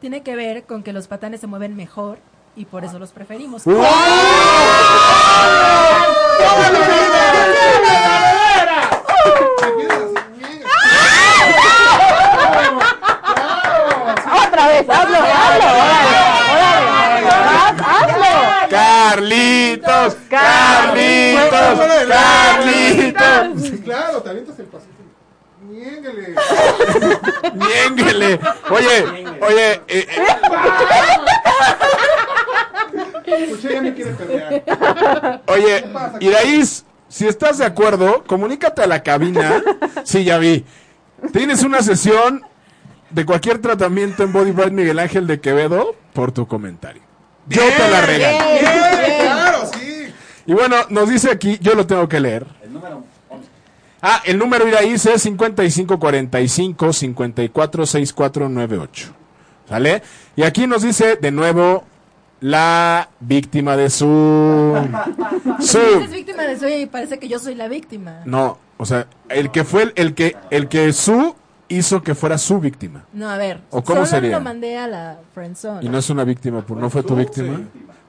[SPEAKER 3] Tiene que ver con que los patanes se mueven mejor y por eso los preferimos.
[SPEAKER 4] Otra vez, hazlo, hazlo. órale, órale. Haz- Hazlo.
[SPEAKER 2] Carlitos, Carlitos, Carlitos.
[SPEAKER 5] Sí, claro, te avientas el pasito. Niéngale.
[SPEAKER 2] Niénguele. Oye, oye, eh, eh,
[SPEAKER 5] Escuché, ya me quiere pelear.
[SPEAKER 2] Oye, Iraíz, si estás de acuerdo, comunícate a la cabina. Sí, ya vi. Tienes una sesión de cualquier tratamiento en Body Bright Miguel Ángel de Quevedo por tu comentario. Yo te la regalo.
[SPEAKER 5] Bien, claro, sí.
[SPEAKER 2] Y bueno, nos dice aquí, yo lo tengo que leer. El número Ah, el número Iraíz es 5545-546498. ¿Sale? Y aquí nos dice de nuevo la víctima de Zoom. Zoom.
[SPEAKER 3] Es víctima de soy y parece que yo soy la víctima.
[SPEAKER 2] No, o sea, el que fue el, el que el que su hizo que fuera su víctima.
[SPEAKER 3] No, a ver.
[SPEAKER 2] ¿O cómo
[SPEAKER 3] solo
[SPEAKER 2] sería?
[SPEAKER 3] lo mandé a la friendzone.
[SPEAKER 2] Y no es una víctima, por no fue tu víctima.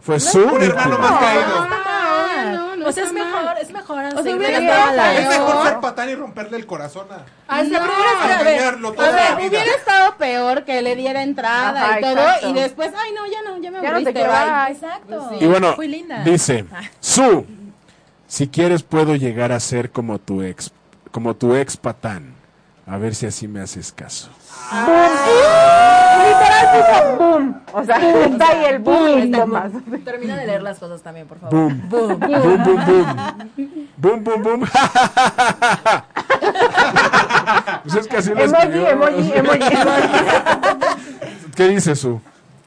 [SPEAKER 2] Fue su
[SPEAKER 5] Un hermano más
[SPEAKER 2] víctima.
[SPEAKER 5] caído.
[SPEAKER 3] Ah,
[SPEAKER 6] No, no
[SPEAKER 3] o sea, es
[SPEAKER 6] está mal.
[SPEAKER 3] mejor, es mejor.
[SPEAKER 6] sea,
[SPEAKER 3] seguir
[SPEAKER 6] hubiera
[SPEAKER 3] regando
[SPEAKER 6] estado
[SPEAKER 3] la-
[SPEAKER 5] Es
[SPEAKER 6] Peor.
[SPEAKER 5] mejor ser patán y romperle el corazón a.
[SPEAKER 3] Ah, es la
[SPEAKER 6] No.
[SPEAKER 3] primera vez, a ver,
[SPEAKER 5] Engañarlo toda
[SPEAKER 6] A
[SPEAKER 5] la
[SPEAKER 6] ver,
[SPEAKER 5] vida.
[SPEAKER 6] hubiera estado peor que le diera entrada
[SPEAKER 4] Ajá,
[SPEAKER 6] y todo,
[SPEAKER 4] exacto.
[SPEAKER 6] y después, ay, no, ya no, ya me
[SPEAKER 4] Ya no te
[SPEAKER 6] aburriste,
[SPEAKER 4] quiero,
[SPEAKER 6] bye".
[SPEAKER 4] bye.
[SPEAKER 3] Exacto.
[SPEAKER 6] Pues
[SPEAKER 2] Y bueno,
[SPEAKER 3] Fui linda. Ah.
[SPEAKER 2] dice, su, si quieres puedo llegar a ser como tu ex, como tu ex patán. A ver si así me haces caso.
[SPEAKER 4] Literal puso boom. O sea, está ahí el boom y
[SPEAKER 6] Está
[SPEAKER 4] listo más.
[SPEAKER 3] Termina de leer las cosas también, por favor.
[SPEAKER 2] Boom. Boom, boom, boom. Boom, boom, boom. pues es que así lo
[SPEAKER 4] Emoji,
[SPEAKER 2] escribió.
[SPEAKER 4] emoji, emoji.
[SPEAKER 2] ¿Qué dice su?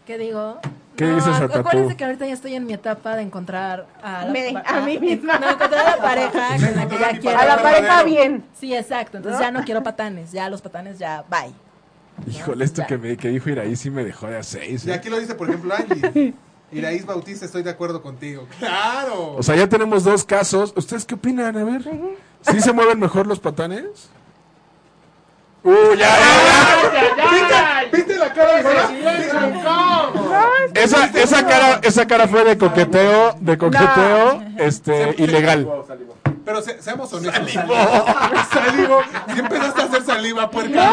[SPEAKER 3] ¿Qué digo?
[SPEAKER 2] ¿Qué
[SPEAKER 3] No,
[SPEAKER 2] dices a
[SPEAKER 3] acu-
[SPEAKER 2] Tatú?
[SPEAKER 3] acuérdense que ahorita ya estoy en mi etapa de encontrar a, la
[SPEAKER 6] Me-
[SPEAKER 3] pa-
[SPEAKER 6] a mí misma.
[SPEAKER 3] No, encontrar a la pareja con la que ya quiero.
[SPEAKER 4] A la pareja bien.
[SPEAKER 3] Sí, exacto. Entonces ya no quiero patanes. Ya los patanes, ya, bye.
[SPEAKER 2] Híjole, esto
[SPEAKER 3] Ya.
[SPEAKER 2] que, me, que dijo Iraí sí me dejó de a seis.
[SPEAKER 5] Y
[SPEAKER 2] ¿eh?
[SPEAKER 5] aquí lo dice, por ejemplo, Angie. Iraís Bautista, estoy de acuerdo contigo. ¡Claro!
[SPEAKER 2] O sea, ya tenemos dos casos. ¿Ustedes qué opinan? A ver. ¿Sí se mueven mejor los patanes? ¡Uh, ya!
[SPEAKER 5] ¿Viste la cara de Jola?
[SPEAKER 2] Esa, esa, cara, esa cara fue de coqueteo, de coqueteo este, ilegal.
[SPEAKER 7] Vamos, salimos.
[SPEAKER 5] Pero se- seamos honestos. Salivo. Salivo. Si empezaste a hacer saliva, puerca.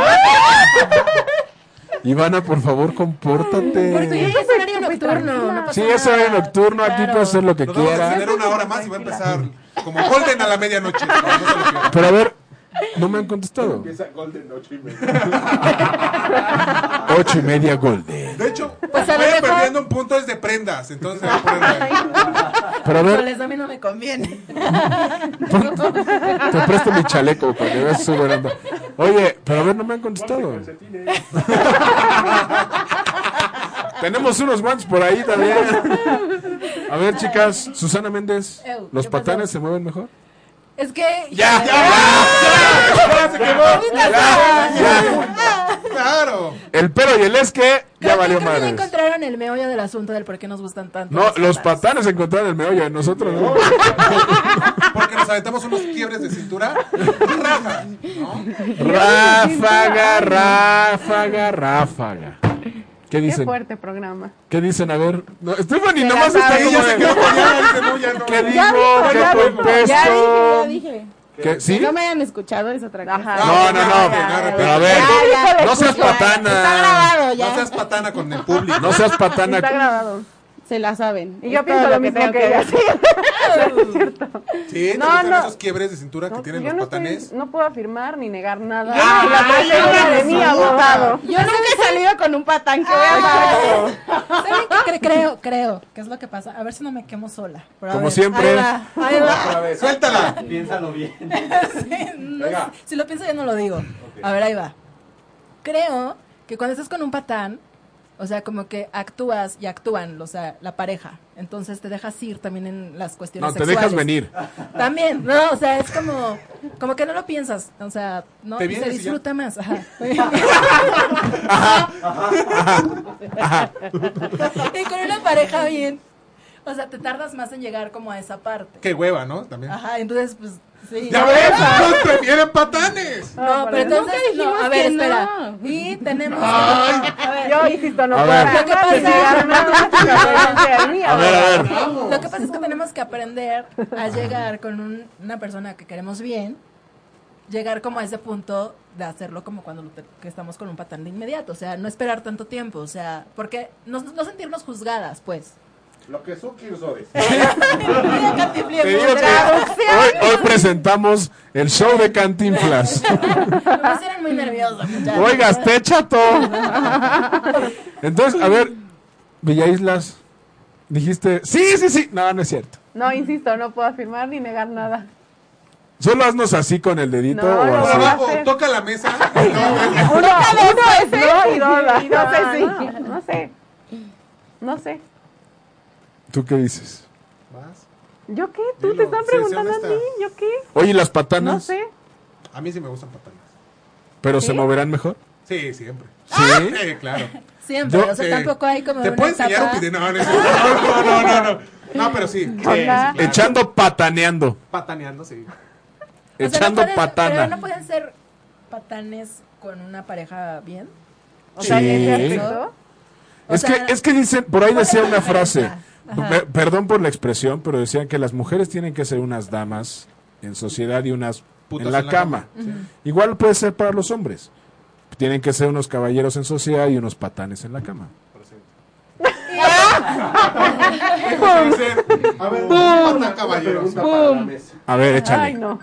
[SPEAKER 2] Ivana, por favor,
[SPEAKER 3] Porque
[SPEAKER 2] compórtate.
[SPEAKER 3] es horario nocturno. No pasa
[SPEAKER 2] Sí, es horario nocturno, aquí
[SPEAKER 3] claro.
[SPEAKER 2] puedes hacer lo que
[SPEAKER 5] Nos vamos a
[SPEAKER 2] quieras.
[SPEAKER 5] extender una hora más y va a empezar como Golden a la medianoche. No, no se lo pierdan.
[SPEAKER 2] Pero a ver, no me han contestado.
[SPEAKER 7] Empieza Golden 8 y media.
[SPEAKER 2] Ocho y media golden.
[SPEAKER 5] de hecho,
[SPEAKER 6] Pues a lo
[SPEAKER 5] vayan
[SPEAKER 6] mejor-
[SPEAKER 5] perdiendo un punto es de prendas. Entonces, voy a ponerlo ahí.
[SPEAKER 2] Pero a ver,
[SPEAKER 3] Híjoles, a mí no me conviene.
[SPEAKER 2] te presto mi chaleco para que veas su buena onda. Oye, pero a ver, no me han contestado.
[SPEAKER 7] Calcetines.
[SPEAKER 2] Tenemos unos guantes por ahí también. A ver, chicas, Susana Méndez,
[SPEAKER 3] Ew,
[SPEAKER 2] ¿los
[SPEAKER 3] ¿qué pasó?
[SPEAKER 2] patanes se mueven mejor?
[SPEAKER 3] Es que.
[SPEAKER 2] ¡Ya! ¡Ya!
[SPEAKER 5] ¡Claro!
[SPEAKER 2] El pero y el es que
[SPEAKER 3] Creo
[SPEAKER 2] ya
[SPEAKER 3] que-
[SPEAKER 2] valió
[SPEAKER 3] creo que ya
[SPEAKER 2] madre.
[SPEAKER 3] encontraron el meollo del asunto del por qué nos gustan tanto.
[SPEAKER 2] No, los
[SPEAKER 3] patanes.
[SPEAKER 2] patanes encontraron el meollo, nosotros no.
[SPEAKER 5] Porque nos aventamos unos quiebres de cintura. ¡Raja! ¿no?
[SPEAKER 2] Ráfaga, ráfaga, ráfaga. ¿Qué
[SPEAKER 4] Qué
[SPEAKER 2] dicen?
[SPEAKER 4] fuerte Este programa.
[SPEAKER 2] ¿Qué dicen? A ver. No, Stephanie, nomás
[SPEAKER 5] Sí,
[SPEAKER 2] está
[SPEAKER 5] ella se quedó
[SPEAKER 2] como de-
[SPEAKER 5] con ella, dice, no, ya no.
[SPEAKER 2] ¿Qué digo?
[SPEAKER 6] Ya dijo, ya
[SPEAKER 2] ¿Qué
[SPEAKER 6] dijo, ya
[SPEAKER 2] contesto?
[SPEAKER 6] dije, ya dije.
[SPEAKER 2] ¿Qué-
[SPEAKER 6] Que
[SPEAKER 2] ¿Sí?
[SPEAKER 6] no me hayan escuchado es otra cosa.
[SPEAKER 4] Ajá.
[SPEAKER 2] No, no, no.
[SPEAKER 5] Ya,
[SPEAKER 2] Pero a ver,
[SPEAKER 6] ya, ya.
[SPEAKER 2] no seas
[SPEAKER 6] Ya, ya. Está
[SPEAKER 2] patana.
[SPEAKER 6] grabado ya.
[SPEAKER 5] No seas patana con el público.
[SPEAKER 2] No seas
[SPEAKER 4] Está
[SPEAKER 2] patana.
[SPEAKER 4] grabado.
[SPEAKER 6] Se la saben.
[SPEAKER 4] Y yo
[SPEAKER 6] Es
[SPEAKER 4] pienso
[SPEAKER 6] todo
[SPEAKER 4] lo
[SPEAKER 6] que
[SPEAKER 4] mismo
[SPEAKER 6] tengo
[SPEAKER 4] que
[SPEAKER 6] decir.
[SPEAKER 4] ella.
[SPEAKER 5] Sí, te
[SPEAKER 4] No,
[SPEAKER 5] gustan
[SPEAKER 4] no.
[SPEAKER 5] esos quiebres de cintura que
[SPEAKER 4] No,
[SPEAKER 5] tienen
[SPEAKER 4] yo
[SPEAKER 5] los
[SPEAKER 4] no, estoy-
[SPEAKER 5] patanes.
[SPEAKER 4] no puedo afirmar ni negar nada.
[SPEAKER 6] Ah,
[SPEAKER 4] la parte segura de mí, abogado.
[SPEAKER 6] Yo nunca he salido con un patán que vea más.
[SPEAKER 3] ¿Saben qué cre- creo? Creo. ¿Qué es lo que pasa? A ver si no me quemo sola. Pero a
[SPEAKER 2] Como
[SPEAKER 3] ver,
[SPEAKER 2] siempre.
[SPEAKER 3] Ahí va, ahí va.
[SPEAKER 7] Otra vez.
[SPEAKER 5] Ah, ¡Suéltala!
[SPEAKER 8] Piénsalo bien.
[SPEAKER 3] Sí, no
[SPEAKER 7] Venga.
[SPEAKER 3] sé. si lo pienso, ya no lo digo. A ver, ahí va. Creo que cuando estás con un patán, o sea, como que actúas y actúan, o sea, la pareja. Entonces te dejas ir también en las cuestiones
[SPEAKER 2] No, te
[SPEAKER 3] sexuales.
[SPEAKER 2] dejas venir.
[SPEAKER 3] Ah. También, no, o sea, es como, como que no lo piensas, o sea, no, Y
[SPEAKER 5] Te
[SPEAKER 3] se
[SPEAKER 5] vienes y ya.
[SPEAKER 3] disfruta más. Ajá. y con una pareja bien, o sea, te tardas más en llegar como a esa parte.
[SPEAKER 5] ¡Qué hueva, ¿no? También.
[SPEAKER 3] Ajá, entonces, pues, sí.
[SPEAKER 5] ¡Ya ves! ¡Nos prefieren patanes!
[SPEAKER 6] Ah,
[SPEAKER 3] No, pero entonces,
[SPEAKER 6] dijimos
[SPEAKER 3] no, a ver,
[SPEAKER 6] que no.
[SPEAKER 3] espera. Y tenemos. a ver,
[SPEAKER 4] Yo insisto, no
[SPEAKER 2] A
[SPEAKER 4] puedo
[SPEAKER 2] ver.
[SPEAKER 3] Lo que pasa-
[SPEAKER 4] negar nada.
[SPEAKER 2] A ver, a ver.
[SPEAKER 3] lo que pasa es que tenemos que aprender a llegar con un- una persona que queremos bien, llegar como a ese punto de hacerlo como cuando lo te- que estamos con un patán de inmediato, o sea, no esperar tanto tiempo, o sea, porque no, no sentirnos juzgadas, pues.
[SPEAKER 7] Lo que Suki usó es.
[SPEAKER 2] Te digo que hoy, hoy presentamos el show de Cantinflas.
[SPEAKER 3] Me pusieron muy nerviosa, muchachos.
[SPEAKER 2] Oiga, esté chato. Entonces, a ver, Villa Islas, dijiste, sí, sí, sí. No, no es cierto.
[SPEAKER 4] No, insisto, no puedo afirmar ni negar nada.
[SPEAKER 2] Solo haznos así con el dedito
[SPEAKER 4] No,
[SPEAKER 2] o
[SPEAKER 4] no,
[SPEAKER 2] así.
[SPEAKER 4] no,
[SPEAKER 5] Abajo, toca la mesa. No,
[SPEAKER 4] Uno, uno es no y dos,
[SPEAKER 6] y
[SPEAKER 4] no
[SPEAKER 6] Ah, no
[SPEAKER 4] sé
[SPEAKER 6] sé si.
[SPEAKER 4] No, no sé. No sé.
[SPEAKER 2] ¿Tú qué dices?
[SPEAKER 5] Vas.
[SPEAKER 4] ¿Yo qué? ¿Tú
[SPEAKER 5] Dilo,
[SPEAKER 4] te están
[SPEAKER 5] sé- sé
[SPEAKER 4] preguntando a
[SPEAKER 5] honesta.
[SPEAKER 4] mí? ¿Yo qué?
[SPEAKER 2] Oye, ¿y las
[SPEAKER 4] No
[SPEAKER 2] patanas,
[SPEAKER 4] sé.
[SPEAKER 5] A mí sí me gustan patanes.
[SPEAKER 2] pero se moverán mejor.
[SPEAKER 5] Sí, siempre.
[SPEAKER 4] Ah,
[SPEAKER 2] Sí.
[SPEAKER 5] Sí, claro.
[SPEAKER 3] Siempre,
[SPEAKER 2] Yo- eh,
[SPEAKER 3] o sea,
[SPEAKER 5] Sí.
[SPEAKER 3] tampoco hay como
[SPEAKER 5] ¿Te
[SPEAKER 3] una
[SPEAKER 5] puedo enseñar
[SPEAKER 3] etapa-
[SPEAKER 5] un pide? No, no, es cierto. no, no, no, no, no. No, pero sí. Sí, sí, claro.
[SPEAKER 2] Echando pataneando.
[SPEAKER 5] Pataneando, sí.
[SPEAKER 3] O sea, no
[SPEAKER 2] Echando
[SPEAKER 3] pueden-
[SPEAKER 2] patana.
[SPEAKER 3] Pero no pueden ser patanes con una pareja bien.
[SPEAKER 4] O sea, en ese
[SPEAKER 2] Sí.
[SPEAKER 4] aspecto.
[SPEAKER 3] O
[SPEAKER 2] es,
[SPEAKER 3] sea,
[SPEAKER 2] que, es que dicen, por ahí
[SPEAKER 3] ¿cuál es
[SPEAKER 2] decía
[SPEAKER 3] la
[SPEAKER 2] una frase,
[SPEAKER 3] diferencia?
[SPEAKER 2] pe- perdón por la expresión, pero decían que las mujeres tienen que ser unas damas en sociedad y unas
[SPEAKER 5] Putas
[SPEAKER 2] en la
[SPEAKER 5] en la
[SPEAKER 2] cama. Igual puede ser para los hombres. Tienen que ser unos caballeros en sociedad y unos patanes en la cama.
[SPEAKER 5] Puede ser.
[SPEAKER 7] A ver,
[SPEAKER 5] Pata caballeros.
[SPEAKER 7] pregunta para la mesa.
[SPEAKER 2] A ver, échale.
[SPEAKER 4] Ay, no.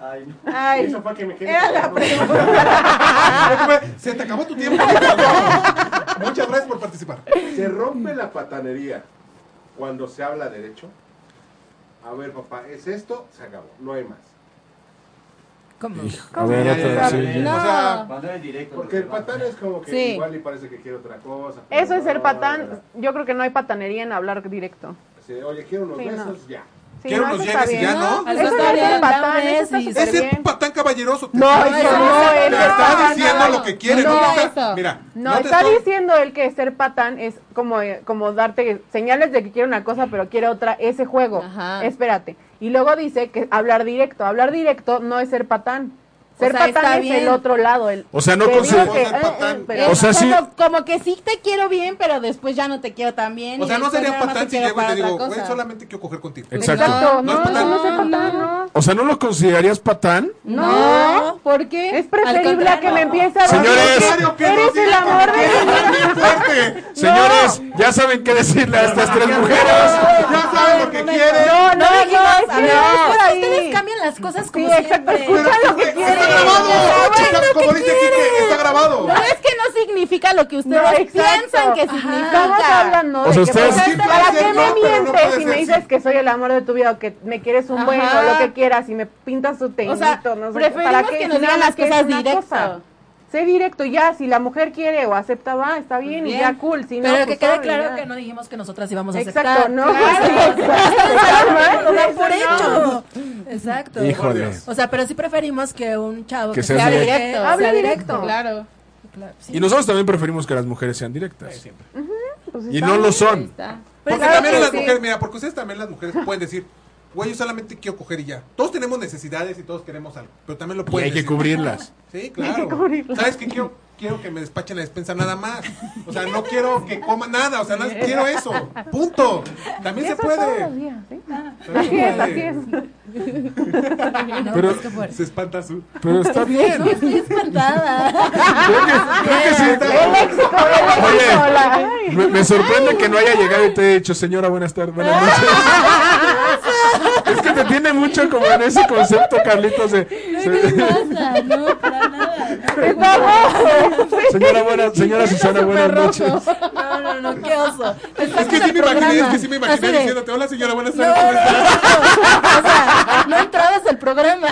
[SPEAKER 8] Ay, no.
[SPEAKER 4] Ay.
[SPEAKER 7] Eso fue que me quedé.
[SPEAKER 4] Era la pregunta.
[SPEAKER 5] Se te acabó tu tiempo. Muchas gracias por participar.
[SPEAKER 7] Se rompe la patanería cuando se habla derecho. A ver, papá, es esto, se acabó, no hay más.
[SPEAKER 3] ¿Cómo?
[SPEAKER 2] A ver,
[SPEAKER 5] Ya, ya,
[SPEAKER 2] otra,
[SPEAKER 5] ya.
[SPEAKER 2] sí, ya.
[SPEAKER 5] O sea,
[SPEAKER 8] Cuando eres directo.
[SPEAKER 7] Porque el patán es como que
[SPEAKER 6] Sí.
[SPEAKER 7] igual y parece que quiere otra cosa. pero
[SPEAKER 4] Eso es
[SPEAKER 7] no,
[SPEAKER 4] ser patán. Yo creo que no hay patanería en hablar directo.
[SPEAKER 7] Sí, Oye, quiero unos
[SPEAKER 4] Sí, no.
[SPEAKER 7] besos, ya.
[SPEAKER 4] Sí,
[SPEAKER 5] Quiero
[SPEAKER 4] no,
[SPEAKER 5] unos
[SPEAKER 4] eso está
[SPEAKER 5] llegues y
[SPEAKER 4] bien.
[SPEAKER 5] ya, ¿no?
[SPEAKER 6] pues
[SPEAKER 3] Al
[SPEAKER 4] Eso no
[SPEAKER 3] contrario,
[SPEAKER 4] es ser
[SPEAKER 3] da un
[SPEAKER 4] patán, eso está
[SPEAKER 3] beso y-
[SPEAKER 4] súper
[SPEAKER 5] Ese
[SPEAKER 4] bien.
[SPEAKER 5] patán caballeroso te,
[SPEAKER 4] No,
[SPEAKER 6] No, eso
[SPEAKER 4] eso no
[SPEAKER 6] no
[SPEAKER 4] es
[SPEAKER 6] es
[SPEAKER 5] te
[SPEAKER 6] no,
[SPEAKER 5] está
[SPEAKER 6] no,
[SPEAKER 5] diciendo
[SPEAKER 6] no,
[SPEAKER 5] lo que quiere.
[SPEAKER 6] no,
[SPEAKER 5] No, te está,
[SPEAKER 6] eso.
[SPEAKER 5] mira,
[SPEAKER 4] No,
[SPEAKER 5] te
[SPEAKER 4] está
[SPEAKER 5] está-
[SPEAKER 4] diciendo él que ser patán es como, eh, como darte señales de que quiere una cosa, pero quiere otra, ese juego.
[SPEAKER 6] Ajá.
[SPEAKER 4] Espérate. Y luego dice que hablar directo. Hablar directo no es ser patán.
[SPEAKER 6] O
[SPEAKER 4] Ser
[SPEAKER 6] sea, está
[SPEAKER 4] patán es
[SPEAKER 6] bien.
[SPEAKER 4] el otro lado. El,
[SPEAKER 2] O sea, no
[SPEAKER 4] te digo
[SPEAKER 2] consider-
[SPEAKER 4] que,
[SPEAKER 5] Ser patán.
[SPEAKER 4] pero-
[SPEAKER 2] O sea, sí.
[SPEAKER 6] como, como que sí te quiero bien, pero después ya no te quiero tan bien.
[SPEAKER 5] O
[SPEAKER 6] y
[SPEAKER 5] sea, no
[SPEAKER 6] después
[SPEAKER 5] sería
[SPEAKER 6] nada más
[SPEAKER 5] patán si
[SPEAKER 6] quiero
[SPEAKER 5] llego y te
[SPEAKER 6] para
[SPEAKER 5] digo,
[SPEAKER 6] otra
[SPEAKER 5] güey,
[SPEAKER 6] cosa.
[SPEAKER 5] solamente quiero coger contigo.
[SPEAKER 2] Exacto.
[SPEAKER 4] Exacto, no,
[SPEAKER 5] No, no es
[SPEAKER 4] no, no, es ser
[SPEAKER 6] patán.
[SPEAKER 4] patán, no.
[SPEAKER 2] O sea, ¿no lo considerarías patán?
[SPEAKER 6] No,
[SPEAKER 4] No.
[SPEAKER 6] ¿por qué?
[SPEAKER 4] Es
[SPEAKER 6] Al
[SPEAKER 4] preferible a
[SPEAKER 6] contrario.
[SPEAKER 4] que me empiece a
[SPEAKER 2] Señores.
[SPEAKER 4] que eres el amor de mi vida.
[SPEAKER 5] fuerte.
[SPEAKER 2] Señores, ya saben qué decirle a estas tres mujeres.
[SPEAKER 5] Ya saben lo que quieren.
[SPEAKER 4] No, no,
[SPEAKER 3] No,
[SPEAKER 4] no,
[SPEAKER 3] dijimos,
[SPEAKER 4] es
[SPEAKER 3] a
[SPEAKER 4] que
[SPEAKER 3] ver,
[SPEAKER 4] no,
[SPEAKER 3] espera,
[SPEAKER 4] sí.
[SPEAKER 3] ustedes cambian las cosas como
[SPEAKER 4] Sí, exacto,
[SPEAKER 3] siempre.
[SPEAKER 4] escucha lo que
[SPEAKER 5] Está
[SPEAKER 4] quiere.
[SPEAKER 5] grabado.
[SPEAKER 4] Está bueno,
[SPEAKER 5] Está- Como
[SPEAKER 4] ¿qué
[SPEAKER 5] dice Kike, está grabado.
[SPEAKER 6] No es que no significa lo que ustedes
[SPEAKER 4] No,
[SPEAKER 6] piensan
[SPEAKER 4] exacto.
[SPEAKER 6] que
[SPEAKER 4] Ajá.
[SPEAKER 6] significa.
[SPEAKER 4] Estamos hablando
[SPEAKER 2] O sea,
[SPEAKER 4] de que
[SPEAKER 2] ustedes-
[SPEAKER 4] ¿para
[SPEAKER 5] Sí,
[SPEAKER 4] qué-
[SPEAKER 5] puede
[SPEAKER 4] ¿para
[SPEAKER 5] ser
[SPEAKER 4] qué me
[SPEAKER 5] no, pero no
[SPEAKER 4] mientes
[SPEAKER 5] puede
[SPEAKER 4] si me
[SPEAKER 5] ser
[SPEAKER 4] dices
[SPEAKER 5] sí.
[SPEAKER 4] que soy el amor de tu vida o que me quieres un buen
[SPEAKER 6] Ajá.
[SPEAKER 4] o lo que quieras y me pintas tu teñito?
[SPEAKER 6] O sea,
[SPEAKER 4] no sé,
[SPEAKER 6] preferimos
[SPEAKER 4] ¿para qué
[SPEAKER 6] que nos
[SPEAKER 4] si
[SPEAKER 6] digan
[SPEAKER 4] nada
[SPEAKER 6] las
[SPEAKER 4] más
[SPEAKER 6] cosas
[SPEAKER 4] quieres una
[SPEAKER 6] directo.
[SPEAKER 4] cosa? Sé directo y ya, si la mujer quiere o acepta, va, está bien, y
[SPEAKER 3] Bien.
[SPEAKER 4] ya, cool. Si no,
[SPEAKER 3] Pero que
[SPEAKER 4] pues,
[SPEAKER 3] quede
[SPEAKER 4] sorry,
[SPEAKER 3] claro
[SPEAKER 4] ya.
[SPEAKER 3] que no dijimos que nosotras íbamos a aceptar.
[SPEAKER 4] Exacto, no.
[SPEAKER 3] Lo dan por
[SPEAKER 4] Eso
[SPEAKER 3] hecho. Exacto.
[SPEAKER 2] Híjole.
[SPEAKER 3] O sea, pero sí preferimos que un chavo
[SPEAKER 2] Que sea
[SPEAKER 3] directo,
[SPEAKER 6] directo.
[SPEAKER 3] sea
[SPEAKER 4] Hable
[SPEAKER 3] directo.
[SPEAKER 6] Claro.
[SPEAKER 3] Claro, sí.
[SPEAKER 2] Y nosotros también preferimos que las mujeres sean directas.
[SPEAKER 4] Pues
[SPEAKER 2] Y
[SPEAKER 4] está
[SPEAKER 2] no lo
[SPEAKER 4] bien.
[SPEAKER 6] Ahí
[SPEAKER 2] son.
[SPEAKER 6] está.
[SPEAKER 5] Porque
[SPEAKER 4] claro
[SPEAKER 5] también
[SPEAKER 4] que
[SPEAKER 5] las
[SPEAKER 4] sí.
[SPEAKER 5] mujeres, mira, porque ustedes también las mujeres pueden decir, güey, yo solamente quiero coger y ya. Todos tenemos necesidades y todos queremos algo, pero también lo
[SPEAKER 2] Y
[SPEAKER 3] Pues,
[SPEAKER 5] pueden
[SPEAKER 2] hay que
[SPEAKER 5] decir.
[SPEAKER 2] cubrirlas.
[SPEAKER 5] Sí, claro. ¿Sabes qué quiero? Quiero que me despachen la despensa nada más. O sea, no quiero que coma nada. O sea, no quiero eso. Punto. También se
[SPEAKER 4] Eso todos los
[SPEAKER 5] puede.
[SPEAKER 4] días, ¿sí?
[SPEAKER 5] También
[SPEAKER 4] Así
[SPEAKER 5] se
[SPEAKER 4] es,
[SPEAKER 5] puede.
[SPEAKER 4] así es.
[SPEAKER 3] No,
[SPEAKER 2] Pero-
[SPEAKER 3] pues, qué fuerte.
[SPEAKER 5] Se espanta su.
[SPEAKER 2] Pero está bien.
[SPEAKER 3] No, estoy espantada.
[SPEAKER 2] Creo que sí está- Oye,
[SPEAKER 4] Hola.
[SPEAKER 2] me, me sorprende que no haya llegado y te haya dicho, señora, buenas tardes, buenas noches.
[SPEAKER 3] Ah.
[SPEAKER 2] Es que te tiene mucho como en ese concepto, Carlitos, de- se-
[SPEAKER 6] pasa? No, para nada.
[SPEAKER 2] señora, buena, señora Susana, buenas noches.
[SPEAKER 3] No, no, no, qué oso.
[SPEAKER 5] Es que sí me imaginé, es que sí me imaginé diciéndote, hola señora, buenas tardes. ¿cómo estás?"
[SPEAKER 3] O sea, no entrabas al programa.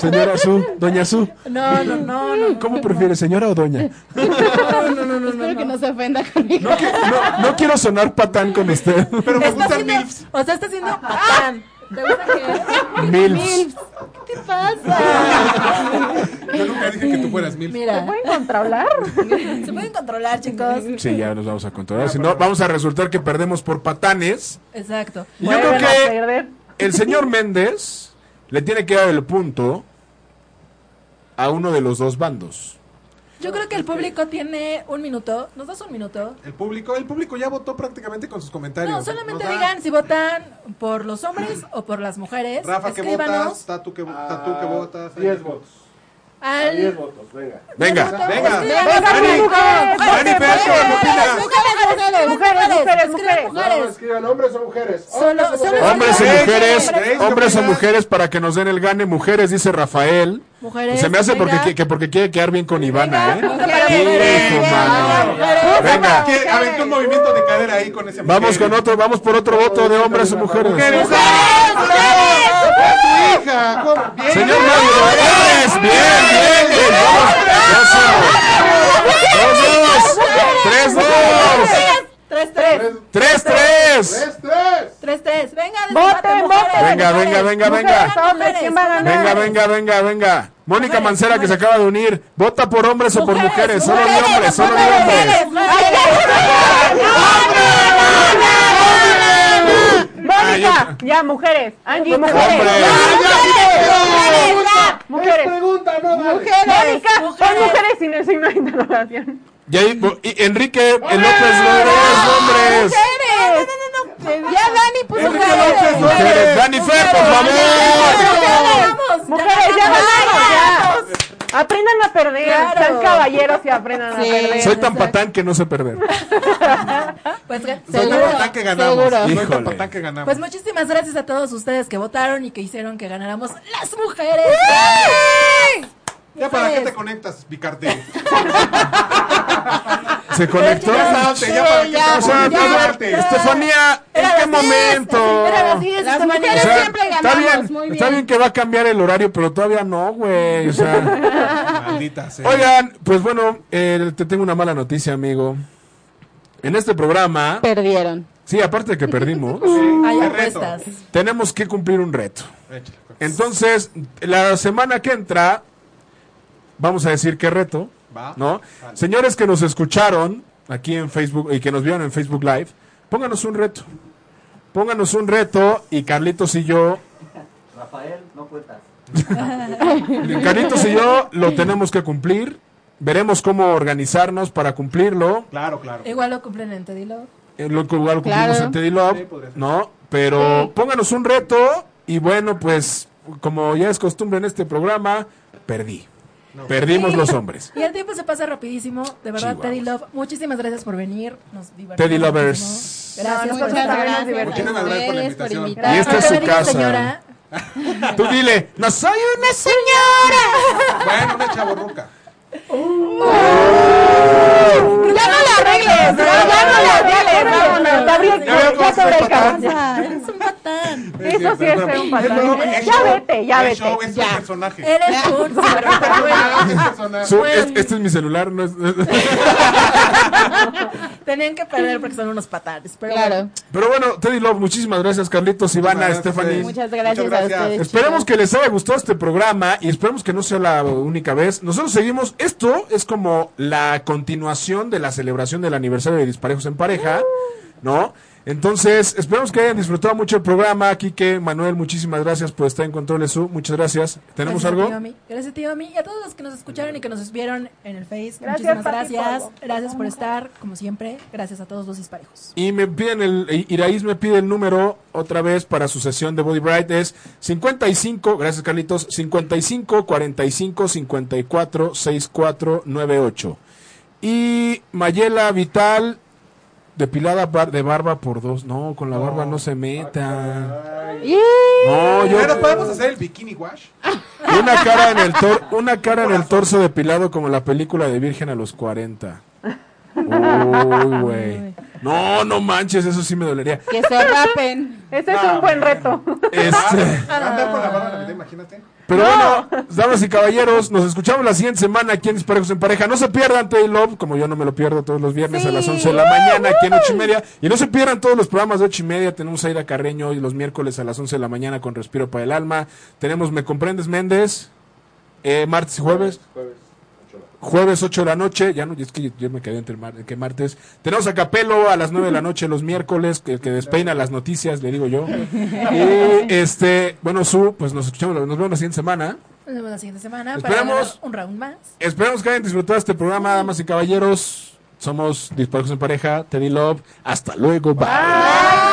[SPEAKER 2] Señora Su, doña Su.
[SPEAKER 3] No, no, no, no.
[SPEAKER 2] ¿Cómo prefieres, señora o doña?
[SPEAKER 3] No, no, no, no,
[SPEAKER 6] Espero
[SPEAKER 3] no,
[SPEAKER 6] que
[SPEAKER 3] no.
[SPEAKER 6] no se ofenda conmigo.
[SPEAKER 2] No, que- no- no quiero sonar patán con usted.
[SPEAKER 5] Pero me
[SPEAKER 3] Está
[SPEAKER 5] gustan
[SPEAKER 3] siendo-
[SPEAKER 5] MILFs.
[SPEAKER 3] O sea, está siendo patán. ¿Te gusta que.?
[SPEAKER 2] Mills.
[SPEAKER 3] ¿Qué te pasa?
[SPEAKER 5] Yo nunca dije que tú fueras MILF.
[SPEAKER 3] Mira,
[SPEAKER 4] ¿Pueden contrahablar?
[SPEAKER 3] se pueden controlar, chicos.
[SPEAKER 2] Sí, ya nos vamos a controlar. Si no, vamos a resultar que perdemos por patanes.
[SPEAKER 3] Exacto.
[SPEAKER 2] Y yo creo
[SPEAKER 4] Vuelven a
[SPEAKER 2] que
[SPEAKER 4] perder.
[SPEAKER 2] el señor Méndez le tiene que dar el punto a uno de los dos bandos.
[SPEAKER 3] Yo creo que el público tiene un minuto. ¿Nos das un minuto?
[SPEAKER 5] El público, el público ya votó prácticamente con sus comentarios.
[SPEAKER 3] No, solamente
[SPEAKER 5] Nos da-
[SPEAKER 3] digan si votan por los hombres o por las mujeres.
[SPEAKER 5] Rafa, que votas?
[SPEAKER 3] Escríbanos.
[SPEAKER 5] Tatu, que,
[SPEAKER 4] Ah.
[SPEAKER 7] Ah,
[SPEAKER 5] tatu, que votas?
[SPEAKER 7] 10 votos. A
[SPEAKER 3] Al...
[SPEAKER 7] 10 votos, venga.
[SPEAKER 2] Venga,
[SPEAKER 3] Votan-
[SPEAKER 5] venga.
[SPEAKER 3] Escríbanos.
[SPEAKER 4] Venga, mujeres,
[SPEAKER 5] Ani Fercho, Lupita.
[SPEAKER 3] Mujeres, mujeres,
[SPEAKER 4] mujeres,
[SPEAKER 3] Escriban
[SPEAKER 4] mujeres.
[SPEAKER 7] No,
[SPEAKER 3] mujeres.
[SPEAKER 7] escriban hombres o mujeres.
[SPEAKER 3] Solo-
[SPEAKER 7] Hombres o
[SPEAKER 3] solo
[SPEAKER 7] mujeres.
[SPEAKER 2] Hombres y
[SPEAKER 5] Ey,
[SPEAKER 2] mujeres,
[SPEAKER 5] ey,
[SPEAKER 2] hombres o
[SPEAKER 5] Lupita.
[SPEAKER 2] mujeres para que nos den el gane, mujeres, dice Rafael.
[SPEAKER 3] Mujeres,
[SPEAKER 2] Se me hace porque,
[SPEAKER 3] venga.
[SPEAKER 2] qui- que porque quiere quedar bien con Ivana, ¿eh?
[SPEAKER 3] Mujeres,
[SPEAKER 2] Hijo,
[SPEAKER 3] mujeres,
[SPEAKER 2] mano.
[SPEAKER 3] mujeres.
[SPEAKER 2] Venga,
[SPEAKER 5] Que aventó un movimiento de cadera ahí con ese
[SPEAKER 2] vamos con
[SPEAKER 5] mujer.
[SPEAKER 2] otro, vamos por otro voto de hombres o mujeres.
[SPEAKER 5] ¡Mujeres! ¡Es tu hija! ¿Cómo? ¡Bien!
[SPEAKER 2] Señor Mario, hombres, bien, bien, bien. Vamos, dos, uno. Dos, dos. Tres, dos.
[SPEAKER 3] Tres, tres.
[SPEAKER 2] Tres, tres.
[SPEAKER 7] 3-3.
[SPEAKER 3] Tres, tres. Venga, desempate,
[SPEAKER 4] Voten,
[SPEAKER 3] mujeres.
[SPEAKER 4] voten.
[SPEAKER 2] Venga, venga, venga, venga.
[SPEAKER 4] Mujeres, hombres, ¿quién va a ganar?
[SPEAKER 2] Venga, venga, venga, venga. Mónica
[SPEAKER 3] Mujeres,
[SPEAKER 2] Mancera que se
[SPEAKER 3] mujeres.
[SPEAKER 2] acaba de unir. Vota por hombres o por mujeres. Solo de hombres, solo de hombres.
[SPEAKER 3] mujeres, mujeres.
[SPEAKER 4] Mónica, ya, mujeres. Angie, mujeres.
[SPEAKER 2] ¡Hombre!
[SPEAKER 4] Mujeres.
[SPEAKER 7] Pregunta, no dale.
[SPEAKER 4] Mónica, son
[SPEAKER 3] mujeres.
[SPEAKER 4] mujeres sin el signo de interrogación.
[SPEAKER 2] Y ahí, bo- y Enrique eh, López López, hombres.
[SPEAKER 3] Mujeres. No, no, no, no. Ya Dani puso
[SPEAKER 5] Enrique López López.
[SPEAKER 2] Mujeres. Dani Fer, por favor.
[SPEAKER 3] Mujeres.
[SPEAKER 4] Mujeres, ya ganamos, ya. Aprendan a perder.
[SPEAKER 3] Claro.
[SPEAKER 4] Sean caballeros y aprendan
[SPEAKER 6] Sí.
[SPEAKER 4] a perder.
[SPEAKER 2] Soy tan patán que no sé perder.
[SPEAKER 3] Pues,
[SPEAKER 5] Soy tan
[SPEAKER 6] Seguro,
[SPEAKER 5] patán que ganamos.
[SPEAKER 6] seguro.
[SPEAKER 5] Soy
[SPEAKER 2] Híjole.
[SPEAKER 5] tan patán que ganamos.
[SPEAKER 3] pues muchísimas gracias a todos ustedes que votaron y que hicieron que ganáramos las mujeres.
[SPEAKER 5] ¿Ya para qué
[SPEAKER 6] pues.
[SPEAKER 3] mujeres.
[SPEAKER 5] te conectas, Picarte?
[SPEAKER 2] ¿Se conectó?
[SPEAKER 5] Ya salte, ya para qué te
[SPEAKER 2] O sea,
[SPEAKER 5] conectas,
[SPEAKER 2] Estefanía, ¿en qué momento.
[SPEAKER 6] Pero así es,
[SPEAKER 3] Las
[SPEAKER 6] como
[SPEAKER 3] mujeres
[SPEAKER 2] O
[SPEAKER 6] mujeres
[SPEAKER 2] sea,
[SPEAKER 6] siempre
[SPEAKER 2] está,
[SPEAKER 6] ganamos,
[SPEAKER 2] bien,
[SPEAKER 6] muy bien.
[SPEAKER 2] está bien que va a cambiar el horario, pero todavía no, güey. O sea,
[SPEAKER 5] Maldita sea.
[SPEAKER 2] oigan, pues bueno, eh, te tengo una mala noticia, amigo. En este programa,
[SPEAKER 6] Perdieron.
[SPEAKER 2] sí, aparte de que perdimos,
[SPEAKER 3] Hay
[SPEAKER 5] Qué reto.
[SPEAKER 3] apuestas.
[SPEAKER 2] tenemos que cumplir un reto.
[SPEAKER 5] Échale, pues.
[SPEAKER 2] Entonces, la semana que entra, vamos a decir qué reto,
[SPEAKER 5] Va.
[SPEAKER 2] ¿no?
[SPEAKER 5] Vale.
[SPEAKER 2] Señores que nos escucharon aquí en Facebook y que nos vieron en Facebook Live, pónganos un reto. Pónganos un reto y Carlitos y yo,
[SPEAKER 8] Rafael, no cuentas.
[SPEAKER 2] Carlitos y yo lo tenemos que cumplir. Veremos cómo organizarnos para cumplirlo.
[SPEAKER 5] Claro, claro.
[SPEAKER 3] Igual lo cumplen en Tedilo.
[SPEAKER 2] Eh, Lo que igual cumplimos
[SPEAKER 6] Claro.
[SPEAKER 2] en Teddy Love,
[SPEAKER 5] Sí, podría ser.
[SPEAKER 2] ¿no? Pero pónganos un reto y bueno, pues como ya es costumbre en este programa, perdí. Perdimos los hombres.
[SPEAKER 3] Y el tiempo se pasa rapidísimo. De verdad,
[SPEAKER 2] Chihuahuas.
[SPEAKER 3] Teddy Love, muchísimas gracias por venir. Nos divertimos.
[SPEAKER 2] Teddy Lovers.
[SPEAKER 3] muchísimo.
[SPEAKER 6] No,
[SPEAKER 3] Gracias por
[SPEAKER 6] muchas
[SPEAKER 3] estar.
[SPEAKER 6] gracias.
[SPEAKER 5] Muchísimas gracias por la
[SPEAKER 6] ustedes
[SPEAKER 5] invitación.
[SPEAKER 2] Y esta es su
[SPEAKER 3] Ahorita
[SPEAKER 2] casa.
[SPEAKER 3] Señora,
[SPEAKER 2] Tú dile, no soy una señora.
[SPEAKER 5] Bueno, una chaborruca.
[SPEAKER 6] Ya no la arregles,
[SPEAKER 3] Pues
[SPEAKER 6] ya, ya no la arregles. Vámonos, Gabriel,
[SPEAKER 5] Ya veo cómo
[SPEAKER 6] ya
[SPEAKER 5] se
[SPEAKER 6] sobre el
[SPEAKER 5] patán.
[SPEAKER 6] cabeza.
[SPEAKER 3] eres un patán.
[SPEAKER 5] Eso sí es un
[SPEAKER 6] ¿eh? Ya vete, ya vete,
[SPEAKER 5] show es un
[SPEAKER 6] ya. Eh,
[SPEAKER 5] personaje.
[SPEAKER 3] Eres un superhéroe.
[SPEAKER 5] Es un personaje.
[SPEAKER 2] Su- es- este es mi celular, no es.
[SPEAKER 3] Tenían que perder porque son unos patanes. Pero
[SPEAKER 6] Claro.
[SPEAKER 2] Pero bueno, Teddy Love, muchísimas gracias, Carlitos, Ivana,
[SPEAKER 5] Muchas gracias a
[SPEAKER 2] Stephanie.
[SPEAKER 5] ustedes.
[SPEAKER 6] Muchas gracias,
[SPEAKER 5] Muchas gracias.
[SPEAKER 6] a ustedes.
[SPEAKER 2] Esperemos
[SPEAKER 6] chicos.
[SPEAKER 2] que les haya gustado este programa y esperemos que no sea la única vez. Nosotros seguimos, esto es como la continuación de la celebración del aniversario de Disparejos en Pareja, ¿no? Entonces, esperemos que hayan disfrutado mucho el programa. Quique, Manuel, muchísimas gracias por estar en Controles Su. Muchas gracias. ¿Tenemos
[SPEAKER 3] gracias,
[SPEAKER 2] algo?
[SPEAKER 3] Tío Ami. gracias, tío Ami. Y a todos los que nos escucharon y que nos vieron en el Face.
[SPEAKER 4] Gracias,
[SPEAKER 3] Muchísimas
[SPEAKER 4] Pati
[SPEAKER 3] gracias.
[SPEAKER 4] Polvo.
[SPEAKER 3] Gracias por estar, como siempre. Gracias a todos los disparejos.
[SPEAKER 2] Y me piden el, y- Iraíz me pide el número otra vez para su sesión de Body Bright. Es 55, gracias Carlitos, 55 45 54 64 98. Y Mayela Vital, depilada bar- de barba por dos. No, con la barba no se meta. No, yo.
[SPEAKER 5] Pero podemos hacer el bikini wash.
[SPEAKER 2] Una cara en el, tor- una cara en el torso depilado como la película de Virgen a los 40. Uy, güey. No, no manches, eso sí me dolería.
[SPEAKER 6] Que se rapen.
[SPEAKER 4] Ese es un buen reto.
[SPEAKER 2] Este,
[SPEAKER 4] Ah.
[SPEAKER 5] Andar con la barba en la mitad, imagínate.
[SPEAKER 2] pero bueno, damas y caballeros, nos escuchamos la siguiente semana aquí en Disparejos en Pareja. No se pierdan Tay Love, como yo no me lo pierdo todos los viernes a las 11 de la mañana, aquí en 8 y media. Y no se pierdan todos los programas de 8 y media. Tenemos a Aida Carreño hoy los miércoles a las 11 de la mañana con Respiro para el Alma. Tenemos Me Comprendes Méndez, eh, martes y jueves.
[SPEAKER 7] Jueves.
[SPEAKER 2] Jueves 8 de la noche, ya no, es que yo me quedé entre mar- que martes. Tenemos a Capelo a las 9 de la noche los miércoles, que, que despeina las noticias, le digo yo. Y este, bueno, su, pues nos escuchamos, nos vemos la siguiente semana.
[SPEAKER 3] Nos vemos la siguiente semana para
[SPEAKER 2] Esperemos-
[SPEAKER 3] ganar un round más.
[SPEAKER 2] Esperamos que hayan disfrutado este programa, damas y caballeros. Somos Disparejos en Pareja, Teddy Love. Hasta luego, bye.